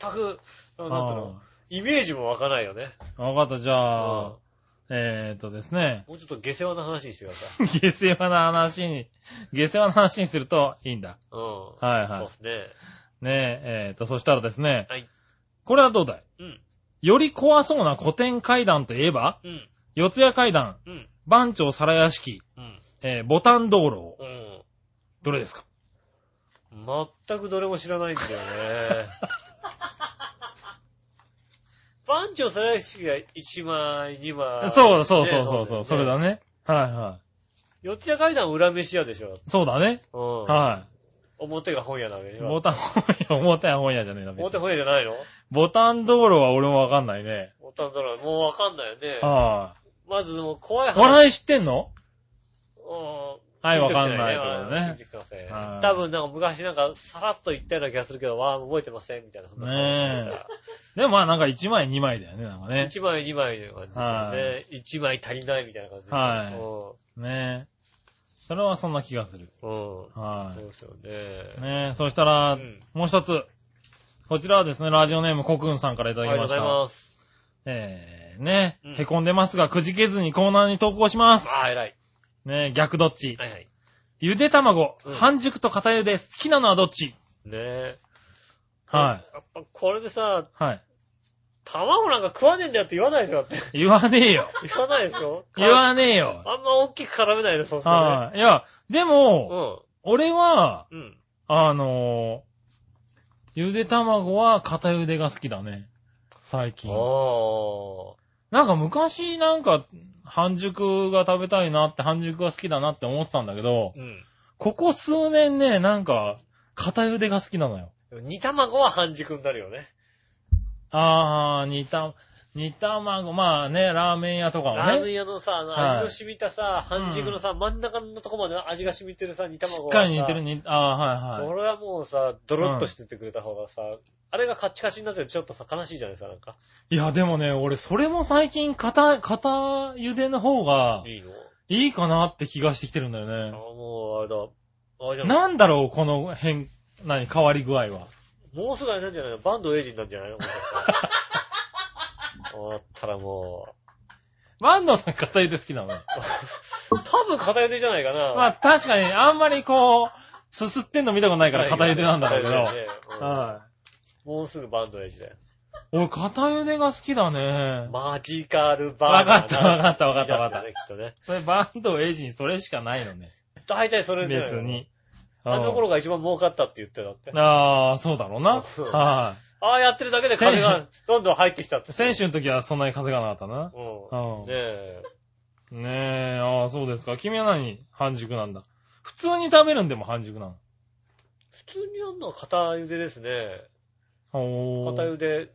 Speaker 2: 全く、ななんていうの
Speaker 3: あ
Speaker 2: イメージも湧かないよね。
Speaker 3: あ。わかった、じゃ
Speaker 2: うん。
Speaker 3: あ、えーっとですね *laughs*
Speaker 2: もうちょっと下世話な話にしてください。
Speaker 3: 下世話な話に、下世話な話にするといいんだ。
Speaker 2: うん。
Speaker 3: はいはい
Speaker 2: そうですね。
Speaker 3: ねえ、えーっと、そしたらですね。
Speaker 2: はい。
Speaker 3: これはどうだい
Speaker 2: うん。
Speaker 3: より怖そうな古典階段といえば、
Speaker 2: うん。
Speaker 3: 四谷階段、
Speaker 2: うん。
Speaker 3: 番長皿屋敷、
Speaker 2: うん。
Speaker 3: えー、ボタン道路、
Speaker 2: うん。
Speaker 3: どれですか
Speaker 2: 全くどれも知らないんだよ
Speaker 3: *laughs*
Speaker 2: ね。番長皿屋敷が1枚、2枚。
Speaker 3: そうそうそうそうそう、
Speaker 2: ね
Speaker 3: それだ。
Speaker 2: ね
Speaker 3: ね。はいは
Speaker 2: 四谷階段裏飯屋でしょ。
Speaker 3: い。そうだね。
Speaker 2: うん。
Speaker 3: は
Speaker 2: 表が本屋なわけで
Speaker 3: い。
Speaker 2: し
Speaker 3: ボ
Speaker 2: ょ。
Speaker 3: タン本屋、表や本屋じゃねえな。別に
Speaker 2: 表本屋じゃないの
Speaker 3: ボタン道路は俺もわかんないね。
Speaker 2: 元ドラもうわかんないよね。
Speaker 3: は
Speaker 2: まずもう怖い
Speaker 3: い。
Speaker 2: 話。
Speaker 3: 笑い知ってんの
Speaker 2: うん
Speaker 3: はい、わかんないってこと
Speaker 2: ね
Speaker 3: ね。。はい
Speaker 2: 多分なんか昔なんかさらっと言ったような気がするけど、わあ、覚えてませんみたいな、そんな感じでし
Speaker 3: でもまあなんか1枚2枚だよね、なんかね。
Speaker 2: た。1枚2枚の感じですよね。1枚足りないみたいな感じで。
Speaker 3: はい
Speaker 2: い。
Speaker 3: ねえ。それはそんな気がする。
Speaker 2: うん。うん
Speaker 3: は
Speaker 2: そうですよ
Speaker 3: い。
Speaker 2: ね。
Speaker 3: ねえ、そした
Speaker 2: う
Speaker 3: ら、
Speaker 2: ん
Speaker 3: もう一つ。こちらはですね、ラジオネームコクンさんからいた
Speaker 2: あ
Speaker 3: だ
Speaker 2: り
Speaker 3: き
Speaker 2: がとう
Speaker 3: ま
Speaker 2: ございま
Speaker 3: した。
Speaker 2: す。
Speaker 3: えー、ね
Speaker 2: うん、
Speaker 3: へこんでますが、くじけずにコーナーに投稿します。
Speaker 2: ああ、偉い。
Speaker 3: ね逆どっち
Speaker 2: はいはい。
Speaker 3: ゆで卵、
Speaker 2: うん
Speaker 3: 半熟と片ゆで、好きなのはどっち
Speaker 2: ねえ。。
Speaker 3: はい
Speaker 2: やっぱこれでさ、
Speaker 3: い。はい。
Speaker 2: 卵なんか食わねえんだよって言わないでしょだって。 *laughs*
Speaker 3: 言わねえよ。
Speaker 2: 言わないでしょ
Speaker 3: 言わねえよ。
Speaker 2: あんま大きく絡めないで、そうするとね
Speaker 3: はい。いや、でも、俺は、
Speaker 2: うん。うん。
Speaker 3: あのーゆで卵は片ゆでが好きだね。最近。
Speaker 2: あ
Speaker 3: なんか昔なんか、半熟が食べたいなって、半熟が好きだなって思ってたんだけど
Speaker 2: あ。、うん。
Speaker 3: ここ数年ね、なんか、片茹でが好きなのよ。
Speaker 2: でも煮卵は半熟になるよね。
Speaker 3: あー、煮た、煮卵、まあね、ラーメン屋とか
Speaker 2: ラー
Speaker 3: も
Speaker 2: メ
Speaker 3: ね、
Speaker 2: ン屋のさ、あの
Speaker 3: はい
Speaker 2: 味の染みたさ、半熟のさ、真ん中のとこまで味が染みてるさ、煮
Speaker 3: し
Speaker 2: 卵
Speaker 3: っ
Speaker 2: は
Speaker 3: か
Speaker 2: さ。
Speaker 3: り煮てるに、あー、はいはい。
Speaker 2: 俺はもうさ、ドロッとしててくれた方がさ、あれがカッチカチになってるとちょっとさ、悲しいじゃないですか、なんか。
Speaker 3: いや、でもね、俺、それも最近、片、片茹での方が、
Speaker 2: いいの
Speaker 3: いいかなって気がしてきてるんだよ
Speaker 2: あ
Speaker 3: ね。
Speaker 2: もう、あれだ。あれじゃない
Speaker 3: なんだろう、この変、何、変わり具合は。
Speaker 2: もうすぐあれなんじゃないのバンドエイジになるんじゃないのもしかし
Speaker 3: *laughs*
Speaker 2: たら終わったらもう、
Speaker 3: 万能さん、片茹で好きなの
Speaker 2: 多分片手じゃないかな。
Speaker 3: まあ確かに、あんまりこう、すすってんの見たことない
Speaker 2: だ
Speaker 3: から片茹でなんだろうけど。
Speaker 2: は。
Speaker 3: はい
Speaker 2: もうすぐバンドエイジだよ。
Speaker 3: い。俺、片茹でが好きだね。
Speaker 2: マジカルバーガー。
Speaker 3: わかったわかったわかったわかった
Speaker 2: 言い出すよねきっとね。
Speaker 3: それバンドエイジにそれしかないのね。
Speaker 2: 大体それだよ
Speaker 3: 別。に。
Speaker 2: あの頃が一番儲かったって言ってたって
Speaker 3: うん。ああ、そうだろうな
Speaker 2: そう。
Speaker 3: は
Speaker 2: ああやってるだけで金
Speaker 3: 選
Speaker 2: がどんどん入ってきたって。
Speaker 3: い。選手の時はそんなに風がなかったな。
Speaker 2: う
Speaker 3: うん
Speaker 2: ん。ねえ。
Speaker 3: ねえ、ああ、そうですか。君は何半熟なんだ。普通に食べるんでも半熟なの。
Speaker 2: 普通にやるのは片茹でですね。
Speaker 3: お
Speaker 2: 片
Speaker 3: ー。
Speaker 2: 茹で、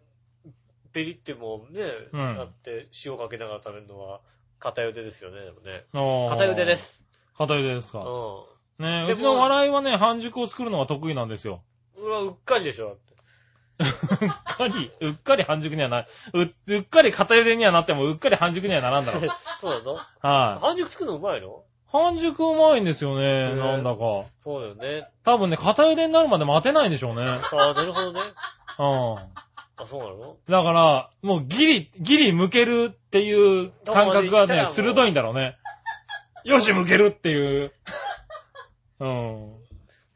Speaker 2: ペリってもうね、
Speaker 3: うん
Speaker 2: なって塩かけながら食べるのは片茹でですよね、でもね。
Speaker 3: あー
Speaker 2: 片茹でで。す。
Speaker 3: 片茹でです
Speaker 2: うん
Speaker 3: か。。ねえ、
Speaker 2: でも
Speaker 3: うちの笑いはね、半熟を作るのが得意なんですよ。
Speaker 2: うわ、うっかりでしょ、だって。
Speaker 3: うっかり、うっかり半熟にはな、ううっかり片茹でにはなっても、うっかり半熟にはならん
Speaker 2: *laughs*
Speaker 3: だろう。
Speaker 2: そうなの
Speaker 3: はい。
Speaker 2: 半熟作るのうまいの
Speaker 3: 半熟うまいんですよ
Speaker 2: へ
Speaker 3: ね、
Speaker 2: え
Speaker 3: なんだか。
Speaker 2: そうだよね。
Speaker 3: 多分ね、片茹でになるまで待てないんでしょうね。うん。
Speaker 2: ああ、なるほどね。あ、そうなの
Speaker 3: だから、もうギリ、ギリ向けるっていう感
Speaker 2: ど
Speaker 3: 覚が
Speaker 2: こまで行ったら
Speaker 3: ね
Speaker 2: も、う
Speaker 3: 鋭いんだろうね。よし、向けるっていう。うん。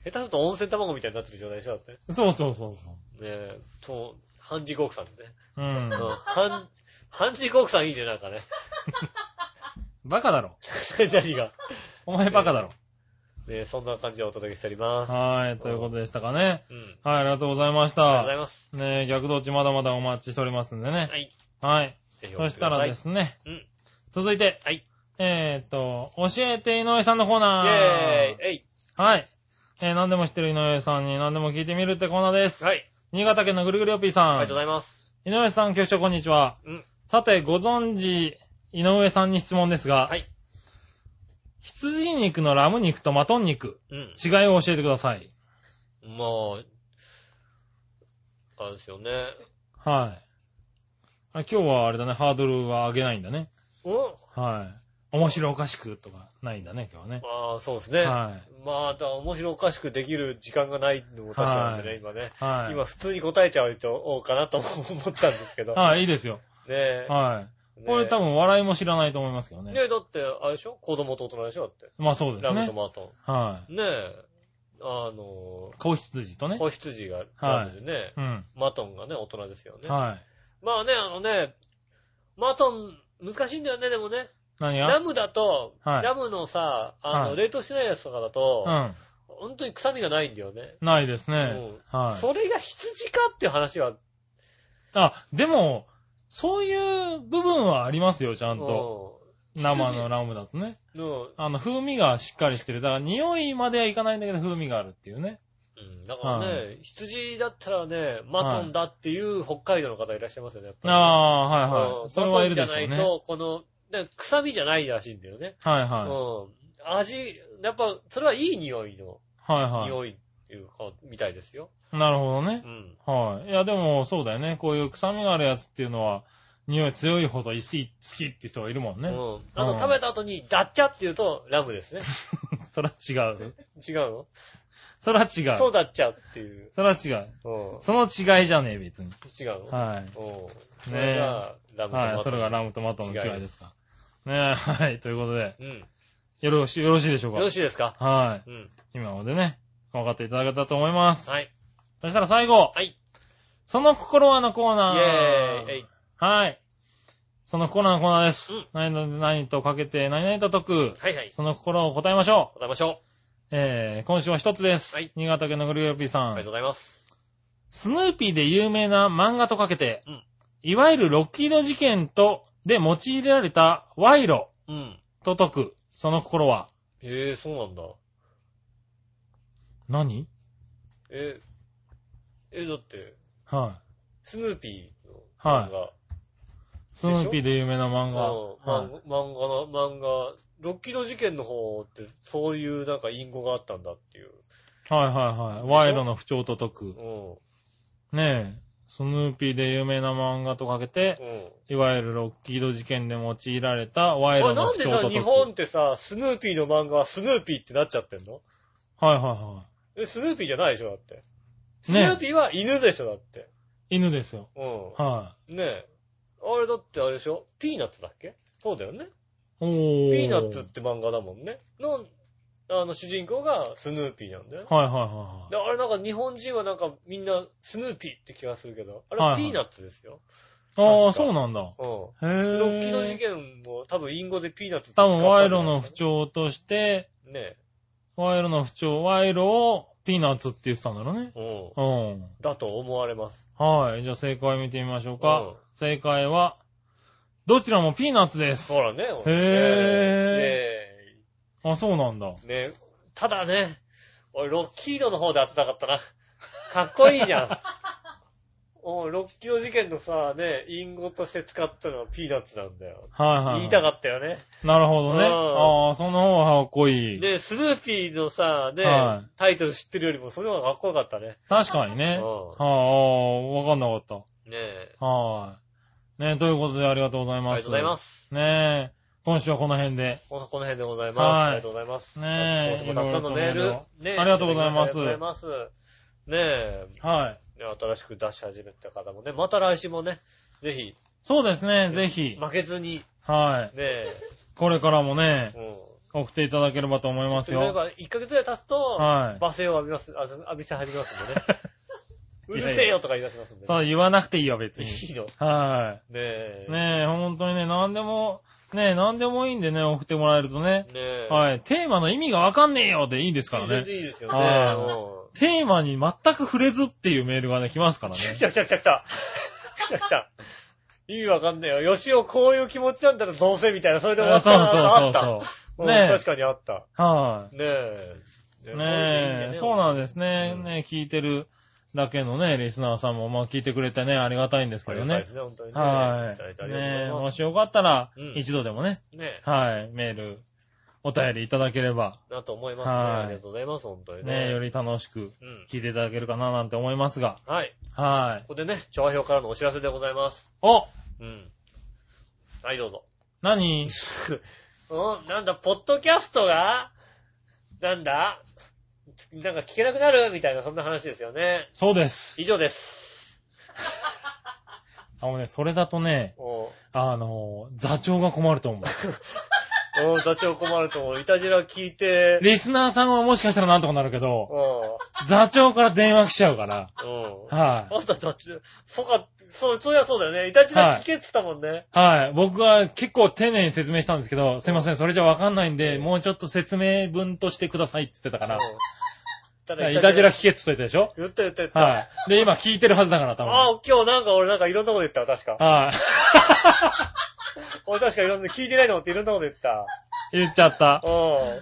Speaker 2: 下手すると温泉卵みたいになってる状態でしょ、だって。ね
Speaker 3: そうそうそうそ
Speaker 2: え、と、半熟奥さんね。
Speaker 3: う。うん
Speaker 2: う。ん。半、半熟奥さんいいね、なんかね。 *laughs*
Speaker 3: バカだろ。
Speaker 2: 何が。
Speaker 3: お前バカだろ。
Speaker 2: ねえ、そんな感じでお届けしております。
Speaker 3: はい、ということでしたかね。
Speaker 2: うん。
Speaker 3: はい、ありがとうございました。
Speaker 2: ありがとうございます。
Speaker 3: ねえ、逆どっちまだまだお待ちしておりますんでね。
Speaker 2: はい。
Speaker 3: はい。
Speaker 2: ぜひお
Speaker 3: そ
Speaker 2: 待
Speaker 3: し
Speaker 2: ちく
Speaker 3: た
Speaker 2: ださ
Speaker 3: ら
Speaker 2: い
Speaker 3: ですね、
Speaker 2: うん。
Speaker 3: 続いて、
Speaker 2: はい。
Speaker 3: えーっと、教えて井上さんのコー
Speaker 2: イ
Speaker 3: ナー。
Speaker 2: ェーイえい
Speaker 3: はい。えー何でも知ってる井上さんに何でも聞いてみるってコーナーです。
Speaker 2: はい。
Speaker 3: 新潟県のぐるぐるおっぴーさ
Speaker 2: ありが
Speaker 3: ん。
Speaker 2: とうございます。
Speaker 3: 井上さん、局長こんにちは。
Speaker 2: うん。
Speaker 3: さて、ご存知、井上さんに質問ですが、
Speaker 2: はい。
Speaker 3: 羊肉のラム肉とマトン肉、
Speaker 2: うん。
Speaker 3: 違いを教えてください。
Speaker 2: まあ、あれですよね。
Speaker 3: はい。あ今日はあれだね、ハードルは上げないんだね。
Speaker 2: うん
Speaker 3: はい。面白おかしくとか、ないんだね、今日はね。
Speaker 2: まあ、そうですね。
Speaker 3: は
Speaker 2: まあ、だから面白おかしくできる時間がないのも確かなんで
Speaker 3: は
Speaker 2: ね、今ね。
Speaker 3: い。はい。
Speaker 2: 今普通に答えちゃうと、おうかなとも思ったんですけど。ね
Speaker 3: はい、いいですよ。
Speaker 2: え。
Speaker 3: はい。
Speaker 2: ね
Speaker 3: これ多。分笑いも知らないと思いますけど
Speaker 2: ね
Speaker 3: ね。
Speaker 2: え、だって、あれでしょ子供と大人でしょだって。
Speaker 3: まあそうで
Speaker 2: ラ
Speaker 3: す
Speaker 2: ムと
Speaker 3: ね。
Speaker 2: マト
Speaker 3: は
Speaker 2: ン。ねえ。あの
Speaker 3: い。、子羊とね。
Speaker 2: 子羊がラムでね、
Speaker 3: うん。
Speaker 2: マトンがね、大人ですよね。
Speaker 3: はい。
Speaker 2: まあね、あのね、マトン、難しいんだよね、でもね。
Speaker 3: 何
Speaker 2: ラ
Speaker 3: が
Speaker 2: ムだと、
Speaker 3: はい
Speaker 2: ラムのさ、あ
Speaker 3: は
Speaker 2: の、
Speaker 3: い
Speaker 2: 冷凍してないやつとかだと、
Speaker 3: うん。
Speaker 2: 本当に臭みがないんだよね。
Speaker 3: ないですね
Speaker 2: うん。
Speaker 3: はい。
Speaker 2: それが羊かっていう話は、
Speaker 3: あ、でも、そういう部分はありますよ、ちゃんと。
Speaker 2: うん
Speaker 3: 生のラムだとね。
Speaker 2: うんの、
Speaker 3: あの、風味がしっかりしてる。だから、匂いまではいかないんだけど、風味があるっていうね。
Speaker 2: うん、だからね、
Speaker 3: は
Speaker 2: 羊だったらね、マトンだっていう北海道の方いらっしゃいますよね、やっぱりね。
Speaker 3: ああー、はい
Speaker 2: うん
Speaker 3: はい。それはいるで
Speaker 2: マ
Speaker 3: し
Speaker 2: ト
Speaker 3: ょう
Speaker 2: ンじ
Speaker 3: ね
Speaker 2: ゃない。と、この、ね臭みじゃないらしいんだよね。
Speaker 3: はいは
Speaker 2: うん。味、やっぱ、それはいい匂いの、
Speaker 3: い。はいは
Speaker 2: 匂いっていうか、みたいですよ。
Speaker 3: い。なるほどね
Speaker 2: う。ん。
Speaker 3: はい。いや、でも、そうだよね。こういう臭みがあるやつっていうのは、匂い強いほど石好きって人がいるもん
Speaker 2: う
Speaker 3: ね。
Speaker 2: ん。あ
Speaker 3: う
Speaker 2: の、
Speaker 3: ん
Speaker 2: 食べた後に、ダッチャって言うと、ラムですね。
Speaker 3: そら違う。
Speaker 2: 違うの
Speaker 3: そら違う。
Speaker 2: そうだっちゃっていう。
Speaker 3: そら違う。
Speaker 2: うん。
Speaker 3: その違いじゃねえ、別に。
Speaker 2: 違うの
Speaker 3: は
Speaker 2: うん。そ
Speaker 3: ねえ
Speaker 2: れがラ
Speaker 3: い。
Speaker 2: ムと
Speaker 3: は
Speaker 2: マ
Speaker 3: い。そ
Speaker 2: ト
Speaker 3: れ
Speaker 2: ン
Speaker 3: がラムとマトンの違いですか。ねえ、はい。ということで、
Speaker 2: うん。
Speaker 3: よろし、よろしいでしょ
Speaker 2: よろ
Speaker 3: う
Speaker 2: しいですか
Speaker 3: か。はい。
Speaker 2: うん。
Speaker 3: 今のでね、分かっていただけたと思います。
Speaker 2: はい。
Speaker 3: そしたら最後、
Speaker 2: はい。
Speaker 3: その心はのコ
Speaker 2: イェ
Speaker 3: ーナー。
Speaker 2: ーイ。えい
Speaker 3: はい。その心はのコーナーです。
Speaker 2: うん
Speaker 3: 何々何々とかけて、何々と解く。
Speaker 2: はいはい。
Speaker 3: その心を答えましょう。
Speaker 2: 答えましょ
Speaker 3: えー、今週は一つです。
Speaker 2: はい
Speaker 3: 新潟県のグルーピーさ
Speaker 2: う。ありがと
Speaker 3: ん
Speaker 2: う。ございます。
Speaker 3: スヌーピーで有名な漫画とかけて、
Speaker 2: うん
Speaker 3: いわゆるロッキード事件と、で用いられた賄賂
Speaker 2: うん。
Speaker 3: と解く、その心は、
Speaker 2: ええそうなんだ。
Speaker 3: 何
Speaker 2: え、え、だって、
Speaker 3: は
Speaker 2: スヌーピーの
Speaker 3: はい
Speaker 2: 漫画。
Speaker 3: い。スヌーピーで有名な漫画。
Speaker 2: うん
Speaker 3: はい
Speaker 2: 漫画漫画の、漫画、ロッキーの事件の方って、そういうなんか因果があったんだっていう。
Speaker 3: はいはいはい。賄賂の不調と解
Speaker 2: う
Speaker 3: く。
Speaker 2: ん。
Speaker 3: ねえ。スヌーピーで有名な漫画とかけて、
Speaker 2: うん。
Speaker 3: いわゆるロッキード事件で用いられた
Speaker 2: あ
Speaker 3: 賄
Speaker 2: れ
Speaker 3: 賂
Speaker 2: な
Speaker 3: の
Speaker 2: ん
Speaker 3: 不
Speaker 2: で
Speaker 3: 調と
Speaker 2: さ、
Speaker 3: 解く。
Speaker 2: 日本ってさ、スヌーピーの漫画はスヌーピーってなっちゃってんの
Speaker 3: はいはいは
Speaker 2: え、スヌーピーじゃないでしょだって。スヌ
Speaker 3: ね
Speaker 2: ーピーは犬でしょだって。
Speaker 3: い。犬ですよ。
Speaker 2: う
Speaker 3: は
Speaker 2: ん。ねえ。あれだってあれでしょピーナッツだっけそうだよね。
Speaker 3: い。お
Speaker 2: ピ
Speaker 3: ー。
Speaker 2: ーナッツって漫画だもんね。の、あの、主人公がスヌーピーなんだよね。
Speaker 3: はいはいは
Speaker 2: で、あれなんか日本人はなんかみんなスヌーピーって気がするけど、あれ
Speaker 3: はい
Speaker 2: は
Speaker 3: はい
Speaker 2: ピーナッツですよ。
Speaker 3: いはい。ああ、
Speaker 2: 確か
Speaker 3: そうなんだ。へえ。
Speaker 2: うん。ロッ
Speaker 3: ッ
Speaker 2: キーの事件も多分インゴでピーナッツって使
Speaker 3: 多
Speaker 2: ったんじゃ
Speaker 3: 分
Speaker 2: ないで
Speaker 3: 賄
Speaker 2: すか
Speaker 3: 賂の不調として、
Speaker 2: ね
Speaker 3: 賄賂の不調、賄賂をピーナッツって言ってたんだろうね。
Speaker 2: え。う
Speaker 3: うん。
Speaker 2: ん。だと思われます。
Speaker 3: はい。じゃあ正解見てみましょうか。
Speaker 2: うん
Speaker 3: 正解は、どちらもピーナッツです
Speaker 2: ほ。らね。
Speaker 3: へ
Speaker 2: ね
Speaker 3: え
Speaker 2: え
Speaker 3: あ、そうなんだ。
Speaker 2: ねえ、ただね、俺、ロッキードの方で当てたかったな。かっこいいじゃ
Speaker 3: *laughs*
Speaker 2: ん。おいロッキード事件のさ、ね、隠語として使ったのはピーナッツなんだよ。
Speaker 3: はいはいはい。
Speaker 2: 言いたかったよね。
Speaker 3: なるほどね。
Speaker 2: うん
Speaker 3: ああ、その方がかっこいい。
Speaker 2: で、スヌーピーのさ、ね、
Speaker 3: は
Speaker 2: タイトル知ってるよりも、その方がかっこよかったね。
Speaker 3: 確かに
Speaker 2: うん
Speaker 3: ね。。はあ、わかんなかっ
Speaker 2: ねえ。
Speaker 3: た。はい。ねということでありがとうござい
Speaker 2: あり
Speaker 3: ます。
Speaker 2: がとうございます。
Speaker 3: す。ねえ、今週はこの辺で。
Speaker 2: このこの辺でござい
Speaker 3: は
Speaker 2: ま
Speaker 3: い
Speaker 2: す。ありがとうございます。
Speaker 3: ねえ
Speaker 2: 今週もたくさんのメー
Speaker 3: いろいろと
Speaker 2: ル、ねえ
Speaker 3: ありがとうございます
Speaker 2: ありがとうございます。ねえ、
Speaker 3: はい。
Speaker 2: ね新しく出し始めた方もね、また来週もね、ぜひ、
Speaker 3: そうですね、ぜひ。
Speaker 2: 負けずに、
Speaker 3: は
Speaker 2: ねえ、
Speaker 3: い。これからもね、
Speaker 2: うん。
Speaker 3: 送っていただければと思います
Speaker 2: という
Speaker 3: よ。
Speaker 2: か、1ヶ月ぐらい経つと、
Speaker 3: はい
Speaker 2: 罵声を浴びます、あ浴びせはります
Speaker 3: *laughs*
Speaker 2: んでね。う
Speaker 3: いやいや
Speaker 2: るせえよとか言い出しますんで、ね。
Speaker 3: そう、言わなくていいよ、別 *laughs* に。
Speaker 2: いいの。ね
Speaker 3: は
Speaker 2: え
Speaker 3: い。。ねえ、ほんとにね、何でも、ねえ、何でもいいんでね、送ってもらえるとね。
Speaker 2: ねえ。い。
Speaker 3: はい。テーマの意味がわかんねえよでいいですからね。
Speaker 2: いいですよね。
Speaker 3: はい
Speaker 2: うん
Speaker 3: テーマに全く触れずっていうメールがね、来ます *laughs* からね。
Speaker 2: *laughs* 来た来た来た来た。来た来た。意味わかんねえよ。よしおこういう気持ちなんだらどうせみたいな、それで終
Speaker 3: そ
Speaker 2: わ
Speaker 3: う
Speaker 2: った
Speaker 3: そう
Speaker 2: な
Speaker 3: そう
Speaker 2: あっ
Speaker 3: そ
Speaker 2: た
Speaker 3: う。
Speaker 2: うん
Speaker 3: ね
Speaker 2: 確かにあった。
Speaker 3: え。は
Speaker 2: ねえ。
Speaker 3: い。ねえ。そうなん
Speaker 2: で
Speaker 3: ですね。
Speaker 2: うん
Speaker 3: ねえ、聞いてるだけのね、リスナーさんも、まあ聞いてくれてね、ありがたいんです
Speaker 2: すあ
Speaker 3: け
Speaker 2: り
Speaker 3: ど
Speaker 2: がたいです
Speaker 3: ね。
Speaker 2: ね、本当にね。
Speaker 3: はい
Speaker 2: ただいてあ
Speaker 3: い。
Speaker 2: りがとう
Speaker 3: ねえ、
Speaker 2: ござい
Speaker 3: も
Speaker 2: ます。
Speaker 3: しよかったら
Speaker 2: うん、
Speaker 3: 一度でもね、
Speaker 2: ねえ。
Speaker 3: はい、メール、お便りいただければ、
Speaker 2: なと思いますね。
Speaker 3: はい
Speaker 2: ありがとうございます、本当にね。
Speaker 3: ねえ、より楽しく
Speaker 2: うん。
Speaker 3: 聞いていただけるかななんて思いますが、
Speaker 2: はい。
Speaker 3: はい
Speaker 2: こ。こでね、調和表からのお知らせでございます。
Speaker 3: お
Speaker 2: うん。はい、どうぞ。
Speaker 3: 何
Speaker 2: うん、なんだ、ポッドキャストがなんだなんか聞けなくなるみたいな、そんな話ですよね。
Speaker 3: そうです。
Speaker 2: 以上です。
Speaker 3: あのね、それだとね、
Speaker 2: おう
Speaker 3: あの、座長が困る
Speaker 2: *laughs*
Speaker 3: と思う。
Speaker 2: おう座長困ると思う。いたじら聞いて、
Speaker 3: リスナーさんはもしかしたらなんとかなるけど、
Speaker 2: おう
Speaker 3: 座長から電話来ちゃうから。
Speaker 2: おう
Speaker 3: は
Speaker 2: あんたたち、そうか、そう、そうやそうだよね。いたじら聞けって言ったもんね。
Speaker 3: い。はい。僕は結構丁寧に説明したんですけど、すいません、それじゃわかんないんで、もうちょっと説明文としてくださいって言ってたか
Speaker 2: う
Speaker 3: ら。
Speaker 2: んただ
Speaker 3: いたじら聞けって言っといたでしょ
Speaker 2: 言った言った言った。
Speaker 3: はい。で、今聞いてるはずだから、多分。
Speaker 2: ああ、今日なんか俺なんかいろんなこと言ったわ、確か。
Speaker 3: はい。 *laughs*
Speaker 2: 俺確かいろんな、聞いてないと思っていろんなこと言った。
Speaker 3: 言っちゃった
Speaker 2: う。ん。
Speaker 3: はい。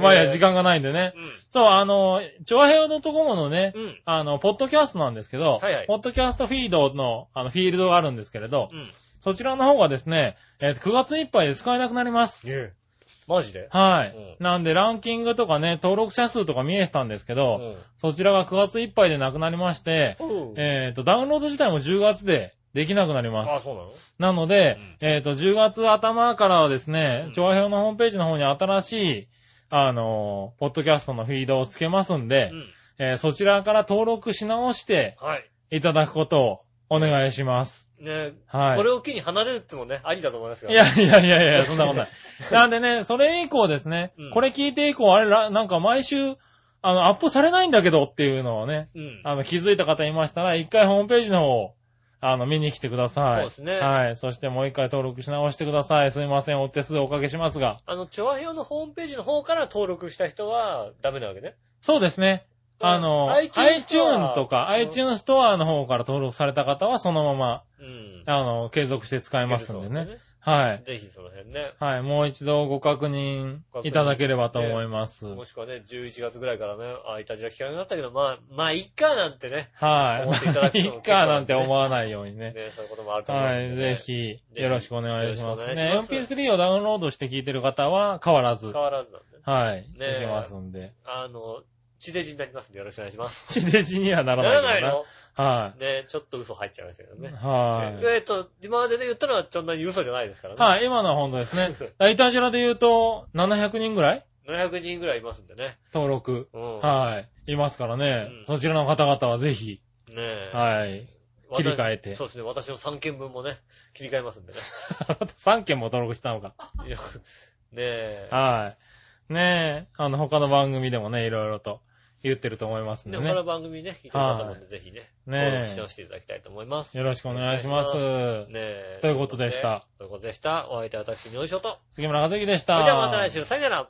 Speaker 3: まあい
Speaker 2: え
Speaker 3: や、
Speaker 2: ー
Speaker 3: 時間がないんでね
Speaker 2: う。ん。
Speaker 3: そう、あの、チョアヘオドットコムのね
Speaker 2: う、ん。
Speaker 3: あの、ポッドキャストなんですけど、
Speaker 2: はいはい
Speaker 3: ポッドキャストフィードの、あの、フィールドがあるんですけれど、
Speaker 2: うん。
Speaker 3: そちらの方がですね、えーと9月いっぱいで使えなくなります。
Speaker 2: ええ。マジで
Speaker 3: はい。
Speaker 2: う
Speaker 3: なんで、ランキングとかね、登録者数とか見えてたんですけ
Speaker 2: う
Speaker 3: ど、
Speaker 2: ん。
Speaker 3: そちらが9月いっぱいでなくなりまして、
Speaker 2: え
Speaker 3: えっ、と、ダウンロード自体も10月でできなくなり
Speaker 2: あ、
Speaker 3: ます。
Speaker 2: そうなの
Speaker 3: なので、えっ、と、10月頭からはですね
Speaker 2: う、ん
Speaker 3: 調和表のホームページの方に新しい、あのーポッドキャストのフィードをつけますんで、
Speaker 2: うん。
Speaker 3: えーそちらから登録し直して
Speaker 2: はい。
Speaker 3: いただくことをお願いします。
Speaker 2: ね
Speaker 3: はい。
Speaker 2: これを機に離れるってのもね、ありだと思いますよ。
Speaker 3: いや、いやいやいや、そんな
Speaker 2: *laughs*
Speaker 3: ことない。なんでね、それ以降ですね、
Speaker 2: うん
Speaker 3: これ聞いて以降、あれら、なんか毎週、あの、アップされないんだけどっていうのをね、
Speaker 2: うん。
Speaker 3: あの、気づいた方いましたら、一回ホームページの方を、あの、見に来てください。
Speaker 2: そうですね
Speaker 3: はい。そしてもう一回登録し直してください。すいません、お手数おかけしますが。
Speaker 2: あの、チョアヘヨのホームページの方から登録した人はダメなわけね。
Speaker 3: そうですね。あの、
Speaker 2: iTunes ストア
Speaker 3: iTune とか、iTunes ストアの方から登録された方は、そのまま、
Speaker 2: うん。
Speaker 3: あの、継続して使えますんでね。
Speaker 2: そう
Speaker 3: はい。
Speaker 2: ぜひその辺ね。
Speaker 3: はい。もう一度ご確認いただければと思います。
Speaker 2: もしくはね、11月ぐらいからね、あ、いたじら聞かなくなったけど、まあ、まあ、いっかなんてね。思っていただ
Speaker 3: は
Speaker 2: く
Speaker 3: い。い
Speaker 2: のも結構なんでね
Speaker 3: っかなんて思わないようにね。
Speaker 2: ね、 *laughs* そういうこともあると思います
Speaker 3: は
Speaker 2: んで
Speaker 3: い。
Speaker 2: ね
Speaker 3: ぜ。ひ、よろしくお願いします
Speaker 2: よろしくお
Speaker 3: ね
Speaker 2: 願い。します
Speaker 3: MP3 をダウンロードして聞いてる方は変わらず
Speaker 2: 変、わらずなんでね。
Speaker 3: はい。
Speaker 2: ねえ
Speaker 3: できますんで。
Speaker 2: あの、地デジになりますんで、よろしくお願いします。
Speaker 3: 地デジにはなら
Speaker 2: な
Speaker 3: ない
Speaker 2: ら
Speaker 3: か
Speaker 2: ないの
Speaker 3: は
Speaker 2: ね、ちょっと嘘入っちゃいましたけど
Speaker 3: い。
Speaker 2: ね。
Speaker 3: はい。
Speaker 2: えっと、今までで言ったのは、そんなに嘘じゃないですからね。
Speaker 3: はい、今のは本当で
Speaker 2: *laughs*
Speaker 3: すね。イタジラで言うと、700人ぐらい
Speaker 2: 700人ぐらいいますんでね。
Speaker 3: 登録。
Speaker 2: うん。
Speaker 3: はい。いますからね。
Speaker 2: うん
Speaker 3: そちらの方々はぜひ、
Speaker 2: ねえ。
Speaker 3: はい。 *laughs*
Speaker 2: 私
Speaker 3: 切り替えて
Speaker 2: そうですね。私の3件分もね、切り替えますん
Speaker 3: *laughs*
Speaker 2: でね。
Speaker 3: 3件も登録したのか。
Speaker 2: いやねえ。
Speaker 3: はい。ねえ、あの、他の番組でもね、いろいろと言ってると思いますん
Speaker 2: で
Speaker 3: で
Speaker 2: も
Speaker 3: ね
Speaker 2: こ。の番組ね、聞いてくださったので、ぜひね、
Speaker 3: ね
Speaker 2: 登録し直していただきたいと思います。
Speaker 3: よろしくお願いしま
Speaker 2: お
Speaker 3: す。
Speaker 2: ねえ。
Speaker 3: ということでした。
Speaker 2: ということでした。お相手は私、にょいしょと。
Speaker 3: 杉村和樹でし
Speaker 2: そ
Speaker 3: た。
Speaker 2: れではまた来週、さよなら。